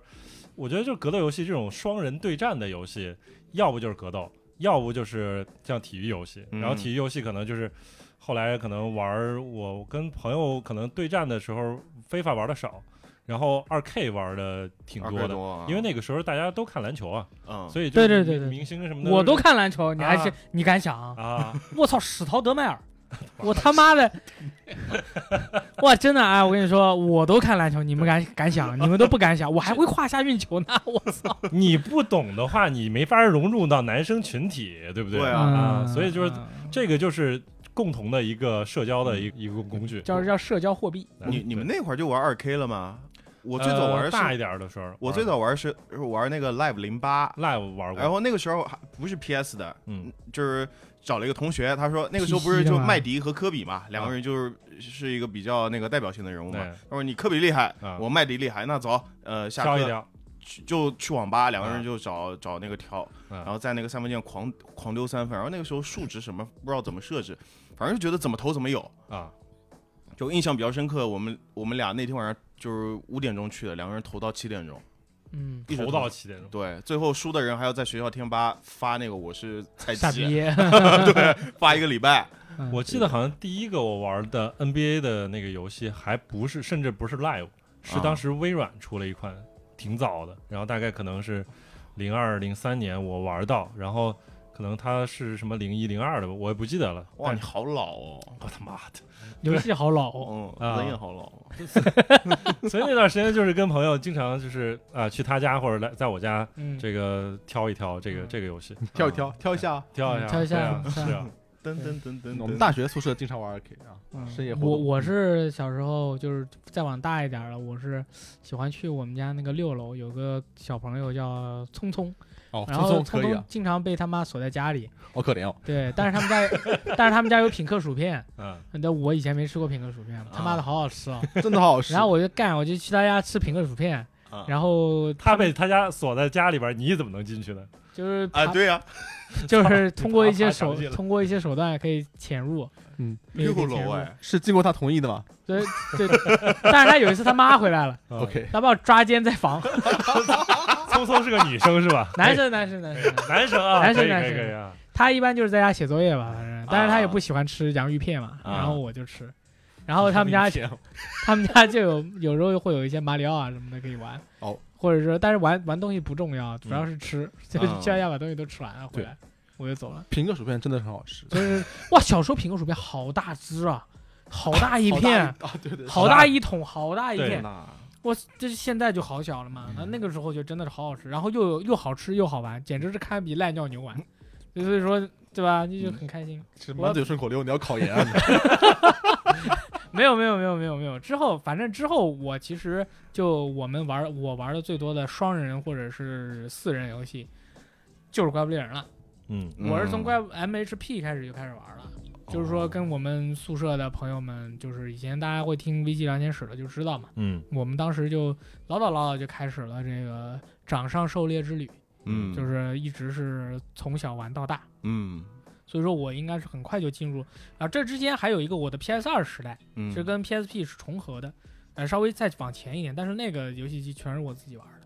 [SPEAKER 1] 我觉得就格斗游戏这种双人对战的游戏，要不就是格斗，要不就是像体育游戏。
[SPEAKER 2] 嗯
[SPEAKER 1] 然后体育游戏可能就是后来可能玩儿我跟朋友可能对战的时候，非法玩的少，然后二 K 玩的挺多啊的。
[SPEAKER 2] 的
[SPEAKER 1] 因为那个时候大家都看篮球啊，
[SPEAKER 2] 嗯，
[SPEAKER 1] 所以
[SPEAKER 3] 对
[SPEAKER 1] 就
[SPEAKER 3] 对
[SPEAKER 1] 是
[SPEAKER 3] 对对对
[SPEAKER 1] 明星什么的，
[SPEAKER 3] 我都看篮球，你还是
[SPEAKER 1] 啊
[SPEAKER 3] 你敢想？
[SPEAKER 1] 啊，
[SPEAKER 3] 我操，史陶德迈尔，我他妈的，哇，真的啊！我跟你说，我都看篮球，你们敢敢想？你们都不敢想，我还会胯下运球呢，我操！
[SPEAKER 1] 你不懂的话，你没法融入到男生群体，对不对？
[SPEAKER 2] 对啊
[SPEAKER 1] 啊
[SPEAKER 3] 嗯
[SPEAKER 1] 所以就是
[SPEAKER 3] 嗯
[SPEAKER 1] 这个就是共同的一个社交的一个一个工具。
[SPEAKER 3] 叫叫社交货币，
[SPEAKER 2] 你你们那会儿就玩二 K 了吗？我
[SPEAKER 1] 我
[SPEAKER 2] 最早玩的
[SPEAKER 1] 呃大
[SPEAKER 2] 是，
[SPEAKER 1] 一点的时候，啊
[SPEAKER 2] 我最早哎玩的是是玩那个 Live 零八，
[SPEAKER 1] live 玩
[SPEAKER 2] 然
[SPEAKER 1] 过，
[SPEAKER 2] 后那个时候还不是 PS 的，
[SPEAKER 1] 嗯啊
[SPEAKER 2] 就是找了一个同学，他说那个时候不是就麦迪和科比嘛，两个人就是是一个比较那个代表性的人物嘛。
[SPEAKER 1] 对
[SPEAKER 2] 他说你科比厉害
[SPEAKER 1] 啊，
[SPEAKER 2] 嗯我麦迪厉害，那走，呃，下
[SPEAKER 1] 挑一
[SPEAKER 2] 课
[SPEAKER 1] 挑，
[SPEAKER 2] 去就去网吧，两个
[SPEAKER 1] 啊
[SPEAKER 2] 人就找找那个条，
[SPEAKER 1] 啊
[SPEAKER 2] 然后在那个三分线狂狂丢三分，然后那个时候数值什么不知道怎么设置，反正就觉得怎么投怎么有，
[SPEAKER 1] 啊，
[SPEAKER 2] 就印象比较深刻。我们我们俩那天晚上就是五点钟去的，两个人投到七点钟，
[SPEAKER 3] 嗯，
[SPEAKER 2] 一直
[SPEAKER 1] 投到七点钟，
[SPEAKER 2] 对，最后输的人还要在学校贴吧发那个我是 菜
[SPEAKER 3] 傻
[SPEAKER 2] 鸡，
[SPEAKER 3] 逼，
[SPEAKER 2] 发一个礼拜。
[SPEAKER 3] 嗯
[SPEAKER 1] 我记得好像第一个我玩的 NBA 的那个游戏还不是，甚至不是 live，是
[SPEAKER 2] 啊
[SPEAKER 1] 当时微软出了一款挺早的，然后大概可能是零二零三年我玩到，然后可能它是什么零一零二的吧，我也不记得了。
[SPEAKER 2] 哇，
[SPEAKER 1] 但
[SPEAKER 2] 你好老哦，
[SPEAKER 1] 我他妈的！
[SPEAKER 3] 游戏好老 哦，
[SPEAKER 2] 嗯，
[SPEAKER 1] 啊
[SPEAKER 2] 人也好老哦。
[SPEAKER 1] 所以那段时间就是跟朋友经常就是啊、去他家或者来在我家
[SPEAKER 3] 嗯，
[SPEAKER 1] 这个挑一挑这个
[SPEAKER 3] 嗯
[SPEAKER 1] 这个游戏，
[SPEAKER 4] 挑一挑，挑一下啊。
[SPEAKER 1] 挑一
[SPEAKER 3] 嗯
[SPEAKER 1] 下，
[SPEAKER 3] 挑一下
[SPEAKER 1] 对啊
[SPEAKER 3] 嗯
[SPEAKER 1] 是啊，
[SPEAKER 2] 噔噔噔噔
[SPEAKER 4] 我们
[SPEAKER 2] 噔，
[SPEAKER 4] 大学宿舍经常玩 K 啊，深夜活动
[SPEAKER 3] 我我是小时候就是再往大一点儿了，我是喜欢去我们家那个六楼有个小朋友叫聪聪，
[SPEAKER 4] 哦，
[SPEAKER 3] 然
[SPEAKER 4] 匆
[SPEAKER 3] 后
[SPEAKER 4] 匆
[SPEAKER 3] 聪
[SPEAKER 4] 可以
[SPEAKER 3] 聪
[SPEAKER 4] 啊，
[SPEAKER 3] 经常被他妈锁在家里，
[SPEAKER 4] 好可怜哦。
[SPEAKER 3] 对，但是他们家但是他们家有 品客薯片，
[SPEAKER 1] 嗯，
[SPEAKER 3] 那我以前没吃过品客薯片，他妈的好好吃哦，
[SPEAKER 4] 真的好好吃。
[SPEAKER 3] 然后我就干，我就去他家吃品客薯片，
[SPEAKER 2] 啊
[SPEAKER 3] 然后
[SPEAKER 1] 他被他家锁在家里边儿，你怎么能进去呢？
[SPEAKER 3] 就是
[SPEAKER 2] 啊，
[SPEAKER 3] 爬
[SPEAKER 2] 对呀，
[SPEAKER 3] 就是通过一些
[SPEAKER 1] 爬
[SPEAKER 3] 手
[SPEAKER 1] 墙去了
[SPEAKER 3] 通过一些手段可以潜入，
[SPEAKER 4] 嗯，
[SPEAKER 3] 可以
[SPEAKER 2] 六
[SPEAKER 3] 可以潜入
[SPEAKER 2] 楼，哎，
[SPEAKER 4] 是经过他同意的吗
[SPEAKER 3] 对对， 但是他有一次他妈回来了，
[SPEAKER 1] 嗯
[SPEAKER 4] ？OK，
[SPEAKER 3] 他把我抓奸在房，
[SPEAKER 1] 聪聪是个女生是吧？
[SPEAKER 3] 男生男生男生，
[SPEAKER 1] 男生啊，
[SPEAKER 3] 男生
[SPEAKER 1] 可以
[SPEAKER 3] 男
[SPEAKER 1] 可以
[SPEAKER 3] 生
[SPEAKER 1] 可以啊，
[SPEAKER 3] 他一般就是在家写作业吧，反正，但是他也不喜欢吃洋芋片嘛，
[SPEAKER 2] 啊
[SPEAKER 3] 然后我就吃，然后他们家他们家就有 有时候会有一些马里奥啊什么的可以玩。
[SPEAKER 4] 哦。
[SPEAKER 3] 或者说，但是玩玩东西不重要，主要是吃，就
[SPEAKER 2] 啊
[SPEAKER 3] 就要把东西都吃完了回来，我就走了。
[SPEAKER 4] 苹果薯片真的很好吃，
[SPEAKER 3] 就是哇，小时候苹果薯片好大只啊，好大一
[SPEAKER 4] 好
[SPEAKER 3] 片，
[SPEAKER 4] 大啊，对对，
[SPEAKER 3] 好大一桶，好大一
[SPEAKER 1] 对
[SPEAKER 3] 片。
[SPEAKER 2] 那
[SPEAKER 3] 我这现在就好小了嘛，那那个时候就真的是好好吃，然后又有又好吃又好玩，简直是堪比赖尿牛丸。所以说，对吧？你就很开心。
[SPEAKER 4] 是满嘴顺口溜，你要考研 啊？你
[SPEAKER 3] 没有没有没有没有没有。之后反正之后我其实就我们玩儿我玩的最多的双人或者是四人游戏，就是怪物猎人了。
[SPEAKER 1] 嗯
[SPEAKER 3] 我是从
[SPEAKER 2] 嗯
[SPEAKER 3] 怪物 MHP 开始就开始玩了。就是说，跟我们宿舍的朋友们，就是以前大家会听 VG 聊天室的就知道嘛。
[SPEAKER 1] 嗯
[SPEAKER 3] 我们当时就老早老早就开始了这个掌上狩猎之旅，
[SPEAKER 2] 嗯，
[SPEAKER 3] 就是是一直是从小玩到大，
[SPEAKER 2] 嗯
[SPEAKER 3] 所以说我应该是很快就进入。啊，这之间还有一个我的 PS 二时代，
[SPEAKER 2] 嗯，
[SPEAKER 3] 是跟 PSP 是重合的，呃，稍微再往前一点，但是那个游戏机全是我自己玩的，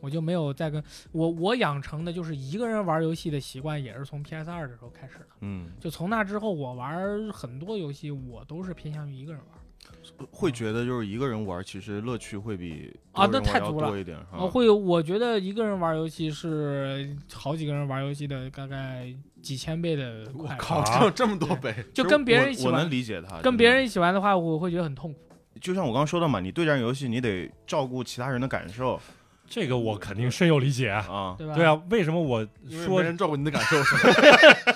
[SPEAKER 3] 我就没有再跟我我养成的就是一个人玩游戏的习惯，也是从 PS 二的时候开始的。
[SPEAKER 2] 嗯，
[SPEAKER 3] 就从那之后，我玩很多游戏，我都是偏向于一个人玩。
[SPEAKER 2] 会觉得就是一个人玩，其实乐趣会比
[SPEAKER 3] 啊
[SPEAKER 2] 多人
[SPEAKER 3] 那太
[SPEAKER 2] 玩要
[SPEAKER 3] 足了
[SPEAKER 2] 多一点哈。
[SPEAKER 3] 呃，会有，我觉得一个人玩游戏是好几个人玩游戏的大概几千倍的
[SPEAKER 4] 我
[SPEAKER 3] 快乐，
[SPEAKER 4] 靠，
[SPEAKER 1] 啊
[SPEAKER 4] 这有这么多杯，
[SPEAKER 2] 其
[SPEAKER 3] 就
[SPEAKER 2] 实
[SPEAKER 3] 跟别
[SPEAKER 2] 我
[SPEAKER 3] 人一起
[SPEAKER 2] 我
[SPEAKER 3] 玩
[SPEAKER 2] 能，理解他。
[SPEAKER 3] 跟
[SPEAKER 2] 真
[SPEAKER 3] 别
[SPEAKER 2] 的
[SPEAKER 3] 人一起玩的话，我会觉得很痛苦。
[SPEAKER 2] 就像我刚刚说的嘛，你对战游戏你得照顾其他人的感受
[SPEAKER 1] 这个我肯定深有理解啊。
[SPEAKER 2] 啊。
[SPEAKER 3] 对吧？
[SPEAKER 1] 对啊，为什么我
[SPEAKER 4] 因为没
[SPEAKER 1] 说
[SPEAKER 4] 人照顾你的感受是吧？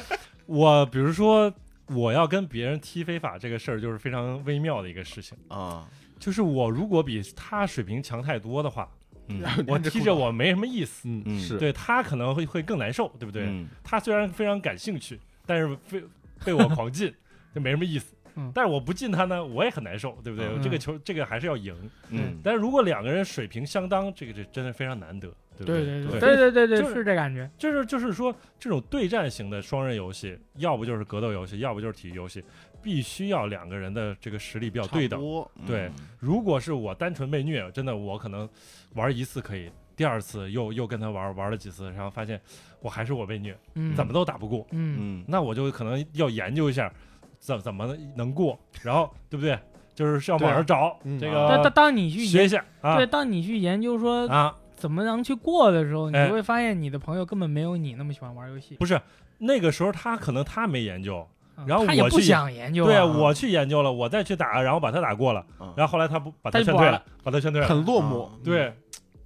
[SPEAKER 1] 我比如说我要跟别人踢非法这个事儿，就是非常微妙的一个事情。
[SPEAKER 2] 啊，
[SPEAKER 1] 就是我如果比他水平强太多的话，
[SPEAKER 2] 嗯
[SPEAKER 1] 我踢着，我没什么意思，
[SPEAKER 4] 嗯
[SPEAKER 2] 嗯
[SPEAKER 4] 是，
[SPEAKER 1] 对他可能会会更难受，对不对？
[SPEAKER 2] 嗯
[SPEAKER 1] 他虽然非常感兴趣，但是非被我狂进就没什么意思。
[SPEAKER 3] 嗯
[SPEAKER 1] 但是我不进他呢，我也很难受，对不对？
[SPEAKER 3] 嗯
[SPEAKER 1] 这个球，这个还是要赢。
[SPEAKER 2] 嗯，
[SPEAKER 1] 但是如果两个人水平相当，这个这真的非常难得，对不
[SPEAKER 3] 对
[SPEAKER 1] 对
[SPEAKER 3] 对
[SPEAKER 1] 对，
[SPEAKER 3] 对对对，
[SPEAKER 1] 就是
[SPEAKER 3] 是这感觉。
[SPEAKER 1] 就是就是说，这种对战型的双人游戏，要不就是格斗游戏，要不就是体育游戏，必须要两个人的这个实力比较对
[SPEAKER 2] 差不
[SPEAKER 1] 等。
[SPEAKER 2] 多，嗯
[SPEAKER 1] 对，如果是我单纯被虐，真的我可能玩一次可以，第二次又又跟他玩玩了几次，然后发现我还是我被虐，
[SPEAKER 3] 嗯，
[SPEAKER 1] 怎么？都打不过。
[SPEAKER 3] 嗯，
[SPEAKER 2] 嗯
[SPEAKER 1] 那我就可能要研究一下，怎怎么能过，然后对不对？就是是要网上找
[SPEAKER 4] 对啊
[SPEAKER 1] 这
[SPEAKER 4] 嗯
[SPEAKER 3] 但
[SPEAKER 1] 个
[SPEAKER 3] 当当你去
[SPEAKER 1] 呃学一下啊
[SPEAKER 3] 对，当你去研究说
[SPEAKER 1] 啊，
[SPEAKER 3] 怎么能去过的时候，你
[SPEAKER 1] 哎
[SPEAKER 3] 会发现你的朋友根本没有你那么喜欢玩游戏，
[SPEAKER 1] 不是那个时候他可能他没研究，
[SPEAKER 3] 嗯
[SPEAKER 1] 然后
[SPEAKER 3] 他也
[SPEAKER 1] 我
[SPEAKER 3] 不
[SPEAKER 1] 去
[SPEAKER 3] 想研究啊。
[SPEAKER 1] 对啊，我去研究了，我再去打，然后把他打过了，
[SPEAKER 2] 嗯
[SPEAKER 1] 然后后来他不把
[SPEAKER 3] 他
[SPEAKER 1] 他
[SPEAKER 3] 就
[SPEAKER 1] 劝
[SPEAKER 3] 不
[SPEAKER 1] 退
[SPEAKER 3] 玩
[SPEAKER 1] 了，把他劝退了，
[SPEAKER 4] 很落寞。
[SPEAKER 1] 对。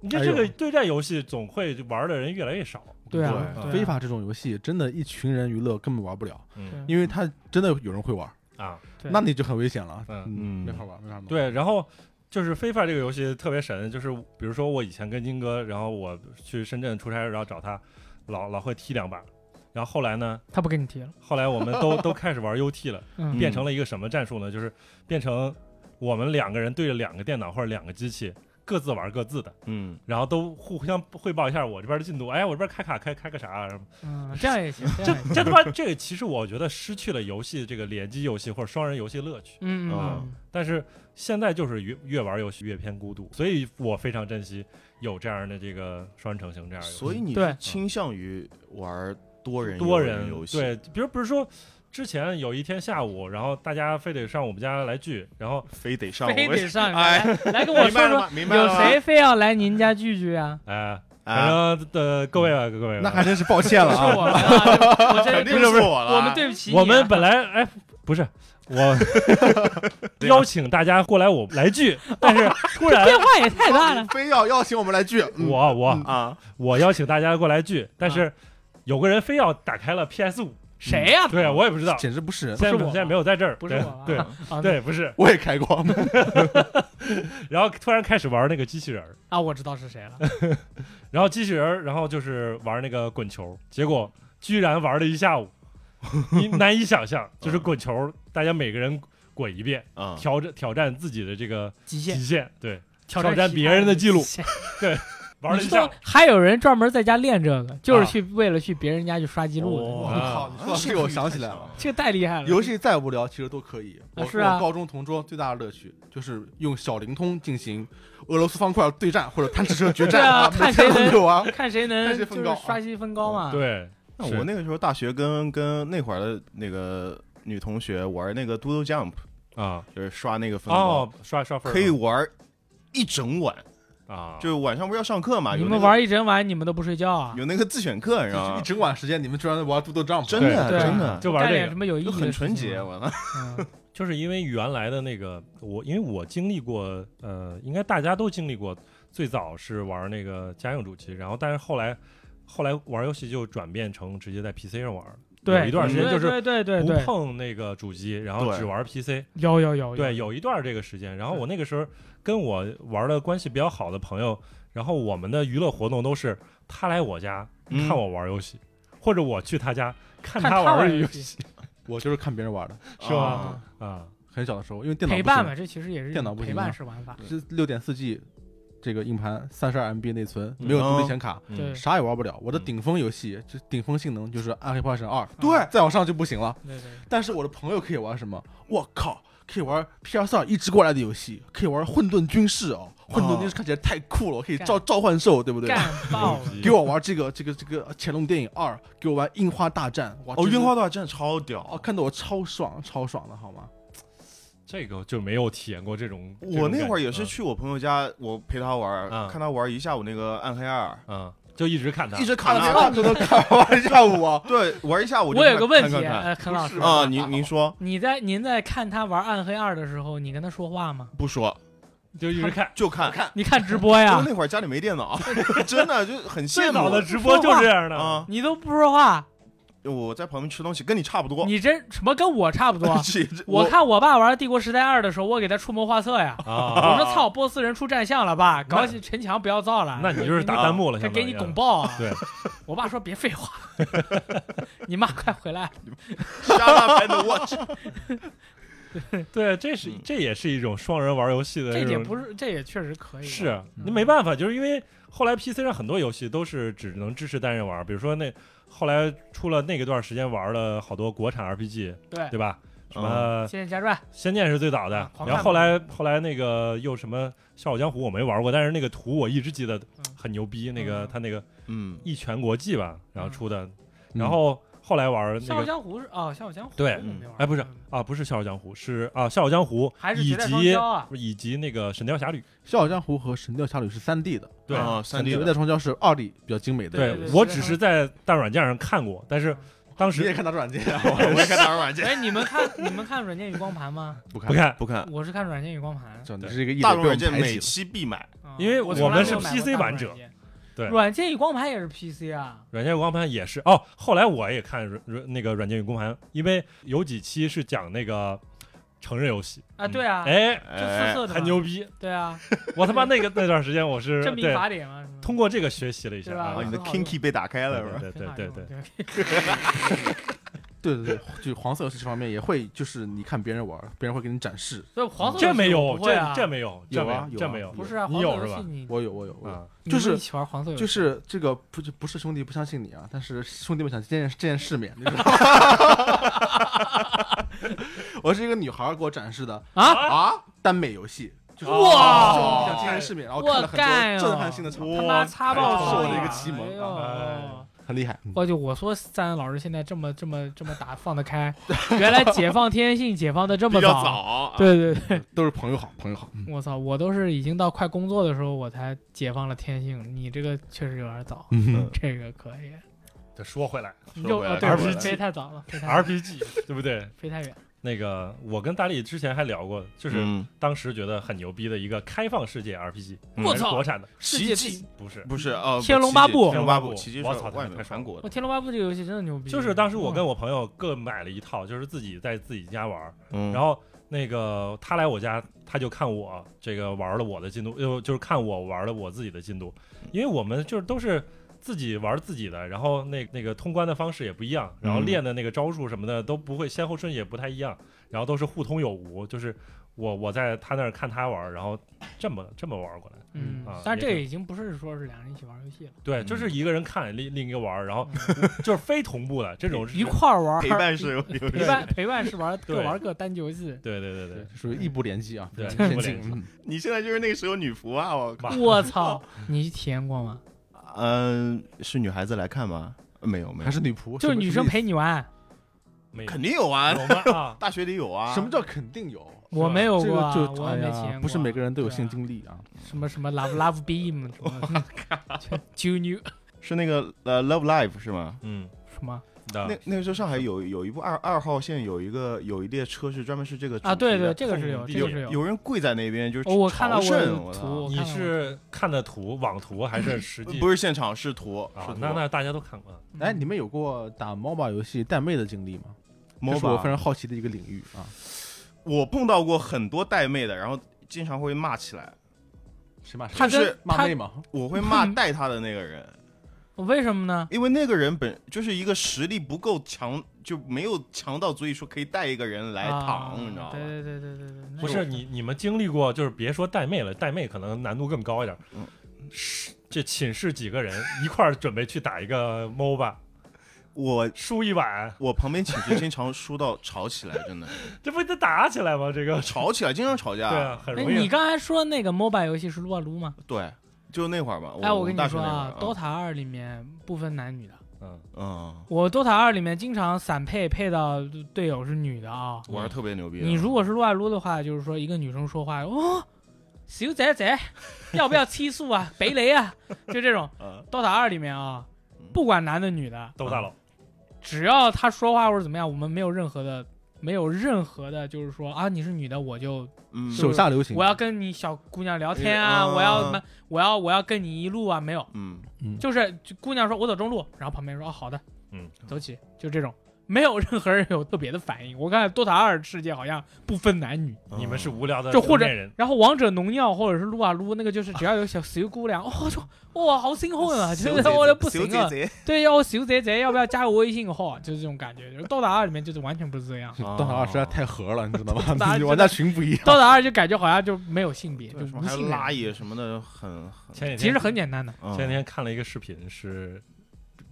[SPEAKER 1] 你看
[SPEAKER 4] 哎
[SPEAKER 1] 这
[SPEAKER 4] 呦嗯
[SPEAKER 1] 个对战游戏总会玩的人越来越少，
[SPEAKER 3] 对啊
[SPEAKER 1] 对
[SPEAKER 4] 非法这种游戏真的，一群人娱乐根本玩不了，
[SPEAKER 1] 嗯
[SPEAKER 4] 因为他真的有人会玩，
[SPEAKER 1] 啊
[SPEAKER 3] 对
[SPEAKER 4] 那你就很危险了。
[SPEAKER 1] 嗯
[SPEAKER 2] 嗯
[SPEAKER 4] 没法玩，没法弄。
[SPEAKER 1] 对，然后就是非法这个游戏特别神，就是比如说我以前跟金哥，然后我去深圳出差，然后找他，老老会踢两把，然后后来呢，
[SPEAKER 3] 他不跟你提了，
[SPEAKER 1] 后来我们 都都开始玩 UT 了，
[SPEAKER 3] 嗯
[SPEAKER 1] 变成了一个什么战术呢？就是变成我们两个人对着两个电脑或者两个机器。各自玩各自的，
[SPEAKER 2] 嗯
[SPEAKER 1] 然后都互相汇报一下我这边的进度。哎，我这边开卡开开个啥、啊 什么？
[SPEAKER 3] 嗯，这样也行，这
[SPEAKER 1] 这
[SPEAKER 3] 样也 行
[SPEAKER 1] 这他妈这个，其实我觉得失去了游戏这个联机游戏或者双人游戏乐趣。
[SPEAKER 3] 嗯
[SPEAKER 2] 啊
[SPEAKER 3] 嗯
[SPEAKER 1] 但是现在就是越越玩游戏越偏孤独，所以我非常珍惜有这样的这个双人成行这样的游戏。
[SPEAKER 2] 嗯所以你
[SPEAKER 3] 对
[SPEAKER 2] 是倾向于玩多人
[SPEAKER 1] 多
[SPEAKER 2] 人
[SPEAKER 1] 人
[SPEAKER 2] 游戏，
[SPEAKER 1] 对，比如比如说之前有一天下午，然后大家非得上我们家来聚，然后
[SPEAKER 2] 非得上
[SPEAKER 3] 嗯，
[SPEAKER 2] 我
[SPEAKER 3] 非 得上来
[SPEAKER 2] 哎，
[SPEAKER 3] 来跟我
[SPEAKER 2] 明白
[SPEAKER 3] 说
[SPEAKER 2] 了
[SPEAKER 3] 说，
[SPEAKER 2] 吗？明白了
[SPEAKER 3] 有
[SPEAKER 2] 吗？
[SPEAKER 3] 谁非要来您家聚聚啊？
[SPEAKER 1] 哎，反
[SPEAKER 2] 啊？
[SPEAKER 1] 正的各位吧，各位吧，啊
[SPEAKER 4] 那还真是抱歉了
[SPEAKER 3] 是我
[SPEAKER 4] 啊！
[SPEAKER 3] 们啊，我
[SPEAKER 2] 肯
[SPEAKER 3] 真
[SPEAKER 2] 定是我了。
[SPEAKER 3] 我们对不起你啊，
[SPEAKER 1] 我们本来哎不是 我邀请大家过来我来聚，但
[SPEAKER 3] 啊
[SPEAKER 1] 是突然嗯
[SPEAKER 3] 变化也太大了，
[SPEAKER 4] 非要邀请我们来聚，嗯
[SPEAKER 1] 我我
[SPEAKER 2] 啊，
[SPEAKER 1] 我邀请大家过来聚，但
[SPEAKER 3] 啊
[SPEAKER 1] 是有个人非要打开了 PS 五，
[SPEAKER 3] 谁呀？
[SPEAKER 1] 对啊我也不知道，
[SPEAKER 4] 简直不是人，
[SPEAKER 1] 现在
[SPEAKER 3] 啊不是我
[SPEAKER 1] 现在
[SPEAKER 3] 吧
[SPEAKER 1] 没有在这儿，
[SPEAKER 3] 不是
[SPEAKER 1] 对
[SPEAKER 3] 我吧
[SPEAKER 1] 对。
[SPEAKER 3] 啊，
[SPEAKER 1] 对，不是，
[SPEAKER 4] 我也开过。
[SPEAKER 3] 嗯
[SPEAKER 1] 然后突然开始玩那个机器人儿，
[SPEAKER 3] 啊，我知道是谁了，
[SPEAKER 1] 然后机器人儿，然后就是玩那个滚球，结果居然玩了一下午，你难以想象，就是滚球，大家每个人滚一遍，
[SPEAKER 2] 啊，
[SPEAKER 1] 挑战挑战自己的这个
[SPEAKER 3] 极限
[SPEAKER 1] 极限，对，
[SPEAKER 3] 挑
[SPEAKER 1] 战
[SPEAKER 3] 其
[SPEAKER 1] 别
[SPEAKER 3] 他
[SPEAKER 1] 人的记录
[SPEAKER 3] 极限
[SPEAKER 1] 玩了
[SPEAKER 3] 你
[SPEAKER 1] 一
[SPEAKER 3] 知道
[SPEAKER 1] 下，
[SPEAKER 3] 还有人专门在家练这个，就是
[SPEAKER 1] 啊
[SPEAKER 3] 去为了去别人家去刷记录的，
[SPEAKER 1] 哦
[SPEAKER 4] 我靠！啊你说 到这个，我想起来了。
[SPEAKER 3] 这个太厉害了。
[SPEAKER 4] 游戏再无聊，其实都可以。我
[SPEAKER 3] 是啊
[SPEAKER 4] 我高中同桌最大的乐趣就是用小灵通进行俄罗斯方块对战或者贪吃蛇决
[SPEAKER 3] 对
[SPEAKER 4] 战
[SPEAKER 3] 啊
[SPEAKER 4] 每天
[SPEAKER 3] 看谁能
[SPEAKER 4] 都有啊。
[SPEAKER 3] 看谁能就
[SPEAKER 4] 看谁
[SPEAKER 3] 是
[SPEAKER 4] 分高
[SPEAKER 3] 刷新分高嘛？，
[SPEAKER 1] 哦对，
[SPEAKER 2] 那
[SPEAKER 1] 是
[SPEAKER 2] 我那个时候大学跟跟那会儿的那个女同学玩那个 Doodle Jump，
[SPEAKER 1] 啊，
[SPEAKER 2] 就是刷那个分
[SPEAKER 1] 哦
[SPEAKER 2] 包，，
[SPEAKER 1] 刷刷分儿
[SPEAKER 2] 可以玩一整晚，
[SPEAKER 1] 啊，
[SPEAKER 2] 就是晚上不是要上课
[SPEAKER 4] 啊
[SPEAKER 2] 嘛，
[SPEAKER 3] 你
[SPEAKER 2] 有那
[SPEAKER 3] 们
[SPEAKER 2] 个
[SPEAKER 3] 玩一整晚，你们都不睡觉啊？
[SPEAKER 2] 有那个自选课，你知道
[SPEAKER 4] 一
[SPEAKER 2] 吗？
[SPEAKER 4] 整晚时间，你们居然玩嘟嘟丈夫，
[SPEAKER 2] 真的
[SPEAKER 3] 对
[SPEAKER 2] 真的
[SPEAKER 1] 就玩
[SPEAKER 3] 干
[SPEAKER 1] 这
[SPEAKER 3] 点
[SPEAKER 1] 个
[SPEAKER 3] 什。么有意义
[SPEAKER 2] 就
[SPEAKER 3] 的
[SPEAKER 2] 很纯
[SPEAKER 3] 事情
[SPEAKER 2] 洁，
[SPEAKER 3] 吗
[SPEAKER 2] 完了。
[SPEAKER 3] 嗯
[SPEAKER 1] 就是因为原来的那个我，因为我经历过，呃，应该大家都经历过，最早是玩那个家用主机，然后但是后来后来玩游戏就转变成直接在 PC 上玩了，有
[SPEAKER 3] 对，
[SPEAKER 1] 一段时间就是
[SPEAKER 3] 对对对
[SPEAKER 1] 不
[SPEAKER 3] 对对，
[SPEAKER 1] 碰那个主机，然后
[SPEAKER 2] 对
[SPEAKER 1] 只玩 PC，
[SPEAKER 3] 有有有
[SPEAKER 1] 对，有一段这个时间，然后
[SPEAKER 4] 是
[SPEAKER 1] 我那个时候跟我玩的关系比较好的朋友，然后我们的娱乐活动都是他来我家
[SPEAKER 2] 嗯
[SPEAKER 1] 看我玩游戏，或者我去他家看
[SPEAKER 3] 看他
[SPEAKER 1] 玩
[SPEAKER 3] 游
[SPEAKER 1] 游
[SPEAKER 3] 戏
[SPEAKER 4] 我就是看别人玩的。
[SPEAKER 1] 是 吧？啊，
[SPEAKER 4] 很小的时候，因为电脑
[SPEAKER 3] 陪
[SPEAKER 4] 不行
[SPEAKER 3] 伴嘛，这其实也是
[SPEAKER 4] 电脑不行
[SPEAKER 3] 陪
[SPEAKER 4] 啊
[SPEAKER 3] 伴式玩法，
[SPEAKER 4] 是六点四 G 这个硬盘，三十二 MB 内存，没有独立显卡，
[SPEAKER 1] 嗯
[SPEAKER 3] 对
[SPEAKER 4] 啥也玩不了。我的顶峰游戏，这顶峰性能就是《暗黑破坏神二》，
[SPEAKER 3] 对
[SPEAKER 4] 再往上就不行了。
[SPEAKER 3] 对对。
[SPEAKER 4] 但是我的朋友可以玩什么？我靠，可以玩 PS 二一直过来的游戏，可以玩《混沌军事》哦，《混沌军事》看起来太酷了，我可以召召唤兽，对 不对？
[SPEAKER 3] 干爆了！
[SPEAKER 4] 给我玩这个这个这个《乾隆电影二》，给我玩《樱花大战》哇，
[SPEAKER 2] 哦，
[SPEAKER 4] 真是
[SPEAKER 2] 樱花大战超屌！
[SPEAKER 4] 哦，看得我超爽超爽的好吗？
[SPEAKER 1] 这个就没有体验过这种。啊
[SPEAKER 2] 我那会儿也是
[SPEAKER 1] 去，
[SPEAKER 2] 去我朋友家，我陪他玩，
[SPEAKER 1] 嗯
[SPEAKER 2] 看他玩一下午那个暗黑二，
[SPEAKER 1] 嗯，就一直看他，
[SPEAKER 2] 一直看
[SPEAKER 4] 啊
[SPEAKER 2] 他，
[SPEAKER 4] 这都看玩一下午啊！
[SPEAKER 2] 对，玩一下午就
[SPEAKER 3] 我
[SPEAKER 2] 看。
[SPEAKER 3] 有个问
[SPEAKER 2] 看
[SPEAKER 3] 题，
[SPEAKER 2] 看看
[SPEAKER 3] 呃，何老师
[SPEAKER 2] 啊，您您说
[SPEAKER 3] 你在您在看他玩《暗黑二》的时候，你跟他说话吗？
[SPEAKER 2] 不说
[SPEAKER 1] 就一直看。
[SPEAKER 2] 就看，
[SPEAKER 3] 你看直播
[SPEAKER 2] 因为
[SPEAKER 3] 呀，
[SPEAKER 2] 那会儿家里没电 脑，真的就很
[SPEAKER 1] 最
[SPEAKER 2] 羡
[SPEAKER 1] 早的
[SPEAKER 2] 慕
[SPEAKER 1] 直播就这样的，
[SPEAKER 2] 啊！
[SPEAKER 3] 你都不说话，
[SPEAKER 2] 我在旁边吃东西，跟你差不多。
[SPEAKER 3] 你真什么跟我差不多？啊
[SPEAKER 2] 这这
[SPEAKER 3] 我看我爸玩《帝国时代二》的时候，我给他出谋划 策呀，
[SPEAKER 1] 啊，
[SPEAKER 3] 我说操，波斯人出战象了吧？搞起城墙不要造了，
[SPEAKER 1] 那你就是打弹幕了，
[SPEAKER 3] 他
[SPEAKER 1] 相当
[SPEAKER 3] 给
[SPEAKER 1] 于
[SPEAKER 3] 你拱爆啊！
[SPEAKER 1] 对，
[SPEAKER 3] 我爸说别废 话，你妈快回来，
[SPEAKER 2] Shut up and watch
[SPEAKER 1] 对，这是
[SPEAKER 2] 嗯
[SPEAKER 1] 这也是一种双人玩游戏的
[SPEAKER 3] 这
[SPEAKER 1] 一
[SPEAKER 3] 也
[SPEAKER 1] 种，
[SPEAKER 3] 不是，这也确实可以。
[SPEAKER 1] 是你
[SPEAKER 3] 嗯
[SPEAKER 1] 没办法，就是因为后来 PC 上很多游戏都是只能支持单人玩，比如说那后来出了那个段时间玩了好多国产 RPG，
[SPEAKER 3] 对
[SPEAKER 1] 对吧？什
[SPEAKER 2] 嗯
[SPEAKER 3] 《
[SPEAKER 1] 么《
[SPEAKER 3] 仙人加传
[SPEAKER 1] 仙剑》是最早的
[SPEAKER 3] 啊，狂
[SPEAKER 1] 然后
[SPEAKER 3] 汉
[SPEAKER 1] 后来后来那个又什么《笑傲江湖》我没玩过，但是那个图我一直记得很牛逼，那个
[SPEAKER 3] 嗯
[SPEAKER 1] 他那个
[SPEAKER 2] 嗯，
[SPEAKER 1] 一拳国际吧，然后
[SPEAKER 3] 嗯
[SPEAKER 1] 出的，然后后来玩》，
[SPEAKER 3] 《
[SPEAKER 1] 那
[SPEAKER 3] 笑傲
[SPEAKER 1] 个，
[SPEAKER 3] 江湖》是哦，《笑傲江湖》
[SPEAKER 1] 对
[SPEAKER 3] 我没玩
[SPEAKER 1] 哎，不是
[SPEAKER 3] 嗯
[SPEAKER 1] 啊，不是《笑傲江湖》，是啊，《笑傲江湖
[SPEAKER 3] 还》是
[SPEAKER 1] 以
[SPEAKER 3] 绝代双骄
[SPEAKER 1] 及
[SPEAKER 3] 啊？
[SPEAKER 1] 以及那个《神雕侠侣》，
[SPEAKER 4] 《笑傲江湖》和《神雕侠侣》是三 D 的，
[SPEAKER 1] 对
[SPEAKER 2] 啊，三 D
[SPEAKER 4] 绝
[SPEAKER 2] 的
[SPEAKER 4] 代双骄是二 D 比较精美的。
[SPEAKER 3] 对对
[SPEAKER 1] 我
[SPEAKER 3] 对
[SPEAKER 1] 只是在大软件上看过，但是当
[SPEAKER 4] 你也
[SPEAKER 1] 时
[SPEAKER 4] 看他软件 啊？
[SPEAKER 2] 我没看打软 件，
[SPEAKER 3] 哎，你们看你们看软件与光盘吗？
[SPEAKER 4] 不看
[SPEAKER 1] 不，看，
[SPEAKER 2] 不看
[SPEAKER 3] 我是看软件与光盘，
[SPEAKER 4] 真的
[SPEAKER 1] 对
[SPEAKER 4] 是一个意
[SPEAKER 2] 大
[SPEAKER 4] 大
[SPEAKER 2] 众
[SPEAKER 4] 被我
[SPEAKER 2] 软件
[SPEAKER 4] 们排挤
[SPEAKER 2] 每
[SPEAKER 4] 了。
[SPEAKER 2] 期必买，
[SPEAKER 3] 嗯
[SPEAKER 1] 因为
[SPEAKER 3] 我
[SPEAKER 1] 我
[SPEAKER 3] 从来
[SPEAKER 1] 们
[SPEAKER 3] 没有
[SPEAKER 1] 是
[SPEAKER 3] 买
[SPEAKER 1] PC
[SPEAKER 3] 过大
[SPEAKER 1] 版
[SPEAKER 3] 软
[SPEAKER 1] 者
[SPEAKER 3] 件
[SPEAKER 1] 对
[SPEAKER 3] 软件与光盘也是 PC 啊。
[SPEAKER 1] 软件与光盘也是哦。后来我也看软软那个软件与光盘，因为有几期是讲那个成人游戏
[SPEAKER 3] 啊，对啊，
[SPEAKER 1] 哎，
[SPEAKER 3] 就四
[SPEAKER 2] 哎，
[SPEAKER 3] 色的嘛
[SPEAKER 1] 很牛，逼！
[SPEAKER 3] 对啊，
[SPEAKER 1] 我他妈那个那段时间我 是
[SPEAKER 3] 证明
[SPEAKER 1] 对
[SPEAKER 3] 法典嘛，是吗
[SPEAKER 1] 通过这个学习了一下
[SPEAKER 3] 对吧
[SPEAKER 1] 啊
[SPEAKER 2] 啊，你的
[SPEAKER 3] 很好用
[SPEAKER 2] Kinky 被打开了是吧？
[SPEAKER 1] 对对对
[SPEAKER 3] 挺好
[SPEAKER 1] 对
[SPEAKER 3] 用
[SPEAKER 1] 对
[SPEAKER 3] 的
[SPEAKER 1] 对，
[SPEAKER 3] 对
[SPEAKER 4] 对对对，就是黄色游戏这方面也会，就是你看别人玩，别人会给你展示。
[SPEAKER 3] 所以黄色
[SPEAKER 1] 这
[SPEAKER 3] 游戏
[SPEAKER 1] 没
[SPEAKER 3] 我
[SPEAKER 1] 有，
[SPEAKER 3] 不会啊
[SPEAKER 1] 这这没有，这
[SPEAKER 4] 有
[SPEAKER 1] 没
[SPEAKER 4] 啊
[SPEAKER 1] 有，
[SPEAKER 4] 有啊
[SPEAKER 1] 这没有
[SPEAKER 3] 不是啊，
[SPEAKER 1] 你
[SPEAKER 3] 黄色
[SPEAKER 1] 有是
[SPEAKER 3] 游
[SPEAKER 1] 吧
[SPEAKER 3] 戏你
[SPEAKER 4] 我有我有我有，
[SPEAKER 1] 啊。
[SPEAKER 3] 你们
[SPEAKER 4] 就是
[SPEAKER 3] 一起玩黄色游戏，
[SPEAKER 4] 就是这个不是不是兄弟不相信你啊，但是兄弟们想见见世面，你知道吗？ 我是一个女孩儿给我展示的
[SPEAKER 3] 啊，
[SPEAKER 4] 啊，耽美游戏。就是
[SPEAKER 3] 哇
[SPEAKER 4] 就是想见人世面，然后看了
[SPEAKER 3] 我干
[SPEAKER 4] 很
[SPEAKER 3] 哦
[SPEAKER 4] 多震撼性的场面，
[SPEAKER 3] 他妈擦爆
[SPEAKER 4] 是我的
[SPEAKER 3] 了
[SPEAKER 4] 一个启蒙
[SPEAKER 3] 哎
[SPEAKER 4] 啊
[SPEAKER 3] 呦
[SPEAKER 4] 很厉害。
[SPEAKER 3] 我就我说三老师现在这么这么这么打放得开，原来解放天性解放的这么
[SPEAKER 2] 比较早，啊
[SPEAKER 3] 对对对，
[SPEAKER 4] 都是朋友好，朋友好。
[SPEAKER 3] 我操，我都是已经到快工作的时候我才解放了天性，你这个确实有点早，
[SPEAKER 4] 嗯，
[SPEAKER 3] 这个可以，
[SPEAKER 1] 这说回来
[SPEAKER 3] 又
[SPEAKER 2] 回
[SPEAKER 3] 啊
[SPEAKER 2] 来
[SPEAKER 3] 对
[SPEAKER 2] 说
[SPEAKER 1] 回来
[SPEAKER 3] 飞太早了，飞太远
[SPEAKER 1] ，RPG 对不对？
[SPEAKER 3] 飞太远，
[SPEAKER 1] 那个我跟大力之前还聊过，就是
[SPEAKER 2] 嗯
[SPEAKER 1] 当时觉得很牛逼的一个开放世界 RPG，
[SPEAKER 2] 嗯
[SPEAKER 3] 我
[SPEAKER 1] 还是
[SPEAKER 3] 操
[SPEAKER 1] 国产的，
[SPEAKER 3] 世界
[SPEAKER 2] 奇
[SPEAKER 3] 第
[SPEAKER 2] 迹
[SPEAKER 3] 一
[SPEAKER 1] 不是
[SPEAKER 2] 不是哦，
[SPEAKER 3] 天龙八部
[SPEAKER 2] 奇迹天龙八
[SPEAKER 1] 天龙八
[SPEAKER 2] 部，
[SPEAKER 1] 部
[SPEAKER 2] 奇迹
[SPEAKER 1] 我
[SPEAKER 2] 是
[SPEAKER 1] 操
[SPEAKER 2] 外
[SPEAKER 1] 太
[SPEAKER 2] 面
[SPEAKER 1] 爽
[SPEAKER 2] 韩国
[SPEAKER 3] 我
[SPEAKER 2] 的，
[SPEAKER 3] 《天龙八部》这个游戏真的牛逼，
[SPEAKER 1] 就是当时我跟
[SPEAKER 3] 我
[SPEAKER 1] 我朋友各买了一套，就是自己在自己家玩儿，
[SPEAKER 2] 嗯
[SPEAKER 1] 然后那个他来我家，他就看我这个玩了我的进度，就就是看我玩了我自己的进度，因为我们就是都是自己玩自己的，然后那那个通关的方式也不一样，然后
[SPEAKER 2] 嗯
[SPEAKER 1] 练的那个招数什么的都不会，先后顺序也不太一样，然后都是互通有无，就是我我在他那儿看他玩儿，然后这么这么玩儿过来。
[SPEAKER 3] 嗯
[SPEAKER 1] 啊，
[SPEAKER 3] 但
[SPEAKER 1] 也
[SPEAKER 3] 这
[SPEAKER 1] 可
[SPEAKER 3] 已经不是说是两人一起玩游戏了，嗯
[SPEAKER 1] 对，就是一个人看另另一个玩儿，然后就是非同步哦的这种是
[SPEAKER 3] 一块儿玩儿
[SPEAKER 2] 陪伴式游游
[SPEAKER 3] 陪
[SPEAKER 2] 戏。
[SPEAKER 3] 伴陪伴是玩儿各
[SPEAKER 1] 对
[SPEAKER 3] 玩儿各单机 游戏。
[SPEAKER 1] 对对对对，
[SPEAKER 4] 属于异步联机啊，
[SPEAKER 1] 对
[SPEAKER 4] 先
[SPEAKER 1] 异步
[SPEAKER 4] 进
[SPEAKER 1] 联机
[SPEAKER 4] 嗯
[SPEAKER 2] 你现在就是那个时候女仆啊，我靠。
[SPEAKER 3] 我操，你体验过吗？
[SPEAKER 2] 嗯，是女孩子来看吗？没有没有，
[SPEAKER 4] 还是女仆，
[SPEAKER 3] 就是女生陪你玩，
[SPEAKER 1] 没有
[SPEAKER 2] 肯定有啊，
[SPEAKER 1] 有吗？啊，
[SPEAKER 2] 大学里有啊。
[SPEAKER 4] 什么叫肯定有？
[SPEAKER 3] 我没有
[SPEAKER 4] 这
[SPEAKER 3] 过
[SPEAKER 4] 个
[SPEAKER 3] 啊，
[SPEAKER 4] 就
[SPEAKER 3] 我
[SPEAKER 4] 哎
[SPEAKER 3] 也没
[SPEAKER 4] 呀
[SPEAKER 3] 体验过。
[SPEAKER 4] 不是每个人都有性
[SPEAKER 3] 历，
[SPEAKER 4] 经历啊。
[SPEAKER 3] 什么什么 love love beam 什么 junior
[SPEAKER 2] 是那个呃《Love Live》是吗？啊
[SPEAKER 1] 嗯，
[SPEAKER 3] 什么
[SPEAKER 1] 那
[SPEAKER 2] 那那个时候上海有有一部二二号线有一个有一列车是专门是这个主
[SPEAKER 3] 啊？
[SPEAKER 2] 题
[SPEAKER 3] 对对，
[SPEAKER 2] 的
[SPEAKER 3] 这个是有，
[SPEAKER 1] 空地
[SPEAKER 3] 这个是有。
[SPEAKER 2] 有人跪在那边就是
[SPEAKER 3] 哦我看到
[SPEAKER 2] 朝
[SPEAKER 3] 过
[SPEAKER 2] 圣，
[SPEAKER 3] 有
[SPEAKER 2] 我
[SPEAKER 3] 图
[SPEAKER 2] 操
[SPEAKER 3] 我
[SPEAKER 1] 你
[SPEAKER 3] 看到
[SPEAKER 1] 是看的图网图还是实际
[SPEAKER 2] 不是现场是
[SPEAKER 3] 哦
[SPEAKER 2] 图，是
[SPEAKER 1] 啊
[SPEAKER 2] 图？
[SPEAKER 1] 那那大家都看过啊，
[SPEAKER 3] 嗯
[SPEAKER 4] 哎，你们有过打 MOBA 游戏带妹的经历吗？这是我
[SPEAKER 2] MOBA
[SPEAKER 4] 非常好奇的一个领域啊。
[SPEAKER 2] 我碰到过很多带妹的，然后经常会骂起来，
[SPEAKER 4] 谁骂谁？
[SPEAKER 3] 他
[SPEAKER 2] 就是
[SPEAKER 3] 跟
[SPEAKER 4] 骂
[SPEAKER 3] 他
[SPEAKER 4] 妹吗？
[SPEAKER 2] 我会骂带她的那个 人，
[SPEAKER 3] 为什么呢？
[SPEAKER 2] 因为那个人本就是一个实力不够强，就没有强到足以说可以带一个人来
[SPEAKER 3] 啊
[SPEAKER 2] 躺，你知道吧？
[SPEAKER 3] 对对对对对对，那
[SPEAKER 1] 不
[SPEAKER 3] 个
[SPEAKER 1] 是你你们经历过，就是别说带妹了，带妹可能难度更高一点
[SPEAKER 2] 嗯。
[SPEAKER 1] 是这寝室几个人一块儿准备去打一个 MOBA，
[SPEAKER 2] 我
[SPEAKER 1] 输一晚，
[SPEAKER 2] 我旁边寝室经常输到吵起来，真的
[SPEAKER 1] 这不得打起来吗？这个
[SPEAKER 2] 吵起来，经常吵架。
[SPEAKER 1] 对啊，很
[SPEAKER 3] 哎，
[SPEAKER 1] 容
[SPEAKER 3] 你
[SPEAKER 1] 易。
[SPEAKER 3] 刚才说那个 MOBA 游戏是撸啊撸吗？
[SPEAKER 2] 对，就那会儿吧。
[SPEAKER 3] 哎，
[SPEAKER 2] 我
[SPEAKER 3] 我跟
[SPEAKER 2] 哦大
[SPEAKER 3] 你
[SPEAKER 2] 学
[SPEAKER 3] 说
[SPEAKER 2] 那
[SPEAKER 3] 啊
[SPEAKER 2] 会儿
[SPEAKER 3] ，DOTA 二里面不分男女的。
[SPEAKER 1] 嗯，
[SPEAKER 2] 嗯，
[SPEAKER 3] 我 DOTA 二里面经常散配配到队友是女的啊、
[SPEAKER 2] 玩的特别牛逼的。
[SPEAKER 3] 你如果是撸啊撸的话，就是说一个女生说话哦，小仔仔，要不要吃素啊？ 肥雷啊，就这种。
[SPEAKER 2] 嗯
[SPEAKER 3] DOTA 二里面啊，不管男的女的，
[SPEAKER 1] 都大佬，
[SPEAKER 3] 只要他说话或者怎么样，我们没有任何的。没有任何的，就是说啊，你是女的，我就
[SPEAKER 2] 嗯
[SPEAKER 3] 是
[SPEAKER 4] 手下留情。
[SPEAKER 3] 我要跟你小姑娘聊天啊，
[SPEAKER 2] 嗯
[SPEAKER 3] 我要什么，我要我要跟你一路啊，没有，
[SPEAKER 2] 嗯，
[SPEAKER 3] 就是就姑娘说我走中路，然后旁边说哦好的，
[SPEAKER 1] 嗯，
[SPEAKER 3] 走起，就这种，没有任何人有特别的反应。我看《DOTA 二》世界好像不分男女，
[SPEAKER 2] 嗯
[SPEAKER 1] 你们是无聊的
[SPEAKER 3] 就或者
[SPEAKER 1] 成年人，
[SPEAKER 3] 然后王者农药或者是撸啊撸，那个就是只要有小小姑娘，哦就哇好兴奋啊，就是我就不行
[SPEAKER 2] 小
[SPEAKER 3] 啊，
[SPEAKER 2] 姐姐
[SPEAKER 3] 对，要小姐姐要不要加我微信号，啊就是这种感觉。就是《DOTA 二》里面就是完全不是这 样，《？
[SPEAKER 2] 啊
[SPEAKER 4] 多少二实在太核了，你知道 吗
[SPEAKER 3] 大家
[SPEAKER 4] 你玩家群不 一 样。
[SPEAKER 3] DOTA 二》就感觉好像就没有性别，就
[SPEAKER 2] 对什么
[SPEAKER 3] 无
[SPEAKER 2] 还有
[SPEAKER 3] 性
[SPEAKER 2] 拉
[SPEAKER 3] 恋，
[SPEAKER 2] 野什么的，很很。
[SPEAKER 1] 前几天
[SPEAKER 3] 其实很 简单的。
[SPEAKER 2] 嗯
[SPEAKER 1] 前几天看了一个视频，是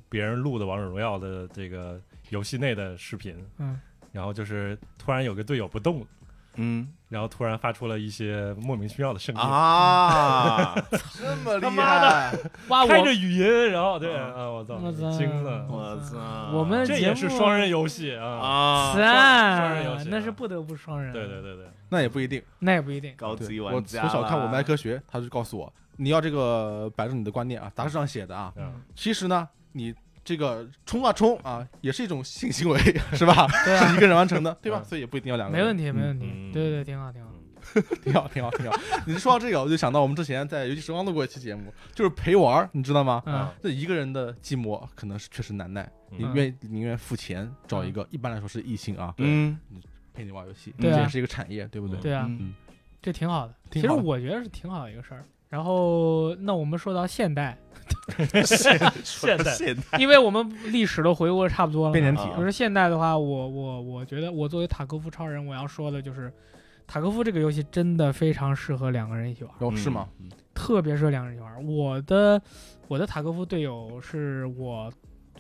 [SPEAKER 1] 别人录的《王者荣耀》的这个游戏内的视频，
[SPEAKER 3] 嗯，
[SPEAKER 1] 然后就是突然有个队友不动了，
[SPEAKER 2] 嗯
[SPEAKER 1] 然后突然发出了一些莫名其妙的声音，
[SPEAKER 2] 啊，这么厉害，
[SPEAKER 3] 哇，
[SPEAKER 1] 开
[SPEAKER 3] 我
[SPEAKER 1] 着语音，然后对
[SPEAKER 2] 啊
[SPEAKER 1] 啊，我操
[SPEAKER 3] 我，操
[SPEAKER 1] 惊了，
[SPEAKER 2] 我操！
[SPEAKER 3] 我们
[SPEAKER 1] 这也是双人游戏啊，
[SPEAKER 2] 啊，
[SPEAKER 3] 是
[SPEAKER 1] 双人游
[SPEAKER 3] 啊
[SPEAKER 1] 戏，
[SPEAKER 3] 那
[SPEAKER 1] 啊
[SPEAKER 3] 是不得不双人，
[SPEAKER 1] 对对，对对，
[SPEAKER 4] 那也不一定。
[SPEAKER 3] 那也不一定。
[SPEAKER 2] 高
[SPEAKER 4] 对
[SPEAKER 2] 级玩
[SPEAKER 4] 我从
[SPEAKER 2] 家
[SPEAKER 4] 小看《我们爱
[SPEAKER 2] 麦克，
[SPEAKER 4] 科学》，他就告诉我，你要这个摆正你的观念啊，杂志上写的啊。
[SPEAKER 1] 嗯，
[SPEAKER 4] 其实呢，你这个冲啊冲啊，也是一种性行为， 是吧？
[SPEAKER 3] 对啊
[SPEAKER 4] 是一个人完成的，对吧？
[SPEAKER 1] 嗯
[SPEAKER 4] 所以也不一定要两个
[SPEAKER 3] 没
[SPEAKER 4] 人。
[SPEAKER 3] 问题，没问题，
[SPEAKER 1] 嗯
[SPEAKER 3] 对对，挺好，挺好。
[SPEAKER 4] 挺好，挺好，挺好。你说到这个，我就想到我们之前在游戏时光录过一期节目，就是陪玩儿，你知道吗？
[SPEAKER 1] 啊
[SPEAKER 3] 嗯，
[SPEAKER 4] 这一个人的寂寞可能是确实难耐，
[SPEAKER 1] 嗯
[SPEAKER 4] 你愿宁愿付钱找一个，一般来说是异性啊，
[SPEAKER 2] 嗯，
[SPEAKER 4] 陪你玩游戏，
[SPEAKER 3] 对啊
[SPEAKER 4] 这也是一个产业，对不对？
[SPEAKER 3] 对啊，
[SPEAKER 4] 嗯
[SPEAKER 3] 这挺好的。其
[SPEAKER 4] 挺
[SPEAKER 3] 实
[SPEAKER 4] 好的
[SPEAKER 3] 我觉得是挺好的一个事儿。然后，那我们说到现代，
[SPEAKER 1] 现在
[SPEAKER 2] 现代
[SPEAKER 3] 因为我们历史都回顾的差不多了
[SPEAKER 4] 变
[SPEAKER 3] 嘛。
[SPEAKER 4] 脸体
[SPEAKER 3] 比如说现代的话，我我我觉得我作为塔科夫超人，我要说的就是，塔科夫这个游戏真的非常适合两个人一起玩，
[SPEAKER 4] 哦，是吗？
[SPEAKER 3] 特别适合两个人一起玩。我的我的塔科夫队友是我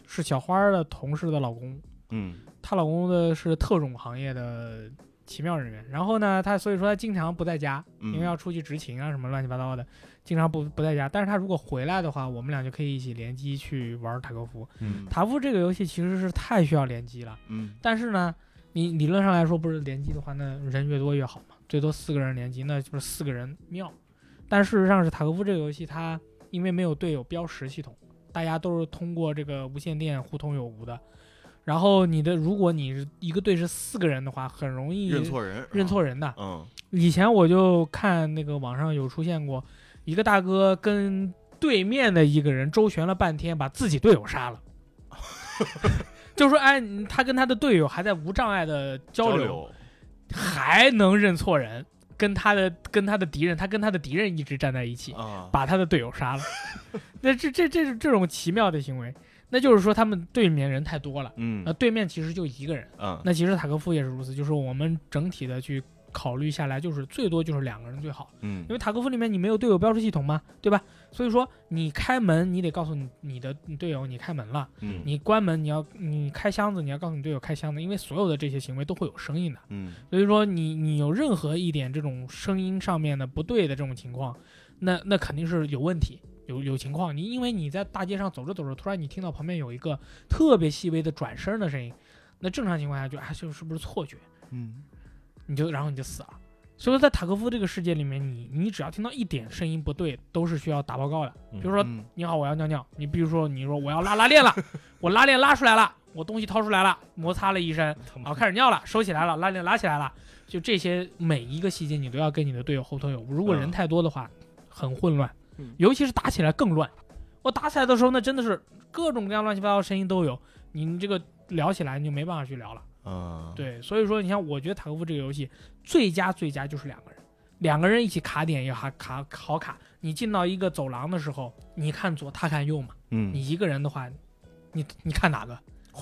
[SPEAKER 3] 是小花儿的同事的老公，
[SPEAKER 2] 嗯
[SPEAKER 3] 她老公的是特种行业的奇妙人员，然后呢，她所以说她经常不在家，
[SPEAKER 2] 嗯
[SPEAKER 3] 因为要出去执勤啊什么乱七八糟的，经常不不在家。但是她如果回来的话，我们俩就可以一起联机去玩塔科夫。
[SPEAKER 4] 嗯
[SPEAKER 3] 塔科夫这个游戏其实是太需要联机了，
[SPEAKER 2] 嗯
[SPEAKER 3] 但是呢，你理论上来说，不是联机的话，那人越多越好嘛，最多四个人联机，那就是四个人妙。但事实上是塔科夫这个游戏，它因为没有队友标识系统，大家都是通过这个无线电互通有无的。然后你的，如果你是一个队是四个人的话，很容易
[SPEAKER 2] 认错人，啊
[SPEAKER 3] 认错人的。
[SPEAKER 2] 嗯，
[SPEAKER 3] 以前我就看那个网上有出现过，一个大哥跟对面的一个人周旋了半天，把自己队友杀了。 就说哎，你他跟他的队友还在无障碍的交流，
[SPEAKER 2] 流，
[SPEAKER 3] 还能认错人，跟他的跟他的敌人，他跟他的敌人一直站在一起，
[SPEAKER 2] 啊，
[SPEAKER 3] 把他的队友杀了。 那这这这这种奇妙的行为，那就是说他们对面人太多了，
[SPEAKER 2] 嗯
[SPEAKER 3] 呃那对面其实就一个人。
[SPEAKER 2] 嗯
[SPEAKER 3] 那其实塔科夫也是如此，就是我们整体的去考虑下来，就是最多就是两个人最好，
[SPEAKER 2] 嗯
[SPEAKER 3] 因为塔科夫里面你没有队友标识系统嘛，对吧？所以说你开门，你得告诉你你的你队友你开门了，
[SPEAKER 2] 嗯
[SPEAKER 3] 你关门你要你开箱子，你要告诉你队友开箱子，因为所有的这些行为都会有声音的。
[SPEAKER 2] 嗯
[SPEAKER 3] 所以说你你有任何一点这种声音上面的不对的这种情况，那那肯定是有问题，有有情况。你因为你在大街上走着走着，突然你听到旁边有一个特别细微的转身的声音，那正常情况下就啊，这是不是错觉？
[SPEAKER 2] 嗯
[SPEAKER 3] 你就然后你就死了。所以说，在塔科夫这个世界里面，你你只要听到一点声音不对，都是需要打报告的。比如说，
[SPEAKER 2] 嗯
[SPEAKER 3] 你好，我要尿尿。你比如说，你说我要拉拉链了，我拉链拉出来了，我东西掏出来了，摩擦了一身，
[SPEAKER 1] 他
[SPEAKER 3] 然后
[SPEAKER 1] 妈
[SPEAKER 3] 开始尿了，收起来了，拉链拉起来了，就这些每一个细节你都要跟你的队友后头有。如果人
[SPEAKER 2] 嗯
[SPEAKER 3] 太多的话，很混乱
[SPEAKER 4] 嗯，
[SPEAKER 3] 尤其是打起来更乱。我打起来的时候，那真的是各种各样乱七八糟的声音都有，你这个聊起来你就没办法去聊了。
[SPEAKER 2] 啊，
[SPEAKER 3] 对，所以说你看，我觉得塔科夫这个游戏最佳最佳就是两个人，两个人一起卡点也还卡好卡。你进到一个走廊的时候，你看左，他看右嘛。
[SPEAKER 2] 嗯
[SPEAKER 3] 你一个人的话，你你看哪个？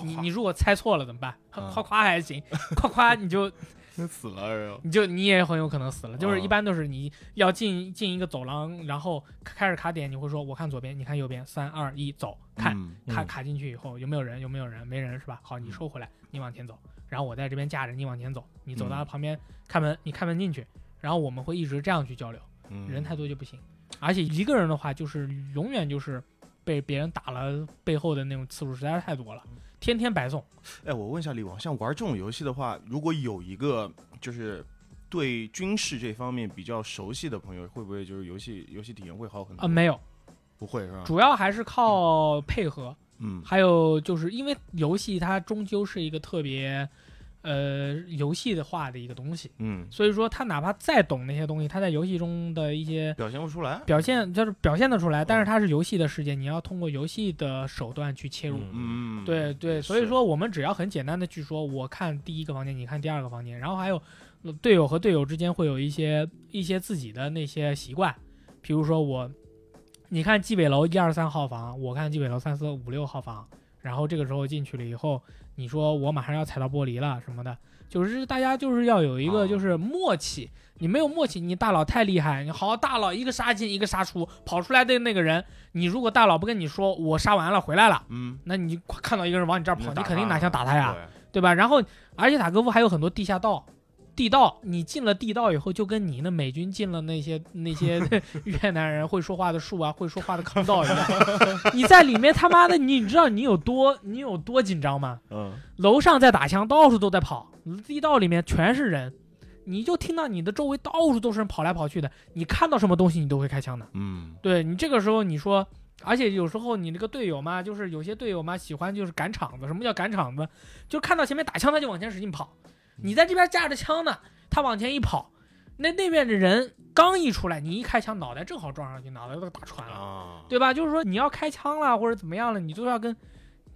[SPEAKER 3] 你你如果猜错了怎么办？
[SPEAKER 2] 嗯
[SPEAKER 3] 夸夸还行，夸夸你就
[SPEAKER 2] 你死了，然后
[SPEAKER 3] 你就你也很有可能死了。就是一
[SPEAKER 2] 哦
[SPEAKER 3] 般都是你要进进一个走廊，然后开始卡点，你会说我看左边，你看右边，三二一走，看。
[SPEAKER 2] 嗯
[SPEAKER 3] 卡
[SPEAKER 1] 嗯
[SPEAKER 3] 卡进去以后有没有人？有没有人？没人是吧？好，你收回来，你往前走，然后我在这边架着，你往前走，你走到
[SPEAKER 2] 嗯
[SPEAKER 3] 旁边开门，你开门进去，然后我们会一直这样去交流，
[SPEAKER 2] 嗯
[SPEAKER 3] 人太多就不行。而且一个人的话，就是永远就是被别人打了背后的那种次数实在是太多
[SPEAKER 2] 嗯
[SPEAKER 3] 了，天天白送。
[SPEAKER 2] 哎，我问一下李王，像玩这种游戏的话，如果有一个就是对军事这方面比较熟悉的朋友，会不会就是游戏游戏体验会好很多？
[SPEAKER 3] 啊，没有，
[SPEAKER 2] 不会是吧？
[SPEAKER 3] 主要还是靠配合，
[SPEAKER 2] 嗯
[SPEAKER 3] 还有就是因为游戏它终究是一个特别，呃，游戏的化的一个东西，
[SPEAKER 2] 嗯，
[SPEAKER 3] 所以说他哪怕再懂那些东西，他在游戏中的一些
[SPEAKER 2] 表现不出来。
[SPEAKER 3] 表现就是表现得出来，但是它是游戏的世界，你要通过游戏的手段去切入。
[SPEAKER 1] 嗯
[SPEAKER 2] 嗯，
[SPEAKER 3] 对对，所以
[SPEAKER 2] 是
[SPEAKER 3] 说我们只要很简单的去说，我看第一个房间，你看第二个房间，然后还有呃队友和队友之间会有一些一些自己的那些习惯，比如说我，你看纪北楼一二三号房，我看纪北楼三四五六号房，然后这个时候进去了以后，你说我马上要踩到玻璃了什么的，就是大家就是要有一个
[SPEAKER 2] 哦
[SPEAKER 3] 就是默契，你没有默契，你大佬太厉害，你好大佬一个杀进一个杀出，跑出来的那个人，你如果大佬不跟你说我杀完了回来了。
[SPEAKER 2] 嗯，
[SPEAKER 3] 那你快看到一个人往你这儿跑，
[SPEAKER 2] 能
[SPEAKER 3] 你
[SPEAKER 2] 打
[SPEAKER 3] 肯定
[SPEAKER 2] 他
[SPEAKER 3] 拿枪打他呀，
[SPEAKER 2] 对
[SPEAKER 3] 对啊吧？然后，而且塔科夫还有很多地下道、地道，你进了地道以后，就跟你那美军进了那些 那些 越南人会说话的树啊、会说话的坑道一样，你在里面他妈的，你知道你有多你有多紧张吗？
[SPEAKER 2] 嗯
[SPEAKER 3] 楼上在打枪，到处都在跑，地道里面全是人，你就听到你的周围到处都是人跑来跑去的，你看到什么东西你都会开枪的。
[SPEAKER 2] 嗯
[SPEAKER 3] 对你这个时候你说，而且有时候你这个队友嘛，就是有些队友嘛喜欢就是赶场子。什么叫赶场子？就看到前面打枪他就往前使劲跑，你在这边架着枪呢，他往前一跑，那那边的人刚一出来，你一开枪，脑袋正好撞上去，脑袋都打穿了，
[SPEAKER 2] 啊，
[SPEAKER 3] 对吧？就是说你要开枪了或者怎么样了，你都要跟。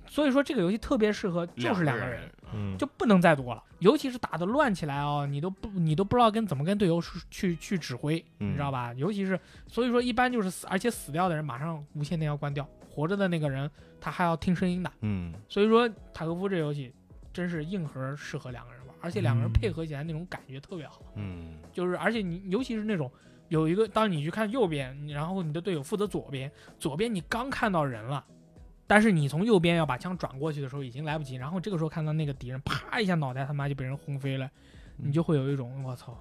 [SPEAKER 3] 所以说这个游戏特别适合就是两
[SPEAKER 2] 两
[SPEAKER 3] 个人，，
[SPEAKER 1] 嗯，
[SPEAKER 3] 就不能再多了，尤其是打的乱起来哦，你都不你都不知道跟怎么跟队友去去去指挥，
[SPEAKER 2] 嗯
[SPEAKER 3] 你知道吧？尤其是所以说一般就是死，而且死掉的人马上无线电要关掉，活着的那个人他还要听声音的，
[SPEAKER 2] 嗯
[SPEAKER 3] 所以说塔科夫这游戏真是硬核适合两个人玩，而且两个人
[SPEAKER 1] 嗯
[SPEAKER 3] 配合起来那种感觉特别好，
[SPEAKER 2] 嗯
[SPEAKER 3] 就是而且你尤其是那种。有一个，当你去看右边，然后你的队友负责左边，左边你刚看到人了，但是你从右边要把枪转过去的时候已经来不及，然后这个时候看到那个敌人，啪一下脑袋他妈就被人轰飞了，你就会有一种我操，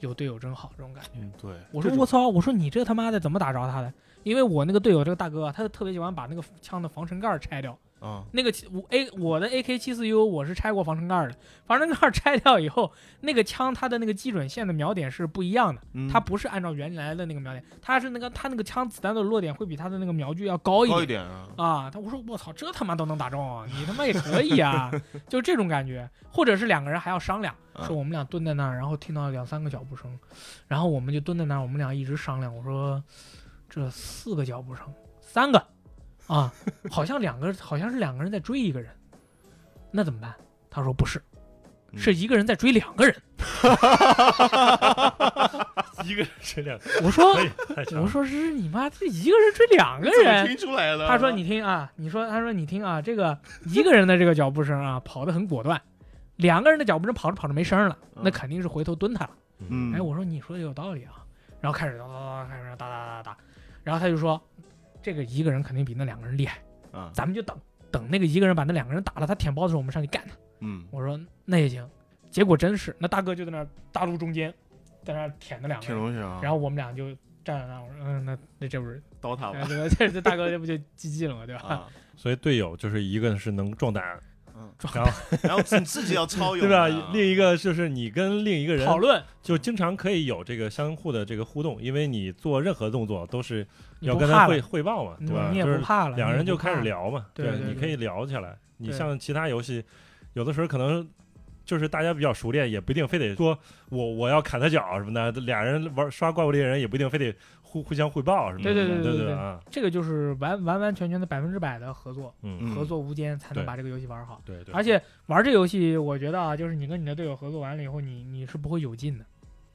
[SPEAKER 3] 有队友真好这种感觉。
[SPEAKER 2] 嗯，对，
[SPEAKER 3] 我说
[SPEAKER 2] 这种
[SPEAKER 3] 我操！我说你这他妈的怎么打着他的？因为我那个队友这个大哥啊，他特别喜欢把那个枪的防尘盖儿拆掉。
[SPEAKER 2] 啊
[SPEAKER 3] 那个我 A 我的 AK 七四 U 我是拆过防尘盖儿的，防尘盖儿拆掉以后，那个枪它的那个基准线的瞄点是不一样的，
[SPEAKER 2] 嗯
[SPEAKER 3] 它不是按照原来的那个瞄点，它是那个它那个枪子弹的落点会比它的那个瞄具要高一
[SPEAKER 2] 高一
[SPEAKER 3] 点。
[SPEAKER 2] 点啊，
[SPEAKER 3] 啊！他我说我操，这他妈都能打中，啊你他妈也可以 啊！就这种感觉，或者是两个人还要商量，
[SPEAKER 2] 嗯
[SPEAKER 3] 说我们俩蹲在那儿，然后听到两三个脚步声，然后我们就蹲在那儿，我们俩一直商量。我说这四个脚步声，三个啊，好像两个，好像是两个人在追一个人，那怎么办？他说不是，
[SPEAKER 2] 嗯
[SPEAKER 3] 是一个人在追两个 人。
[SPEAKER 1] 一个人这两，
[SPEAKER 3] 我说
[SPEAKER 1] 可以太强
[SPEAKER 3] 我
[SPEAKER 1] 了，
[SPEAKER 3] 说是你妈，这一个人追两个
[SPEAKER 2] 怎么
[SPEAKER 3] 人，
[SPEAKER 2] 听出来了。
[SPEAKER 3] 他说：“你听啊，你说，他说你听啊，这个一个人的这个脚步声啊，跑得很果断，两个人的脚步声跑着跑着没声儿了，那
[SPEAKER 2] 嗯
[SPEAKER 3] 肯定是回头蹲他了。
[SPEAKER 2] 嗯，
[SPEAKER 3] 哎，我说你说的有道理啊，然后开始哒哒哒哒开始打打打打打，然后他就说，这个一个人肯定比那两个人厉害，
[SPEAKER 2] 啊，
[SPEAKER 3] 咱们就等等那个一个人把那两个人打了，他舔包的时候我们上去干他。
[SPEAKER 2] 嗯，
[SPEAKER 3] 我说那也行，结果真是那大哥就在那儿大路中间，在那儿舔那两个
[SPEAKER 2] 天
[SPEAKER 3] 人，
[SPEAKER 2] 龙人啊，
[SPEAKER 3] 然后我们俩就站在那儿，我说嗯，那那这不是，
[SPEAKER 2] 刀塔
[SPEAKER 3] 哎对吧？这这大哥这不就 GG 了吗？对吧？
[SPEAKER 2] 啊，
[SPEAKER 1] 所以队友就是一个是能壮胆，
[SPEAKER 2] 嗯，
[SPEAKER 1] 然后
[SPEAKER 2] 然后你自己要 超勇
[SPEAKER 1] 对
[SPEAKER 2] 啊，
[SPEAKER 1] 吧？另一个就是你跟另一个人
[SPEAKER 3] 讨论
[SPEAKER 1] 就经常可以有这个相互的这个互动，因为你做任何动作都是
[SPEAKER 3] 你
[SPEAKER 1] 要
[SPEAKER 3] 不
[SPEAKER 1] 跟
[SPEAKER 3] 怕
[SPEAKER 1] 他
[SPEAKER 3] 了
[SPEAKER 1] 汇，汇报嘛，
[SPEAKER 3] 你
[SPEAKER 1] 对吧？
[SPEAKER 3] 你也
[SPEAKER 1] 就
[SPEAKER 3] 不
[SPEAKER 1] 是
[SPEAKER 3] 怕了，
[SPEAKER 1] 两
[SPEAKER 3] 你也
[SPEAKER 1] 人
[SPEAKER 3] 不
[SPEAKER 1] 就开始
[SPEAKER 3] 怕了。
[SPEAKER 1] 聊嘛，
[SPEAKER 3] 对对
[SPEAKER 1] 你
[SPEAKER 3] 对
[SPEAKER 1] 可以聊起来。你
[SPEAKER 3] 对
[SPEAKER 1] 像其他游戏，有的时候可能就是大家比较熟练，也不一定非得说我我要砍他脚什么的，俩人玩刷怪物猎人也不一定非得互互相汇报什么的，
[SPEAKER 3] 对对
[SPEAKER 1] 对
[SPEAKER 3] 对对
[SPEAKER 1] 对
[SPEAKER 3] 对
[SPEAKER 1] 啊，
[SPEAKER 3] 这个就是完完完全全的百分之百的合作，
[SPEAKER 1] 嗯，
[SPEAKER 3] 合作无间才能
[SPEAKER 1] 对
[SPEAKER 3] 把这个游戏玩好。
[SPEAKER 1] 对对，
[SPEAKER 3] 而且玩这游戏，我觉得啊，就是你跟你的队友合作完了以后，你你是不会有劲的，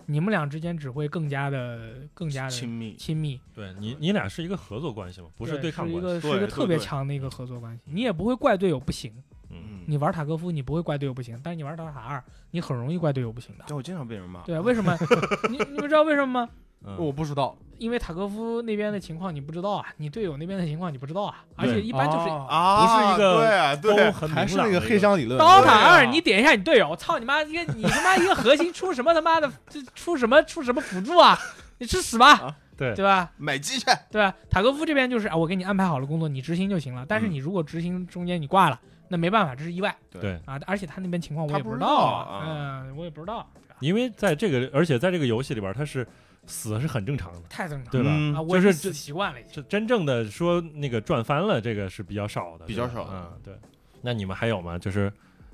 [SPEAKER 3] 你们俩之间只会更加的更加
[SPEAKER 2] 亲
[SPEAKER 3] 的
[SPEAKER 2] 密，
[SPEAKER 3] 亲密，
[SPEAKER 1] 对你你俩是一个合作关系嘛，不是
[SPEAKER 3] 对
[SPEAKER 1] 抗
[SPEAKER 3] 是一
[SPEAKER 1] 关系，
[SPEAKER 3] 个是一
[SPEAKER 2] 对
[SPEAKER 3] 个特
[SPEAKER 2] 对
[SPEAKER 3] 别
[SPEAKER 2] 对
[SPEAKER 3] 强的一个合作关系。你也不会怪队友不行，
[SPEAKER 1] 嗯，
[SPEAKER 2] 嗯，
[SPEAKER 3] 你玩塔科夫你不会怪队友不行，但是你玩塔塔二，你很容易怪队友不行的。
[SPEAKER 2] 但我经常被人骂，
[SPEAKER 3] 对，啊为什么？ 你你们知道为什么吗？
[SPEAKER 1] 嗯
[SPEAKER 4] 我不知道，
[SPEAKER 3] 因为塔科夫那边的情况你不知道啊，你队友那边的情况你不知道啊，而且
[SPEAKER 1] 对
[SPEAKER 3] 一般就是
[SPEAKER 4] 啊，
[SPEAKER 2] 啊，
[SPEAKER 1] 不是一个
[SPEAKER 2] 对啊
[SPEAKER 1] 都
[SPEAKER 2] 对，
[SPEAKER 1] 很
[SPEAKER 4] 还
[SPEAKER 1] 明
[SPEAKER 4] 是
[SPEAKER 1] 朗
[SPEAKER 4] 那
[SPEAKER 1] 的
[SPEAKER 4] 个黑箱理论。
[SPEAKER 3] 刀
[SPEAKER 2] 对
[SPEAKER 3] 塔
[SPEAKER 2] 啊
[SPEAKER 3] 二，你点一下你队友，操你妈！一个你他妈一个核心出什么他妈的，这出什么出什么辅助啊？ 你吃屎吧，
[SPEAKER 1] 对
[SPEAKER 3] 对吧？
[SPEAKER 2] 买鸡去，
[SPEAKER 3] 对吧？塔科夫这边就是啊，我给你安排好了工作，你执行就行了。但是
[SPEAKER 2] 嗯
[SPEAKER 3] 你如果执行中间你挂了，那没办法，这是意外
[SPEAKER 1] 对。
[SPEAKER 3] 啊。而且他那边情况我
[SPEAKER 2] 他
[SPEAKER 3] 也不
[SPEAKER 2] 不
[SPEAKER 3] 知
[SPEAKER 2] 知
[SPEAKER 3] 道
[SPEAKER 2] 道
[SPEAKER 3] 啊，
[SPEAKER 2] 啊
[SPEAKER 3] 嗯，我也不知道，对吧
[SPEAKER 1] 因为在这个，而且在这个游戏里边，它是死是很正常的，
[SPEAKER 3] 太正常
[SPEAKER 1] 对吧？
[SPEAKER 2] 嗯
[SPEAKER 3] 了啊，我
[SPEAKER 1] 就是
[SPEAKER 3] 已
[SPEAKER 1] 这
[SPEAKER 3] 经死习惯了已经。
[SPEAKER 1] 这真正的说那个赚翻了，这个是比较少的，
[SPEAKER 2] 比较
[SPEAKER 1] 对吧
[SPEAKER 2] 少
[SPEAKER 1] 嗯，对。那你们还有吗？就是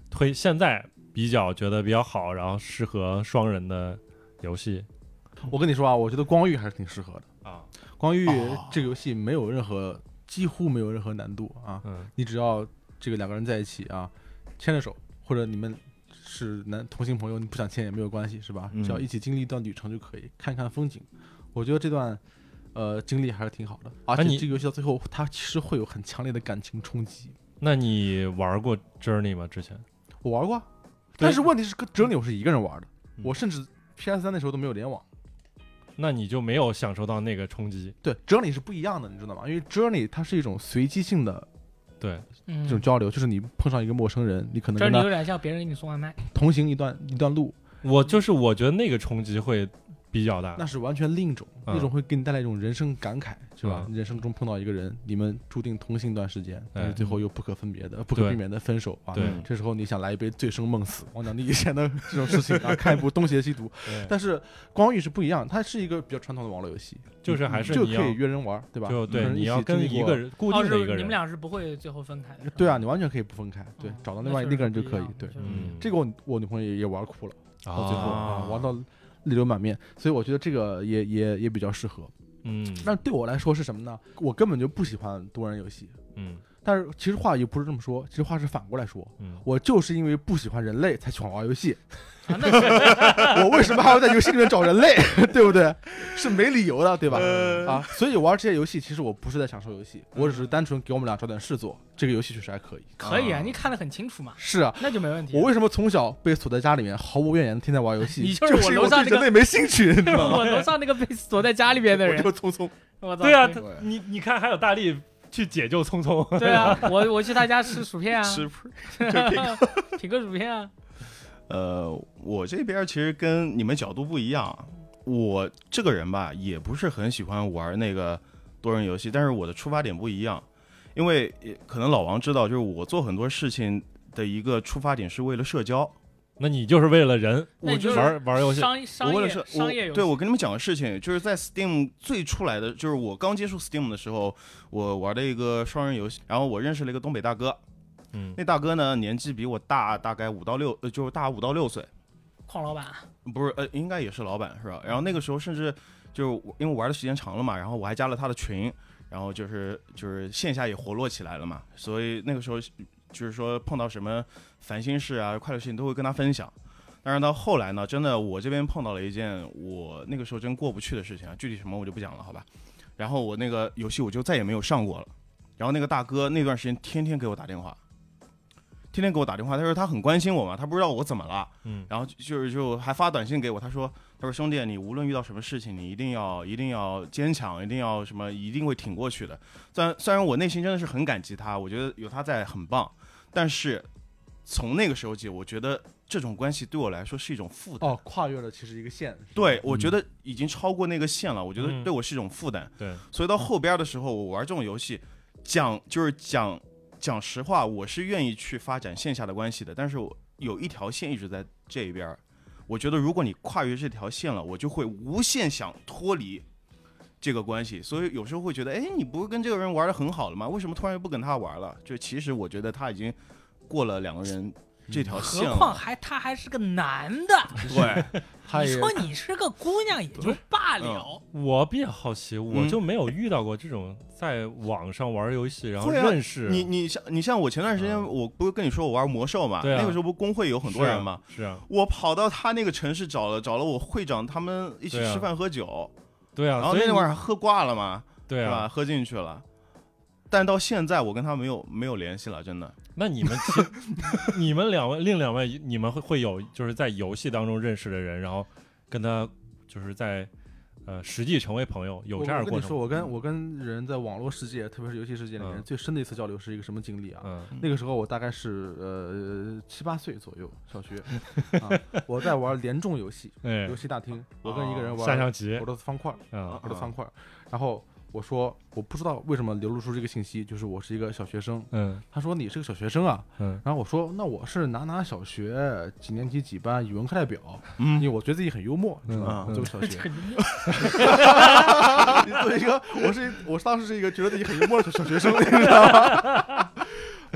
[SPEAKER 1] 推现在比较觉得比较好，然后适合双人的游戏
[SPEAKER 4] 我跟你说啊，我觉得光遇还是挺适合的。
[SPEAKER 1] 啊，
[SPEAKER 4] 光遇
[SPEAKER 2] 哦
[SPEAKER 4] 这个游戏没有任何，几乎没有任何难度啊。
[SPEAKER 1] 嗯
[SPEAKER 4] 你只要这个两个人在一起啊，牵着手，或者你们是男同性朋友，你不想牵也没有关系，是吧？
[SPEAKER 2] 嗯
[SPEAKER 4] 只要一起经历一段旅程就可以，看看风景。我觉得这段呃经历还是挺好的，而
[SPEAKER 1] 那
[SPEAKER 4] 且
[SPEAKER 1] 你
[SPEAKER 4] 这个游戏到最后，它其实会有很强烈的感情冲击。
[SPEAKER 1] 那你玩过 Journey 吗？之前
[SPEAKER 4] 我玩过啊，
[SPEAKER 1] 对
[SPEAKER 4] 但是问题是，跟只有你我是一个人玩的，
[SPEAKER 1] 嗯
[SPEAKER 4] 我甚至 PS 三那时候都没有联网。
[SPEAKER 1] 那你就没有享受到那个冲击，
[SPEAKER 4] 对，Journey 是不一样的，你知道吗？因为 Journey 它是一种随机性的
[SPEAKER 1] 对，
[SPEAKER 3] 嗯
[SPEAKER 4] 这，种交流，就是你碰上一个陌生人，你可能
[SPEAKER 3] 这
[SPEAKER 4] 跟
[SPEAKER 3] 里
[SPEAKER 4] 他
[SPEAKER 3] 有点像别人给你送外卖，
[SPEAKER 4] 同行一段一段路，
[SPEAKER 1] 我就是我觉得那个冲击会比较大
[SPEAKER 4] 那，是完全另一种，
[SPEAKER 1] 啊嗯
[SPEAKER 4] 那种会给你带来一种人生感慨，是吧？
[SPEAKER 1] 嗯
[SPEAKER 4] 你人生中碰到一个人，你们注定同行一段时间，但是
[SPEAKER 1] 哎嗯
[SPEAKER 4] 最后又不可分别的、不可避免的分手啊。
[SPEAKER 1] 对
[SPEAKER 2] 嗯
[SPEAKER 4] 这时候你想来一杯醉生梦死，我讲你 以前的这种事情啊，看一部《东邪西毒》，
[SPEAKER 1] 对
[SPEAKER 4] 但是《光遇》是不一样，它是一个比较传统的网络游戏，
[SPEAKER 1] 就是还是
[SPEAKER 4] 就
[SPEAKER 1] 你要
[SPEAKER 4] 可以约人玩，对吧？
[SPEAKER 1] 就
[SPEAKER 4] 可
[SPEAKER 1] 对
[SPEAKER 4] 能
[SPEAKER 1] 你
[SPEAKER 4] 一起
[SPEAKER 1] 要跟
[SPEAKER 4] 经历
[SPEAKER 1] 一
[SPEAKER 4] 过
[SPEAKER 1] 个人固
[SPEAKER 3] 哦，
[SPEAKER 1] 定
[SPEAKER 3] 是
[SPEAKER 1] 的一个
[SPEAKER 3] 你
[SPEAKER 1] 人
[SPEAKER 3] 们，俩是不会最后分开的。是吧
[SPEAKER 4] 对啊，，你完全可以不分开，对
[SPEAKER 3] 嗯，
[SPEAKER 4] 找到另外那个人就可以，对。
[SPEAKER 1] 嗯
[SPEAKER 4] 这个我我女朋友也也玩哭了，到最后
[SPEAKER 2] 哦
[SPEAKER 1] 啊
[SPEAKER 4] 啊玩到泪流满面，所以我觉得这个也也也比较适合。
[SPEAKER 1] 嗯
[SPEAKER 4] 那对我来说是什么呢？我根本就不喜欢多人游戏。
[SPEAKER 1] 嗯
[SPEAKER 4] 但是其实话也不是这么说，其实话是反过来说，
[SPEAKER 1] 嗯，
[SPEAKER 4] 我就是因为不喜欢人类才喜欢玩游戏。
[SPEAKER 3] 啊，那是
[SPEAKER 4] 我为什么还要在游戏里面找人类？ 对不对？是没理由的，对吧？
[SPEAKER 3] 呃
[SPEAKER 2] 呃
[SPEAKER 4] 啊，所以玩这些游戏，其实我不是在享受游戏，我只是单纯给我们俩找点事做。这个游戏确实还可以。
[SPEAKER 3] 可以啊，
[SPEAKER 2] 啊
[SPEAKER 3] 你看得很清楚嘛，
[SPEAKER 4] 是啊，
[SPEAKER 3] 那就没问题。
[SPEAKER 4] 我为什么从小被锁在家里面，毫无怨言，天天玩游 戏？
[SPEAKER 3] 你就
[SPEAKER 4] 就是
[SPEAKER 3] 我
[SPEAKER 4] 因为
[SPEAKER 3] 楼上
[SPEAKER 4] 对
[SPEAKER 3] 那个
[SPEAKER 4] 人类没兴趣， 你知道吗？
[SPEAKER 3] 我楼上那个被锁在家里边的
[SPEAKER 4] 我
[SPEAKER 3] 人
[SPEAKER 4] 就，匆匆。
[SPEAKER 3] 我 操！
[SPEAKER 1] 对啊，他
[SPEAKER 4] 对
[SPEAKER 1] 你你看还有大力去解救聪聪，
[SPEAKER 3] 对啊，我我去他家吃薯片啊，
[SPEAKER 2] 吃
[SPEAKER 3] 品个薯片啊，
[SPEAKER 2] 呃，我这边其实跟你们角度不一样，我这个人吧，也不是很喜欢玩那个多人游戏，但是我的出发点不一样，因为呃可能老王知道，就是我做很多事情的一个出发点是为了社交。
[SPEAKER 1] 那你就是为了人，
[SPEAKER 3] 那
[SPEAKER 1] 我
[SPEAKER 3] 你就是
[SPEAKER 1] 玩玩游戏，
[SPEAKER 3] 商商
[SPEAKER 2] 我为了
[SPEAKER 3] 业
[SPEAKER 2] 社，
[SPEAKER 3] 商业游
[SPEAKER 2] 我
[SPEAKER 3] 戏
[SPEAKER 2] 对我跟你们讲个事情，就是在 Steam 最出来的，就是我刚接触 Steam 的时候，我玩的一个双人游戏，然后我认识了一个东北大哥，
[SPEAKER 1] 嗯，
[SPEAKER 2] 那大哥呢年纪比我大大概五到六，呃，就是大五到六岁。
[SPEAKER 3] 矿老板啊，
[SPEAKER 2] 不是，呃，应该也是老板是吧？然后那个时候甚至就是我因为我玩的时间长了嘛，然后我还加了他的群，然后就是就是线下也活络起来了嘛，所以那个时候就是说碰到什么烦心事啊、快乐事情都会跟他分享。但是到后来呢，真的我这边碰到了一件我那个时候真过不去的事情啊，具体什么我就不讲了，好吧？然后我那个游戏我就再也没有上过了。然后那个大哥那段时间天天给我打电话，天天给我打电话，他说他很关心我嘛，他不知道我怎么了，
[SPEAKER 1] 嗯
[SPEAKER 2] 然后就就是就还发短信给我，他说他说兄弟，你无论遇到什么事情，你一定要一定要坚强，一定要什么，一定会挺过去的。虽然虽然我内心真的是很感激他，我觉得有他在很棒，但是从那个时候起，我觉得这种关系对我来说是一种负担。
[SPEAKER 4] 哦，跨越了其实一个线，是吧
[SPEAKER 2] 对，我
[SPEAKER 3] 嗯
[SPEAKER 2] 觉得已经超过那个线了，我觉得对我是一种负担。
[SPEAKER 1] 对，
[SPEAKER 2] 所以到后边的时候，我玩这种游戏，讲就是讲讲实话，我是愿意去发展线下的关系的，但是我有一条线一直在这一边儿，我觉得如果你跨越这条线了，我就会无限想脱离。这个关系，所以有时候会觉得，哎，你不是跟这个人玩的很好了吗？为什么突然又不跟他玩了？就其实我觉得他已经过了两个人这条线
[SPEAKER 3] 嗯何况
[SPEAKER 2] 了。
[SPEAKER 3] 还他还是个男的，
[SPEAKER 2] 对，
[SPEAKER 4] 他
[SPEAKER 3] 你
[SPEAKER 4] 也
[SPEAKER 3] 说你是个姑娘也就罢了，
[SPEAKER 1] 我比较好奇，我
[SPEAKER 2] 嗯
[SPEAKER 1] 就没有遇到过这种在网上玩游戏然后
[SPEAKER 2] 会啊
[SPEAKER 1] 认识
[SPEAKER 2] 你你像你像我前段时间，
[SPEAKER 1] 嗯
[SPEAKER 2] 我不是跟你说我玩魔兽嘛？
[SPEAKER 1] 对啊
[SPEAKER 2] 那个时候不工会有很多人嘛？
[SPEAKER 1] 是啊，
[SPEAKER 2] 我跑到他那个城市找了找了我会长他们一起
[SPEAKER 1] 对啊
[SPEAKER 2] 吃饭喝酒，
[SPEAKER 1] 对啊，
[SPEAKER 2] 然后
[SPEAKER 1] 所以
[SPEAKER 2] 那晚
[SPEAKER 1] 你
[SPEAKER 2] 上喝挂了嘛，
[SPEAKER 1] 对
[SPEAKER 2] 是吧？
[SPEAKER 1] 啊，
[SPEAKER 2] 喝进去了，但到现在我跟他没有没有联系了，真的。
[SPEAKER 1] 那你们其你们两位另两位你们会会有就是在游戏当中认识的人，然后跟他就是在呃实际成为朋友，有这样
[SPEAKER 4] 我
[SPEAKER 1] 的
[SPEAKER 4] 跟
[SPEAKER 1] 过
[SPEAKER 4] 你
[SPEAKER 1] 程
[SPEAKER 4] 说，
[SPEAKER 1] 吗？
[SPEAKER 4] 我跟我跟人在网络世界，特别是游戏世界里面
[SPEAKER 1] 嗯
[SPEAKER 4] 最深的一次交流是一个什么经历啊？
[SPEAKER 1] 嗯
[SPEAKER 4] 那个时候我大概是呃七八岁左右，小 学，啊、我在玩联众游戏，
[SPEAKER 1] 哎哦
[SPEAKER 4] 游，戏大厅，我跟一个人
[SPEAKER 1] 下
[SPEAKER 4] 玩
[SPEAKER 1] 象棋
[SPEAKER 4] 俄罗斯方块，
[SPEAKER 1] 啊，
[SPEAKER 4] 俄罗斯方块，然后我说我不知道为什么流露出这个信息，就是我是一个小学生。
[SPEAKER 1] 嗯
[SPEAKER 4] 他说你是个小学生啊，
[SPEAKER 1] 嗯
[SPEAKER 4] 然后我说那我是哪哪小学几年级几班语文课代表，因
[SPEAKER 2] 嗯
[SPEAKER 4] 为，我觉得自己很幽默，你知道
[SPEAKER 2] 嗯
[SPEAKER 4] 吗？我做个小学，
[SPEAKER 3] 这
[SPEAKER 4] 你作为一个，我是我当时是一个觉得自己很幽默的小 学生，你
[SPEAKER 1] 嗯
[SPEAKER 4] 知道吗？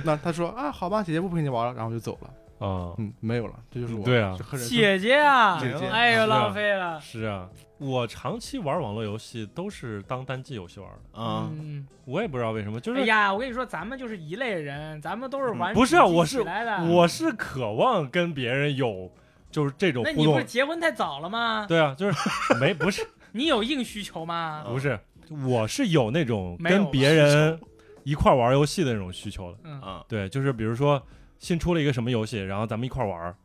[SPEAKER 4] 那他说啊，好吧，姐姐不陪你玩了，然后就走了。
[SPEAKER 1] 啊，
[SPEAKER 4] 嗯，没有了，这就是我。
[SPEAKER 1] 对啊
[SPEAKER 4] 就和人生
[SPEAKER 3] 姐姐啊
[SPEAKER 4] 姐姐，
[SPEAKER 3] 哎呦
[SPEAKER 1] 是啊
[SPEAKER 3] 浪费了，
[SPEAKER 1] 是啊，我长期玩网络游戏都是当单机游戏玩的，
[SPEAKER 2] 啊，
[SPEAKER 3] 嗯，
[SPEAKER 1] 我也不知道为什么，就
[SPEAKER 3] 哎
[SPEAKER 1] 是
[SPEAKER 3] 呀，我跟你说，咱们就是一类人，咱们都是玩
[SPEAKER 1] 嗯不是啊我是
[SPEAKER 3] 手机起来的，
[SPEAKER 1] 我是渴望跟别人有就是这种
[SPEAKER 3] 那
[SPEAKER 1] 互
[SPEAKER 3] 你不是
[SPEAKER 1] 动，
[SPEAKER 3] 结婚太早了吗？
[SPEAKER 1] 对啊啊，就是 没不是
[SPEAKER 3] 你有硬需求吗？
[SPEAKER 1] 不是，我是有那种
[SPEAKER 3] 哦没有
[SPEAKER 1] 跟别人一块儿玩游戏的那种需求的。
[SPEAKER 3] 嗯，
[SPEAKER 2] 啊，
[SPEAKER 1] 对，就是比如说新出了一个什么游戏，然后咱们一块儿玩儿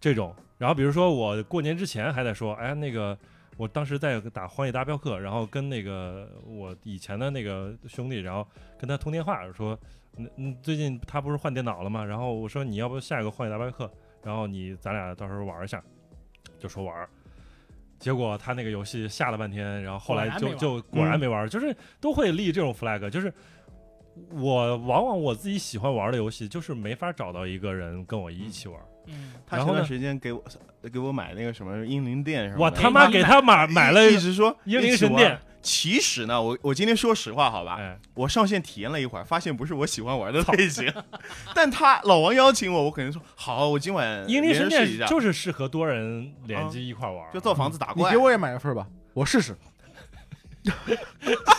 [SPEAKER 1] 这种。然后比如说我过年之前还在说，哎，那个我当时在打《荒野大镖客》，然后跟那个我以前的那个兄弟，然后跟他通电话说，嗯嗯，最近他不是换电脑了吗？然后我说你要不下一个《荒野大镖客》，然后你咱俩到时候玩一下，就说玩儿。结果他那个游戏下了半天，然后后来就
[SPEAKER 3] 果
[SPEAKER 1] 就
[SPEAKER 3] 然没玩
[SPEAKER 1] 果然没玩儿，就是都会立这种 flag，就是我往往我自己喜欢玩的游戏，就是没法找到一个人跟我一起玩。
[SPEAKER 3] 嗯，
[SPEAKER 2] 他
[SPEAKER 1] 然
[SPEAKER 2] 前
[SPEAKER 1] 后呢
[SPEAKER 2] 段时间给我给我买那个什么英灵殿什么的，
[SPEAKER 1] 我他妈给他买买了
[SPEAKER 2] 一直说
[SPEAKER 1] 英灵神。
[SPEAKER 2] 一起玩
[SPEAKER 1] 殿，
[SPEAKER 2] 其实呢，我我今天说实话，好吧，
[SPEAKER 1] 哎，
[SPEAKER 2] 我上线体验了一会儿，发现不是我喜欢玩的类型。但他老王邀请我，我肯定说好，我今晚
[SPEAKER 1] 英灵神
[SPEAKER 2] 联系一
[SPEAKER 1] 殿
[SPEAKER 2] 下，嗯
[SPEAKER 1] 就是适合多人联机一块玩，
[SPEAKER 2] 就造房子打
[SPEAKER 4] 你
[SPEAKER 2] 怪
[SPEAKER 4] 给。我也买一份儿吧，我试试。
[SPEAKER 1] 行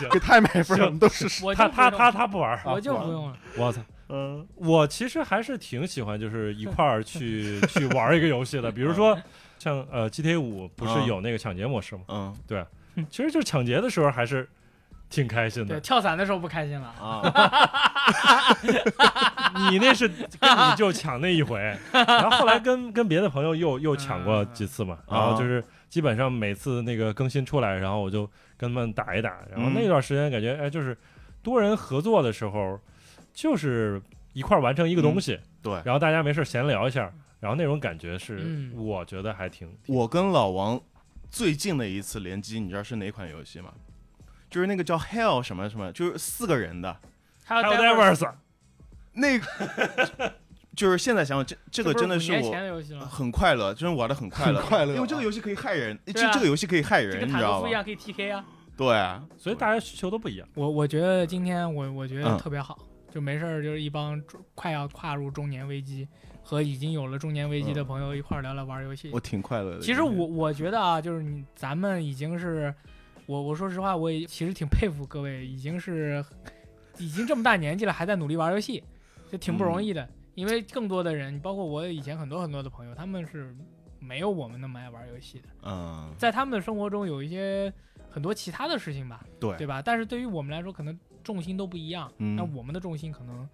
[SPEAKER 4] 给他也买一份儿，
[SPEAKER 1] 行
[SPEAKER 4] 我们都试试。
[SPEAKER 3] 我就
[SPEAKER 1] 他
[SPEAKER 3] 不
[SPEAKER 1] 他
[SPEAKER 3] 用
[SPEAKER 1] 他他不玩，
[SPEAKER 4] 啊
[SPEAKER 3] 我就不用了。
[SPEAKER 1] 我操！
[SPEAKER 2] 嗯，
[SPEAKER 1] 我其实还是挺喜欢，就是一块儿 去去玩一个游戏的，比如说像呃 GTA 五不是
[SPEAKER 2] 嗯
[SPEAKER 1] 有那个抢劫模式吗？
[SPEAKER 2] 嗯
[SPEAKER 1] 其实就抢劫的时候还是挺开心
[SPEAKER 3] 对，
[SPEAKER 1] 的。
[SPEAKER 3] 跳伞的时候不开心了，
[SPEAKER 2] 啊，
[SPEAKER 1] 你那是跟你就抢那一 回，然后后来跟跟别的朋友又又抢过几次嘛，
[SPEAKER 2] 嗯
[SPEAKER 1] 然后就是基本上每次那个更新出来，然后我就跟他们打一打，然后
[SPEAKER 2] 嗯
[SPEAKER 1] 那段时间感觉哎，就是多人合作的时候，就是一块儿完成一个东西，
[SPEAKER 2] 嗯对
[SPEAKER 1] 然后大家没事儿闲聊一下，然后那种感觉是
[SPEAKER 3] 嗯
[SPEAKER 1] 我觉得还挺
[SPEAKER 2] 我跟老王最近的一次联机，你知道是哪款游戏吗？就是那个叫 Hell 什么什么，就是四个人的
[SPEAKER 3] 还有
[SPEAKER 1] Hello
[SPEAKER 3] 待会儿
[SPEAKER 1] Divers
[SPEAKER 2] 那个， 就是现在想想，这这个
[SPEAKER 3] 不
[SPEAKER 2] 真的
[SPEAKER 3] 是
[SPEAKER 2] 是
[SPEAKER 3] 五年前
[SPEAKER 2] 我
[SPEAKER 3] 的游戏吗？
[SPEAKER 2] 很快乐，真的玩的很快乐，
[SPEAKER 4] 很快乐啊
[SPEAKER 2] 因为这个游戏可以害人，这
[SPEAKER 3] 对啊
[SPEAKER 2] 这个游戏可以害
[SPEAKER 3] 这
[SPEAKER 2] 人，
[SPEAKER 3] 跟
[SPEAKER 2] 你
[SPEAKER 3] 塔
[SPEAKER 2] 知
[SPEAKER 3] 科
[SPEAKER 2] 道
[SPEAKER 3] 夫
[SPEAKER 2] 吗
[SPEAKER 3] 一？样可以 TK 啊。
[SPEAKER 2] 对啊，
[SPEAKER 1] 所以大家需求都不一样。
[SPEAKER 3] 我我觉得今天我我觉得
[SPEAKER 2] 嗯
[SPEAKER 3] 特别好，就没事儿就是一帮中快要跨入中年危机和已经有了中年危机的朋友一块儿聊聊玩儿游戏
[SPEAKER 2] 我。挺快乐的。
[SPEAKER 3] 其实我我觉得啊，就是你咱们已经是，我我说实话，我也其实挺佩服各位，已经是已经这么大年纪了，还在努力玩儿游戏，就挺不
[SPEAKER 2] 嗯
[SPEAKER 3] 容易的。因为更多的人，包括我以前很多很多的朋友，他们是没有我们那么爱玩儿游戏的，
[SPEAKER 2] 嗯，
[SPEAKER 3] 在他们的生活中有一些很多其他的事情吧，
[SPEAKER 2] 对
[SPEAKER 3] 对吧？但是对于我们来说，可能重心都不一样。
[SPEAKER 2] 嗯
[SPEAKER 3] 那我们的重心可能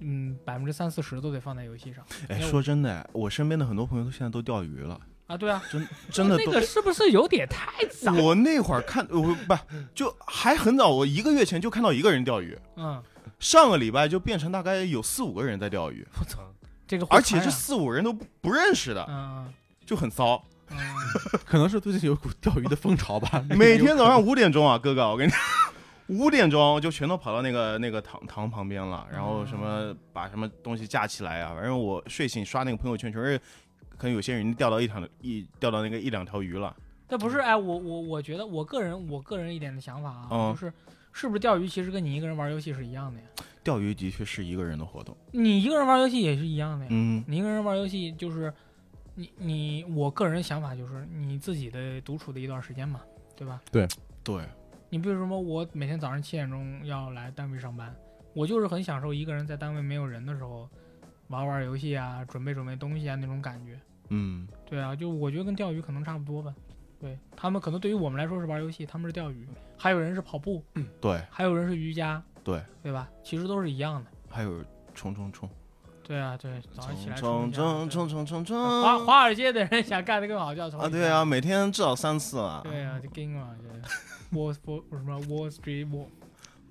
[SPEAKER 3] 嗯百分之三四十都得放在游戏上
[SPEAKER 2] 哎，
[SPEAKER 3] 那我
[SPEAKER 2] 说真的，我身边的很多朋友都现在都钓鱼了，
[SPEAKER 3] 啊。对啊，
[SPEAKER 2] 真真的
[SPEAKER 3] 那
[SPEAKER 2] 都。
[SPEAKER 3] 个是不是有点太早？
[SPEAKER 2] 我那会儿看，我不就还很早，我一个月前就看到一个人钓鱼，
[SPEAKER 3] 嗯，
[SPEAKER 2] 上个礼拜就变成大概有四五个人在钓鱼，
[SPEAKER 3] 我操，这个会
[SPEAKER 2] 而且
[SPEAKER 3] 传
[SPEAKER 2] 这
[SPEAKER 3] 染
[SPEAKER 2] 四五人都不不认识的，
[SPEAKER 3] 啊嗯
[SPEAKER 2] 就很骚。
[SPEAKER 3] 嗯
[SPEAKER 4] 可能是最近有股钓鱼的风潮吧。
[SPEAKER 2] 每天早上五点钟啊，哥哥，我跟你讲，五点钟就全都跑到那个那个堂堂旁边了，然后什
[SPEAKER 3] 哦
[SPEAKER 2] 么把什么东西架起来啊，反正我睡醒刷那个朋友圈，全是可能有些人钓到一条一钓到那个一两条鱼了，
[SPEAKER 3] 但不是哎，我我我觉得我个人我个人一点的想法啊，
[SPEAKER 2] 嗯
[SPEAKER 3] 就是是不是钓鱼其实跟你一个人玩游戏是一样的呀？
[SPEAKER 2] 钓鱼的确是一个人的活动，
[SPEAKER 3] 你一个人玩游戏也是一样的呀。
[SPEAKER 2] 嗯，
[SPEAKER 3] 你一个人玩游戏就是你你我个人想法就是你自己的独处的一段时间嘛，对吧？
[SPEAKER 2] 对，
[SPEAKER 3] 你比如什么，我每天早上七点钟要来单位上班，我就是很享受一个人在单位没有人的时候玩玩游戏啊，准备准备东西啊那种感觉。
[SPEAKER 2] 嗯，
[SPEAKER 3] 对啊，就我觉得跟钓鱼可能差不多吧。对他们可能对于我们来说是玩游戏，他们是钓鱼，还有人是跑步，
[SPEAKER 2] 对，
[SPEAKER 3] 还有人是瑜伽，
[SPEAKER 2] 对
[SPEAKER 3] 对吧？其实都是一样的。
[SPEAKER 2] 还有冲冲冲
[SPEAKER 3] 对啊，对，早上起来
[SPEAKER 2] 冲冲
[SPEAKER 3] 冲呃
[SPEAKER 2] 冲冲冲冲，
[SPEAKER 3] 华华尔街的人想干得更好，就要从
[SPEAKER 2] 啊，对啊，，每天至少三次啊，
[SPEAKER 3] 对啊，就 game 嘛，就 Wall 什么 Wall Street Wall，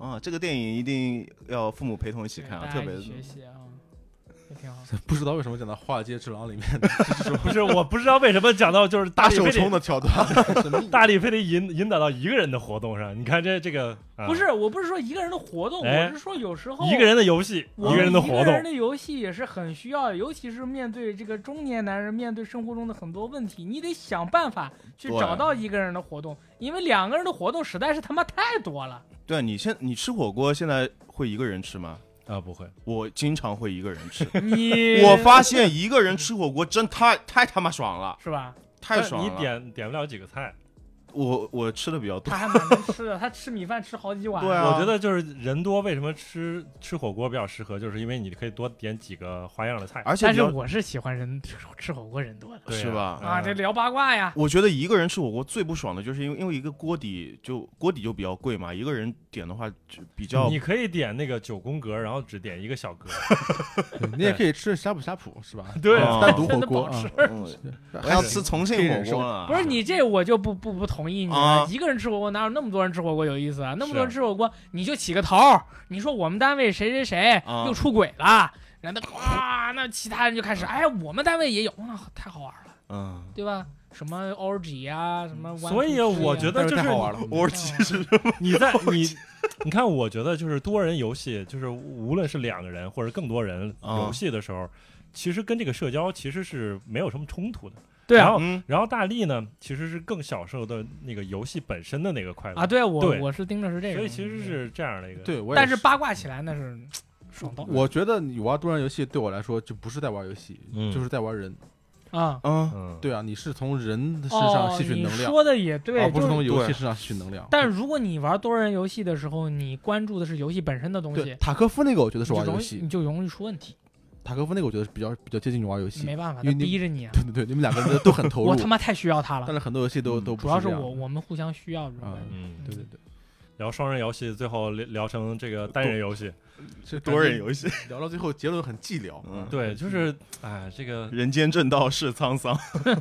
[SPEAKER 2] 啊，这个电影一定要父母陪同一起
[SPEAKER 3] 对
[SPEAKER 2] 看啊，
[SPEAKER 3] 大
[SPEAKER 2] 特
[SPEAKER 3] 家
[SPEAKER 2] 别
[SPEAKER 3] 一起学习啊，也挺好。
[SPEAKER 4] 不知道为什么讲到《华尔街之狼》里面
[SPEAKER 1] 不是，我不知道为什么讲到就是大力
[SPEAKER 4] 手
[SPEAKER 1] 非
[SPEAKER 4] 冲
[SPEAKER 1] 得
[SPEAKER 4] 的桥段，什 么
[SPEAKER 1] 大力非得引引导到一个人的活动上。你看这这个、啊
[SPEAKER 3] 不是，我不是说一个人的活动，
[SPEAKER 1] 哎
[SPEAKER 3] 我是说有时候
[SPEAKER 1] 一个人的游戏，
[SPEAKER 3] 我
[SPEAKER 1] 一个人的活
[SPEAKER 3] 哦一个人
[SPEAKER 1] 动，
[SPEAKER 3] 的游戏也是很需要的，尤其是面对这个中年男人，面对生活中的很多问题，你得想办法去
[SPEAKER 2] 对
[SPEAKER 3] 找到一个人的活动，因为两个人的活动实在是他妈太 多了。
[SPEAKER 2] 对啊你现你吃火锅现在会一个人吃吗？
[SPEAKER 1] 啊，不会，
[SPEAKER 2] 我经常会一个人吃。
[SPEAKER 3] 你
[SPEAKER 2] 我发现一个人吃火锅真太太他妈爽了，
[SPEAKER 3] 是吧？
[SPEAKER 2] 太
[SPEAKER 1] 但
[SPEAKER 2] 爽
[SPEAKER 1] 你
[SPEAKER 2] 了。
[SPEAKER 1] 点点不了几个菜，
[SPEAKER 2] 我我吃的比较多
[SPEAKER 3] 他，还蛮能吃的，他吃米饭吃好几碗。
[SPEAKER 2] 对啊
[SPEAKER 1] 我觉得就是人多，为什么吃吃火锅比较适合，就是因为你可以多点几个花样的菜，
[SPEAKER 2] 而且
[SPEAKER 3] 但
[SPEAKER 2] 比
[SPEAKER 3] 是
[SPEAKER 2] 较
[SPEAKER 3] 我是喜欢人吃吃火锅人多的
[SPEAKER 1] 对啊
[SPEAKER 2] 是吧
[SPEAKER 1] 嗯
[SPEAKER 3] 啊，这聊八卦呀，
[SPEAKER 2] 我觉得一个人吃火锅最不爽的就是因为因为一个锅底就锅底就比较贵嘛，一个人点的话就比较
[SPEAKER 1] 你可以点那个九宫格，然后只点一个小格，
[SPEAKER 4] 你也可以吃呷哺呷哺是吧？
[SPEAKER 1] 对
[SPEAKER 2] 啊
[SPEAKER 4] 单独
[SPEAKER 3] 真
[SPEAKER 4] 火
[SPEAKER 3] 的
[SPEAKER 4] 锅
[SPEAKER 3] 保
[SPEAKER 4] 啊
[SPEAKER 3] 持。，
[SPEAKER 2] 嗯还要吃重庆
[SPEAKER 4] 可以
[SPEAKER 2] 火
[SPEAKER 4] 忍受
[SPEAKER 2] 锅啊了。
[SPEAKER 3] 不是你这我就不不不同意你了。
[SPEAKER 2] 啊
[SPEAKER 3] 一个人吃火锅哪有那么多人吃火锅有意思啊？那么
[SPEAKER 1] 是
[SPEAKER 3] 多人吃火锅，你就起个头儿，你说我们单位谁谁谁
[SPEAKER 2] 啊
[SPEAKER 3] 又出轨了，然后那哇，那其他人就开始，哎，我们单位也有，那太好玩了，
[SPEAKER 2] 嗯，
[SPEAKER 3] 对吧？什么 orgy 啊，什么 one
[SPEAKER 1] 所以
[SPEAKER 3] two three 啊
[SPEAKER 1] 我觉得就是
[SPEAKER 4] 太好玩了。嗯
[SPEAKER 2] 我其实
[SPEAKER 1] 你在你 你看，我觉得就是多人游戏，就是无论是两个人或者更多人游戏的时候，其实跟这个社交其实是没有什么冲突的。
[SPEAKER 3] 对
[SPEAKER 1] 然
[SPEAKER 3] 啊
[SPEAKER 1] 后
[SPEAKER 2] 嗯
[SPEAKER 1] 然后大力呢，其实是更享受的那个游戏本身的那个快乐
[SPEAKER 3] 啊，对我
[SPEAKER 1] 对
[SPEAKER 3] 我是盯着是这个，
[SPEAKER 1] 所以其实，是这样的一个。
[SPEAKER 4] 对，我也嗯
[SPEAKER 3] 但是八卦起来那是爽到
[SPEAKER 4] 我觉得你玩多人游戏对我来说就不是在玩游戏，
[SPEAKER 1] 嗯
[SPEAKER 4] 就是在玩人。
[SPEAKER 3] 啊。
[SPEAKER 2] 嗯，
[SPEAKER 1] 嗯，
[SPEAKER 4] 对啊，你是从人的身上
[SPEAKER 3] 哦，
[SPEAKER 4] 吸取
[SPEAKER 3] 你
[SPEAKER 4] 能量，
[SPEAKER 3] 说的也对，
[SPEAKER 4] 而不
[SPEAKER 3] 就是是
[SPEAKER 4] 从游戏身上吸取能量。
[SPEAKER 3] 但如果你玩多人游戏的时候，你关注的是游戏本身的东
[SPEAKER 4] 对
[SPEAKER 3] 西，
[SPEAKER 4] 塔科夫那个，我觉得是
[SPEAKER 3] 你就
[SPEAKER 4] 玩游
[SPEAKER 3] 容易嗯
[SPEAKER 4] 啊戏
[SPEAKER 3] 你。就容易出问题，
[SPEAKER 4] 塔科夫那个，我觉得是比较比较接近于玩游戏。
[SPEAKER 3] 没办法，
[SPEAKER 4] 因
[SPEAKER 3] 他
[SPEAKER 4] 为你
[SPEAKER 3] 逼着你啊。
[SPEAKER 4] 对对对，你们两个人 都很投入
[SPEAKER 3] 我他，妈太需要他
[SPEAKER 4] 但
[SPEAKER 3] 了，
[SPEAKER 4] 是很多游戏都
[SPEAKER 2] 嗯
[SPEAKER 4] 都不
[SPEAKER 3] 主要是
[SPEAKER 4] 这样
[SPEAKER 3] 我我们互相需要这种
[SPEAKER 4] 啊
[SPEAKER 3] 感觉。
[SPEAKER 1] 嗯，
[SPEAKER 4] 对对对，
[SPEAKER 1] 聊双人游戏，最后聊聊成这个单人游戏。
[SPEAKER 4] 这
[SPEAKER 2] 多人游戏，
[SPEAKER 4] 聊到最后结论很寂寥。
[SPEAKER 2] 嗯
[SPEAKER 1] 对，就是哎，这 个
[SPEAKER 2] 人间正道是沧桑
[SPEAKER 1] 就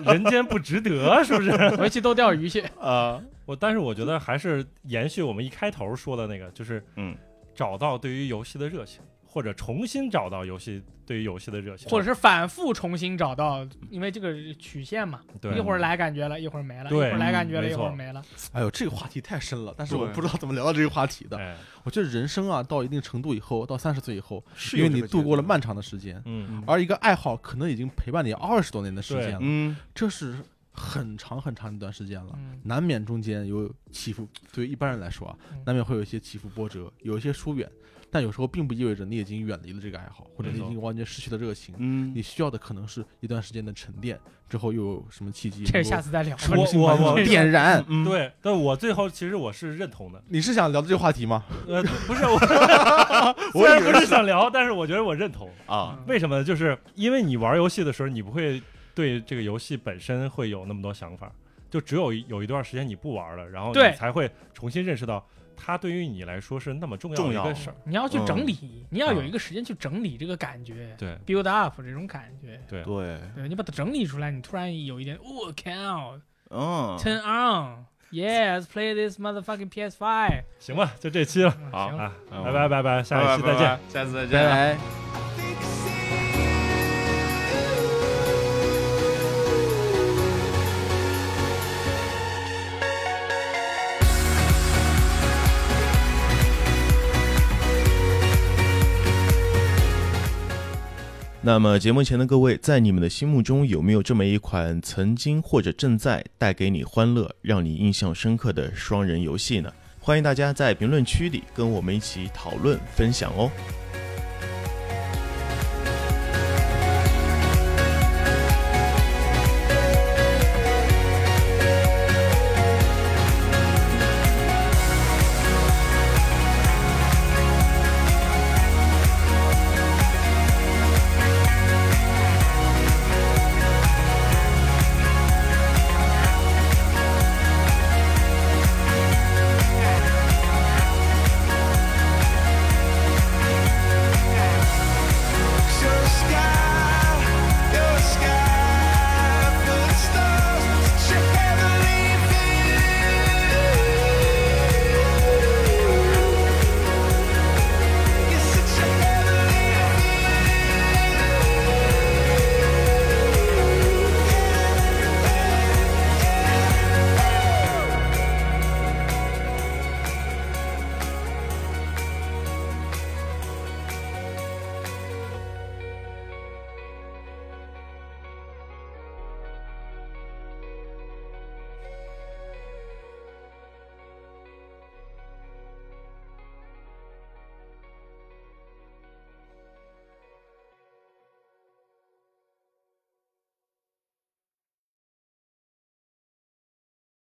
[SPEAKER 1] 是人间不值得，是不 是？
[SPEAKER 3] 回去都钓鱼 去，
[SPEAKER 2] 啊，
[SPEAKER 1] 我但是我觉得还是延续我们一开头说的那个，就是
[SPEAKER 2] 嗯，
[SPEAKER 1] 找到对于游戏的热情，或者重新找到游戏对于游戏的热情，
[SPEAKER 3] 或者是反复重新找到，因为这个曲线嘛，
[SPEAKER 1] 对
[SPEAKER 3] 一会儿来感觉了，一会儿没了，一
[SPEAKER 1] 对
[SPEAKER 3] 会儿来感觉了，
[SPEAKER 1] 嗯没
[SPEAKER 3] 一会
[SPEAKER 1] 错
[SPEAKER 3] 儿没了。
[SPEAKER 4] 哎呦，这个话题太深了，但是
[SPEAKER 2] 对
[SPEAKER 4] 我不知道怎么聊到这个话题的。
[SPEAKER 1] 哎，
[SPEAKER 4] 我觉得人生啊，到一定程度以后，到三十岁以后，
[SPEAKER 2] 是
[SPEAKER 4] 因
[SPEAKER 2] 有
[SPEAKER 4] 为
[SPEAKER 2] 这
[SPEAKER 4] 你
[SPEAKER 2] 个
[SPEAKER 4] 度过了
[SPEAKER 2] 阶段
[SPEAKER 4] 漫长的时间，
[SPEAKER 1] 嗯，
[SPEAKER 4] 而一个爱好可能已经陪伴你二十多年的时间了，
[SPEAKER 2] 嗯，
[SPEAKER 4] 这是很长很长一段时间了。
[SPEAKER 3] 嗯，
[SPEAKER 4] 难免中间有起伏，对于一般人来说啊
[SPEAKER 3] 嗯，
[SPEAKER 4] 难免会有一些起伏波折，有一些疏远，但有时候并不意味着你已经远离了这个爱好，或者
[SPEAKER 1] 没
[SPEAKER 4] 你
[SPEAKER 1] 错
[SPEAKER 4] 已经完全失去了热情。
[SPEAKER 2] 嗯
[SPEAKER 4] 你需要的可能是一段时间的沉淀，之后又有什么契机能够
[SPEAKER 3] 这个
[SPEAKER 4] 重新
[SPEAKER 3] 下
[SPEAKER 4] 把
[SPEAKER 3] 次再聊吧。嗯
[SPEAKER 4] 你的
[SPEAKER 1] 我
[SPEAKER 4] 心把
[SPEAKER 1] 我
[SPEAKER 4] 你
[SPEAKER 1] 我
[SPEAKER 4] 点燃。
[SPEAKER 2] 嗯，
[SPEAKER 1] 对，但我最后其实我是认同的，
[SPEAKER 4] 你是想聊这个话题吗？
[SPEAKER 1] 呃，不 是我，虽然不是想聊，但是我觉得我认同，
[SPEAKER 2] 啊，
[SPEAKER 1] 为什么呢？就是因为你玩游戏的时候，你不会对这个游戏本身会有那么多想法，就只有有一段时间你不玩了，然后
[SPEAKER 3] 对
[SPEAKER 1] 你才会重新认识到它对于你来说是那么重
[SPEAKER 2] 重
[SPEAKER 1] 的一
[SPEAKER 2] 要
[SPEAKER 1] 个事儿。
[SPEAKER 3] 你要去整
[SPEAKER 2] 嗯
[SPEAKER 3] 理，
[SPEAKER 4] 啊
[SPEAKER 3] 你要有
[SPEAKER 1] 嗯
[SPEAKER 3] 一个时间去整理这个感觉
[SPEAKER 1] 对，
[SPEAKER 3] ，build up 这种感觉。
[SPEAKER 2] 对，
[SPEAKER 3] 对你把它整理出来，你突然有一点，我
[SPEAKER 4] 啊
[SPEAKER 3] 靠
[SPEAKER 2] 嗯，
[SPEAKER 3] ，turn on，yes，play this motherfucking PS5。
[SPEAKER 1] 行吧，就这期了，
[SPEAKER 3] 嗯
[SPEAKER 1] 好
[SPEAKER 3] 行
[SPEAKER 1] 啊，
[SPEAKER 2] 嗯
[SPEAKER 1] 拜拜拜拜，下
[SPEAKER 2] 拜
[SPEAKER 1] 一期
[SPEAKER 2] 拜
[SPEAKER 1] 再见。，
[SPEAKER 2] 拜拜下次再见
[SPEAKER 4] 拜
[SPEAKER 2] 啊。
[SPEAKER 4] 拜。
[SPEAKER 2] 那么节目前的各位，在你们的心目中有没有这么一款曾经或者正在带给你欢乐、让你印象深刻的双人游戏呢？欢迎大家在评论区里跟我们一起讨论分享哦。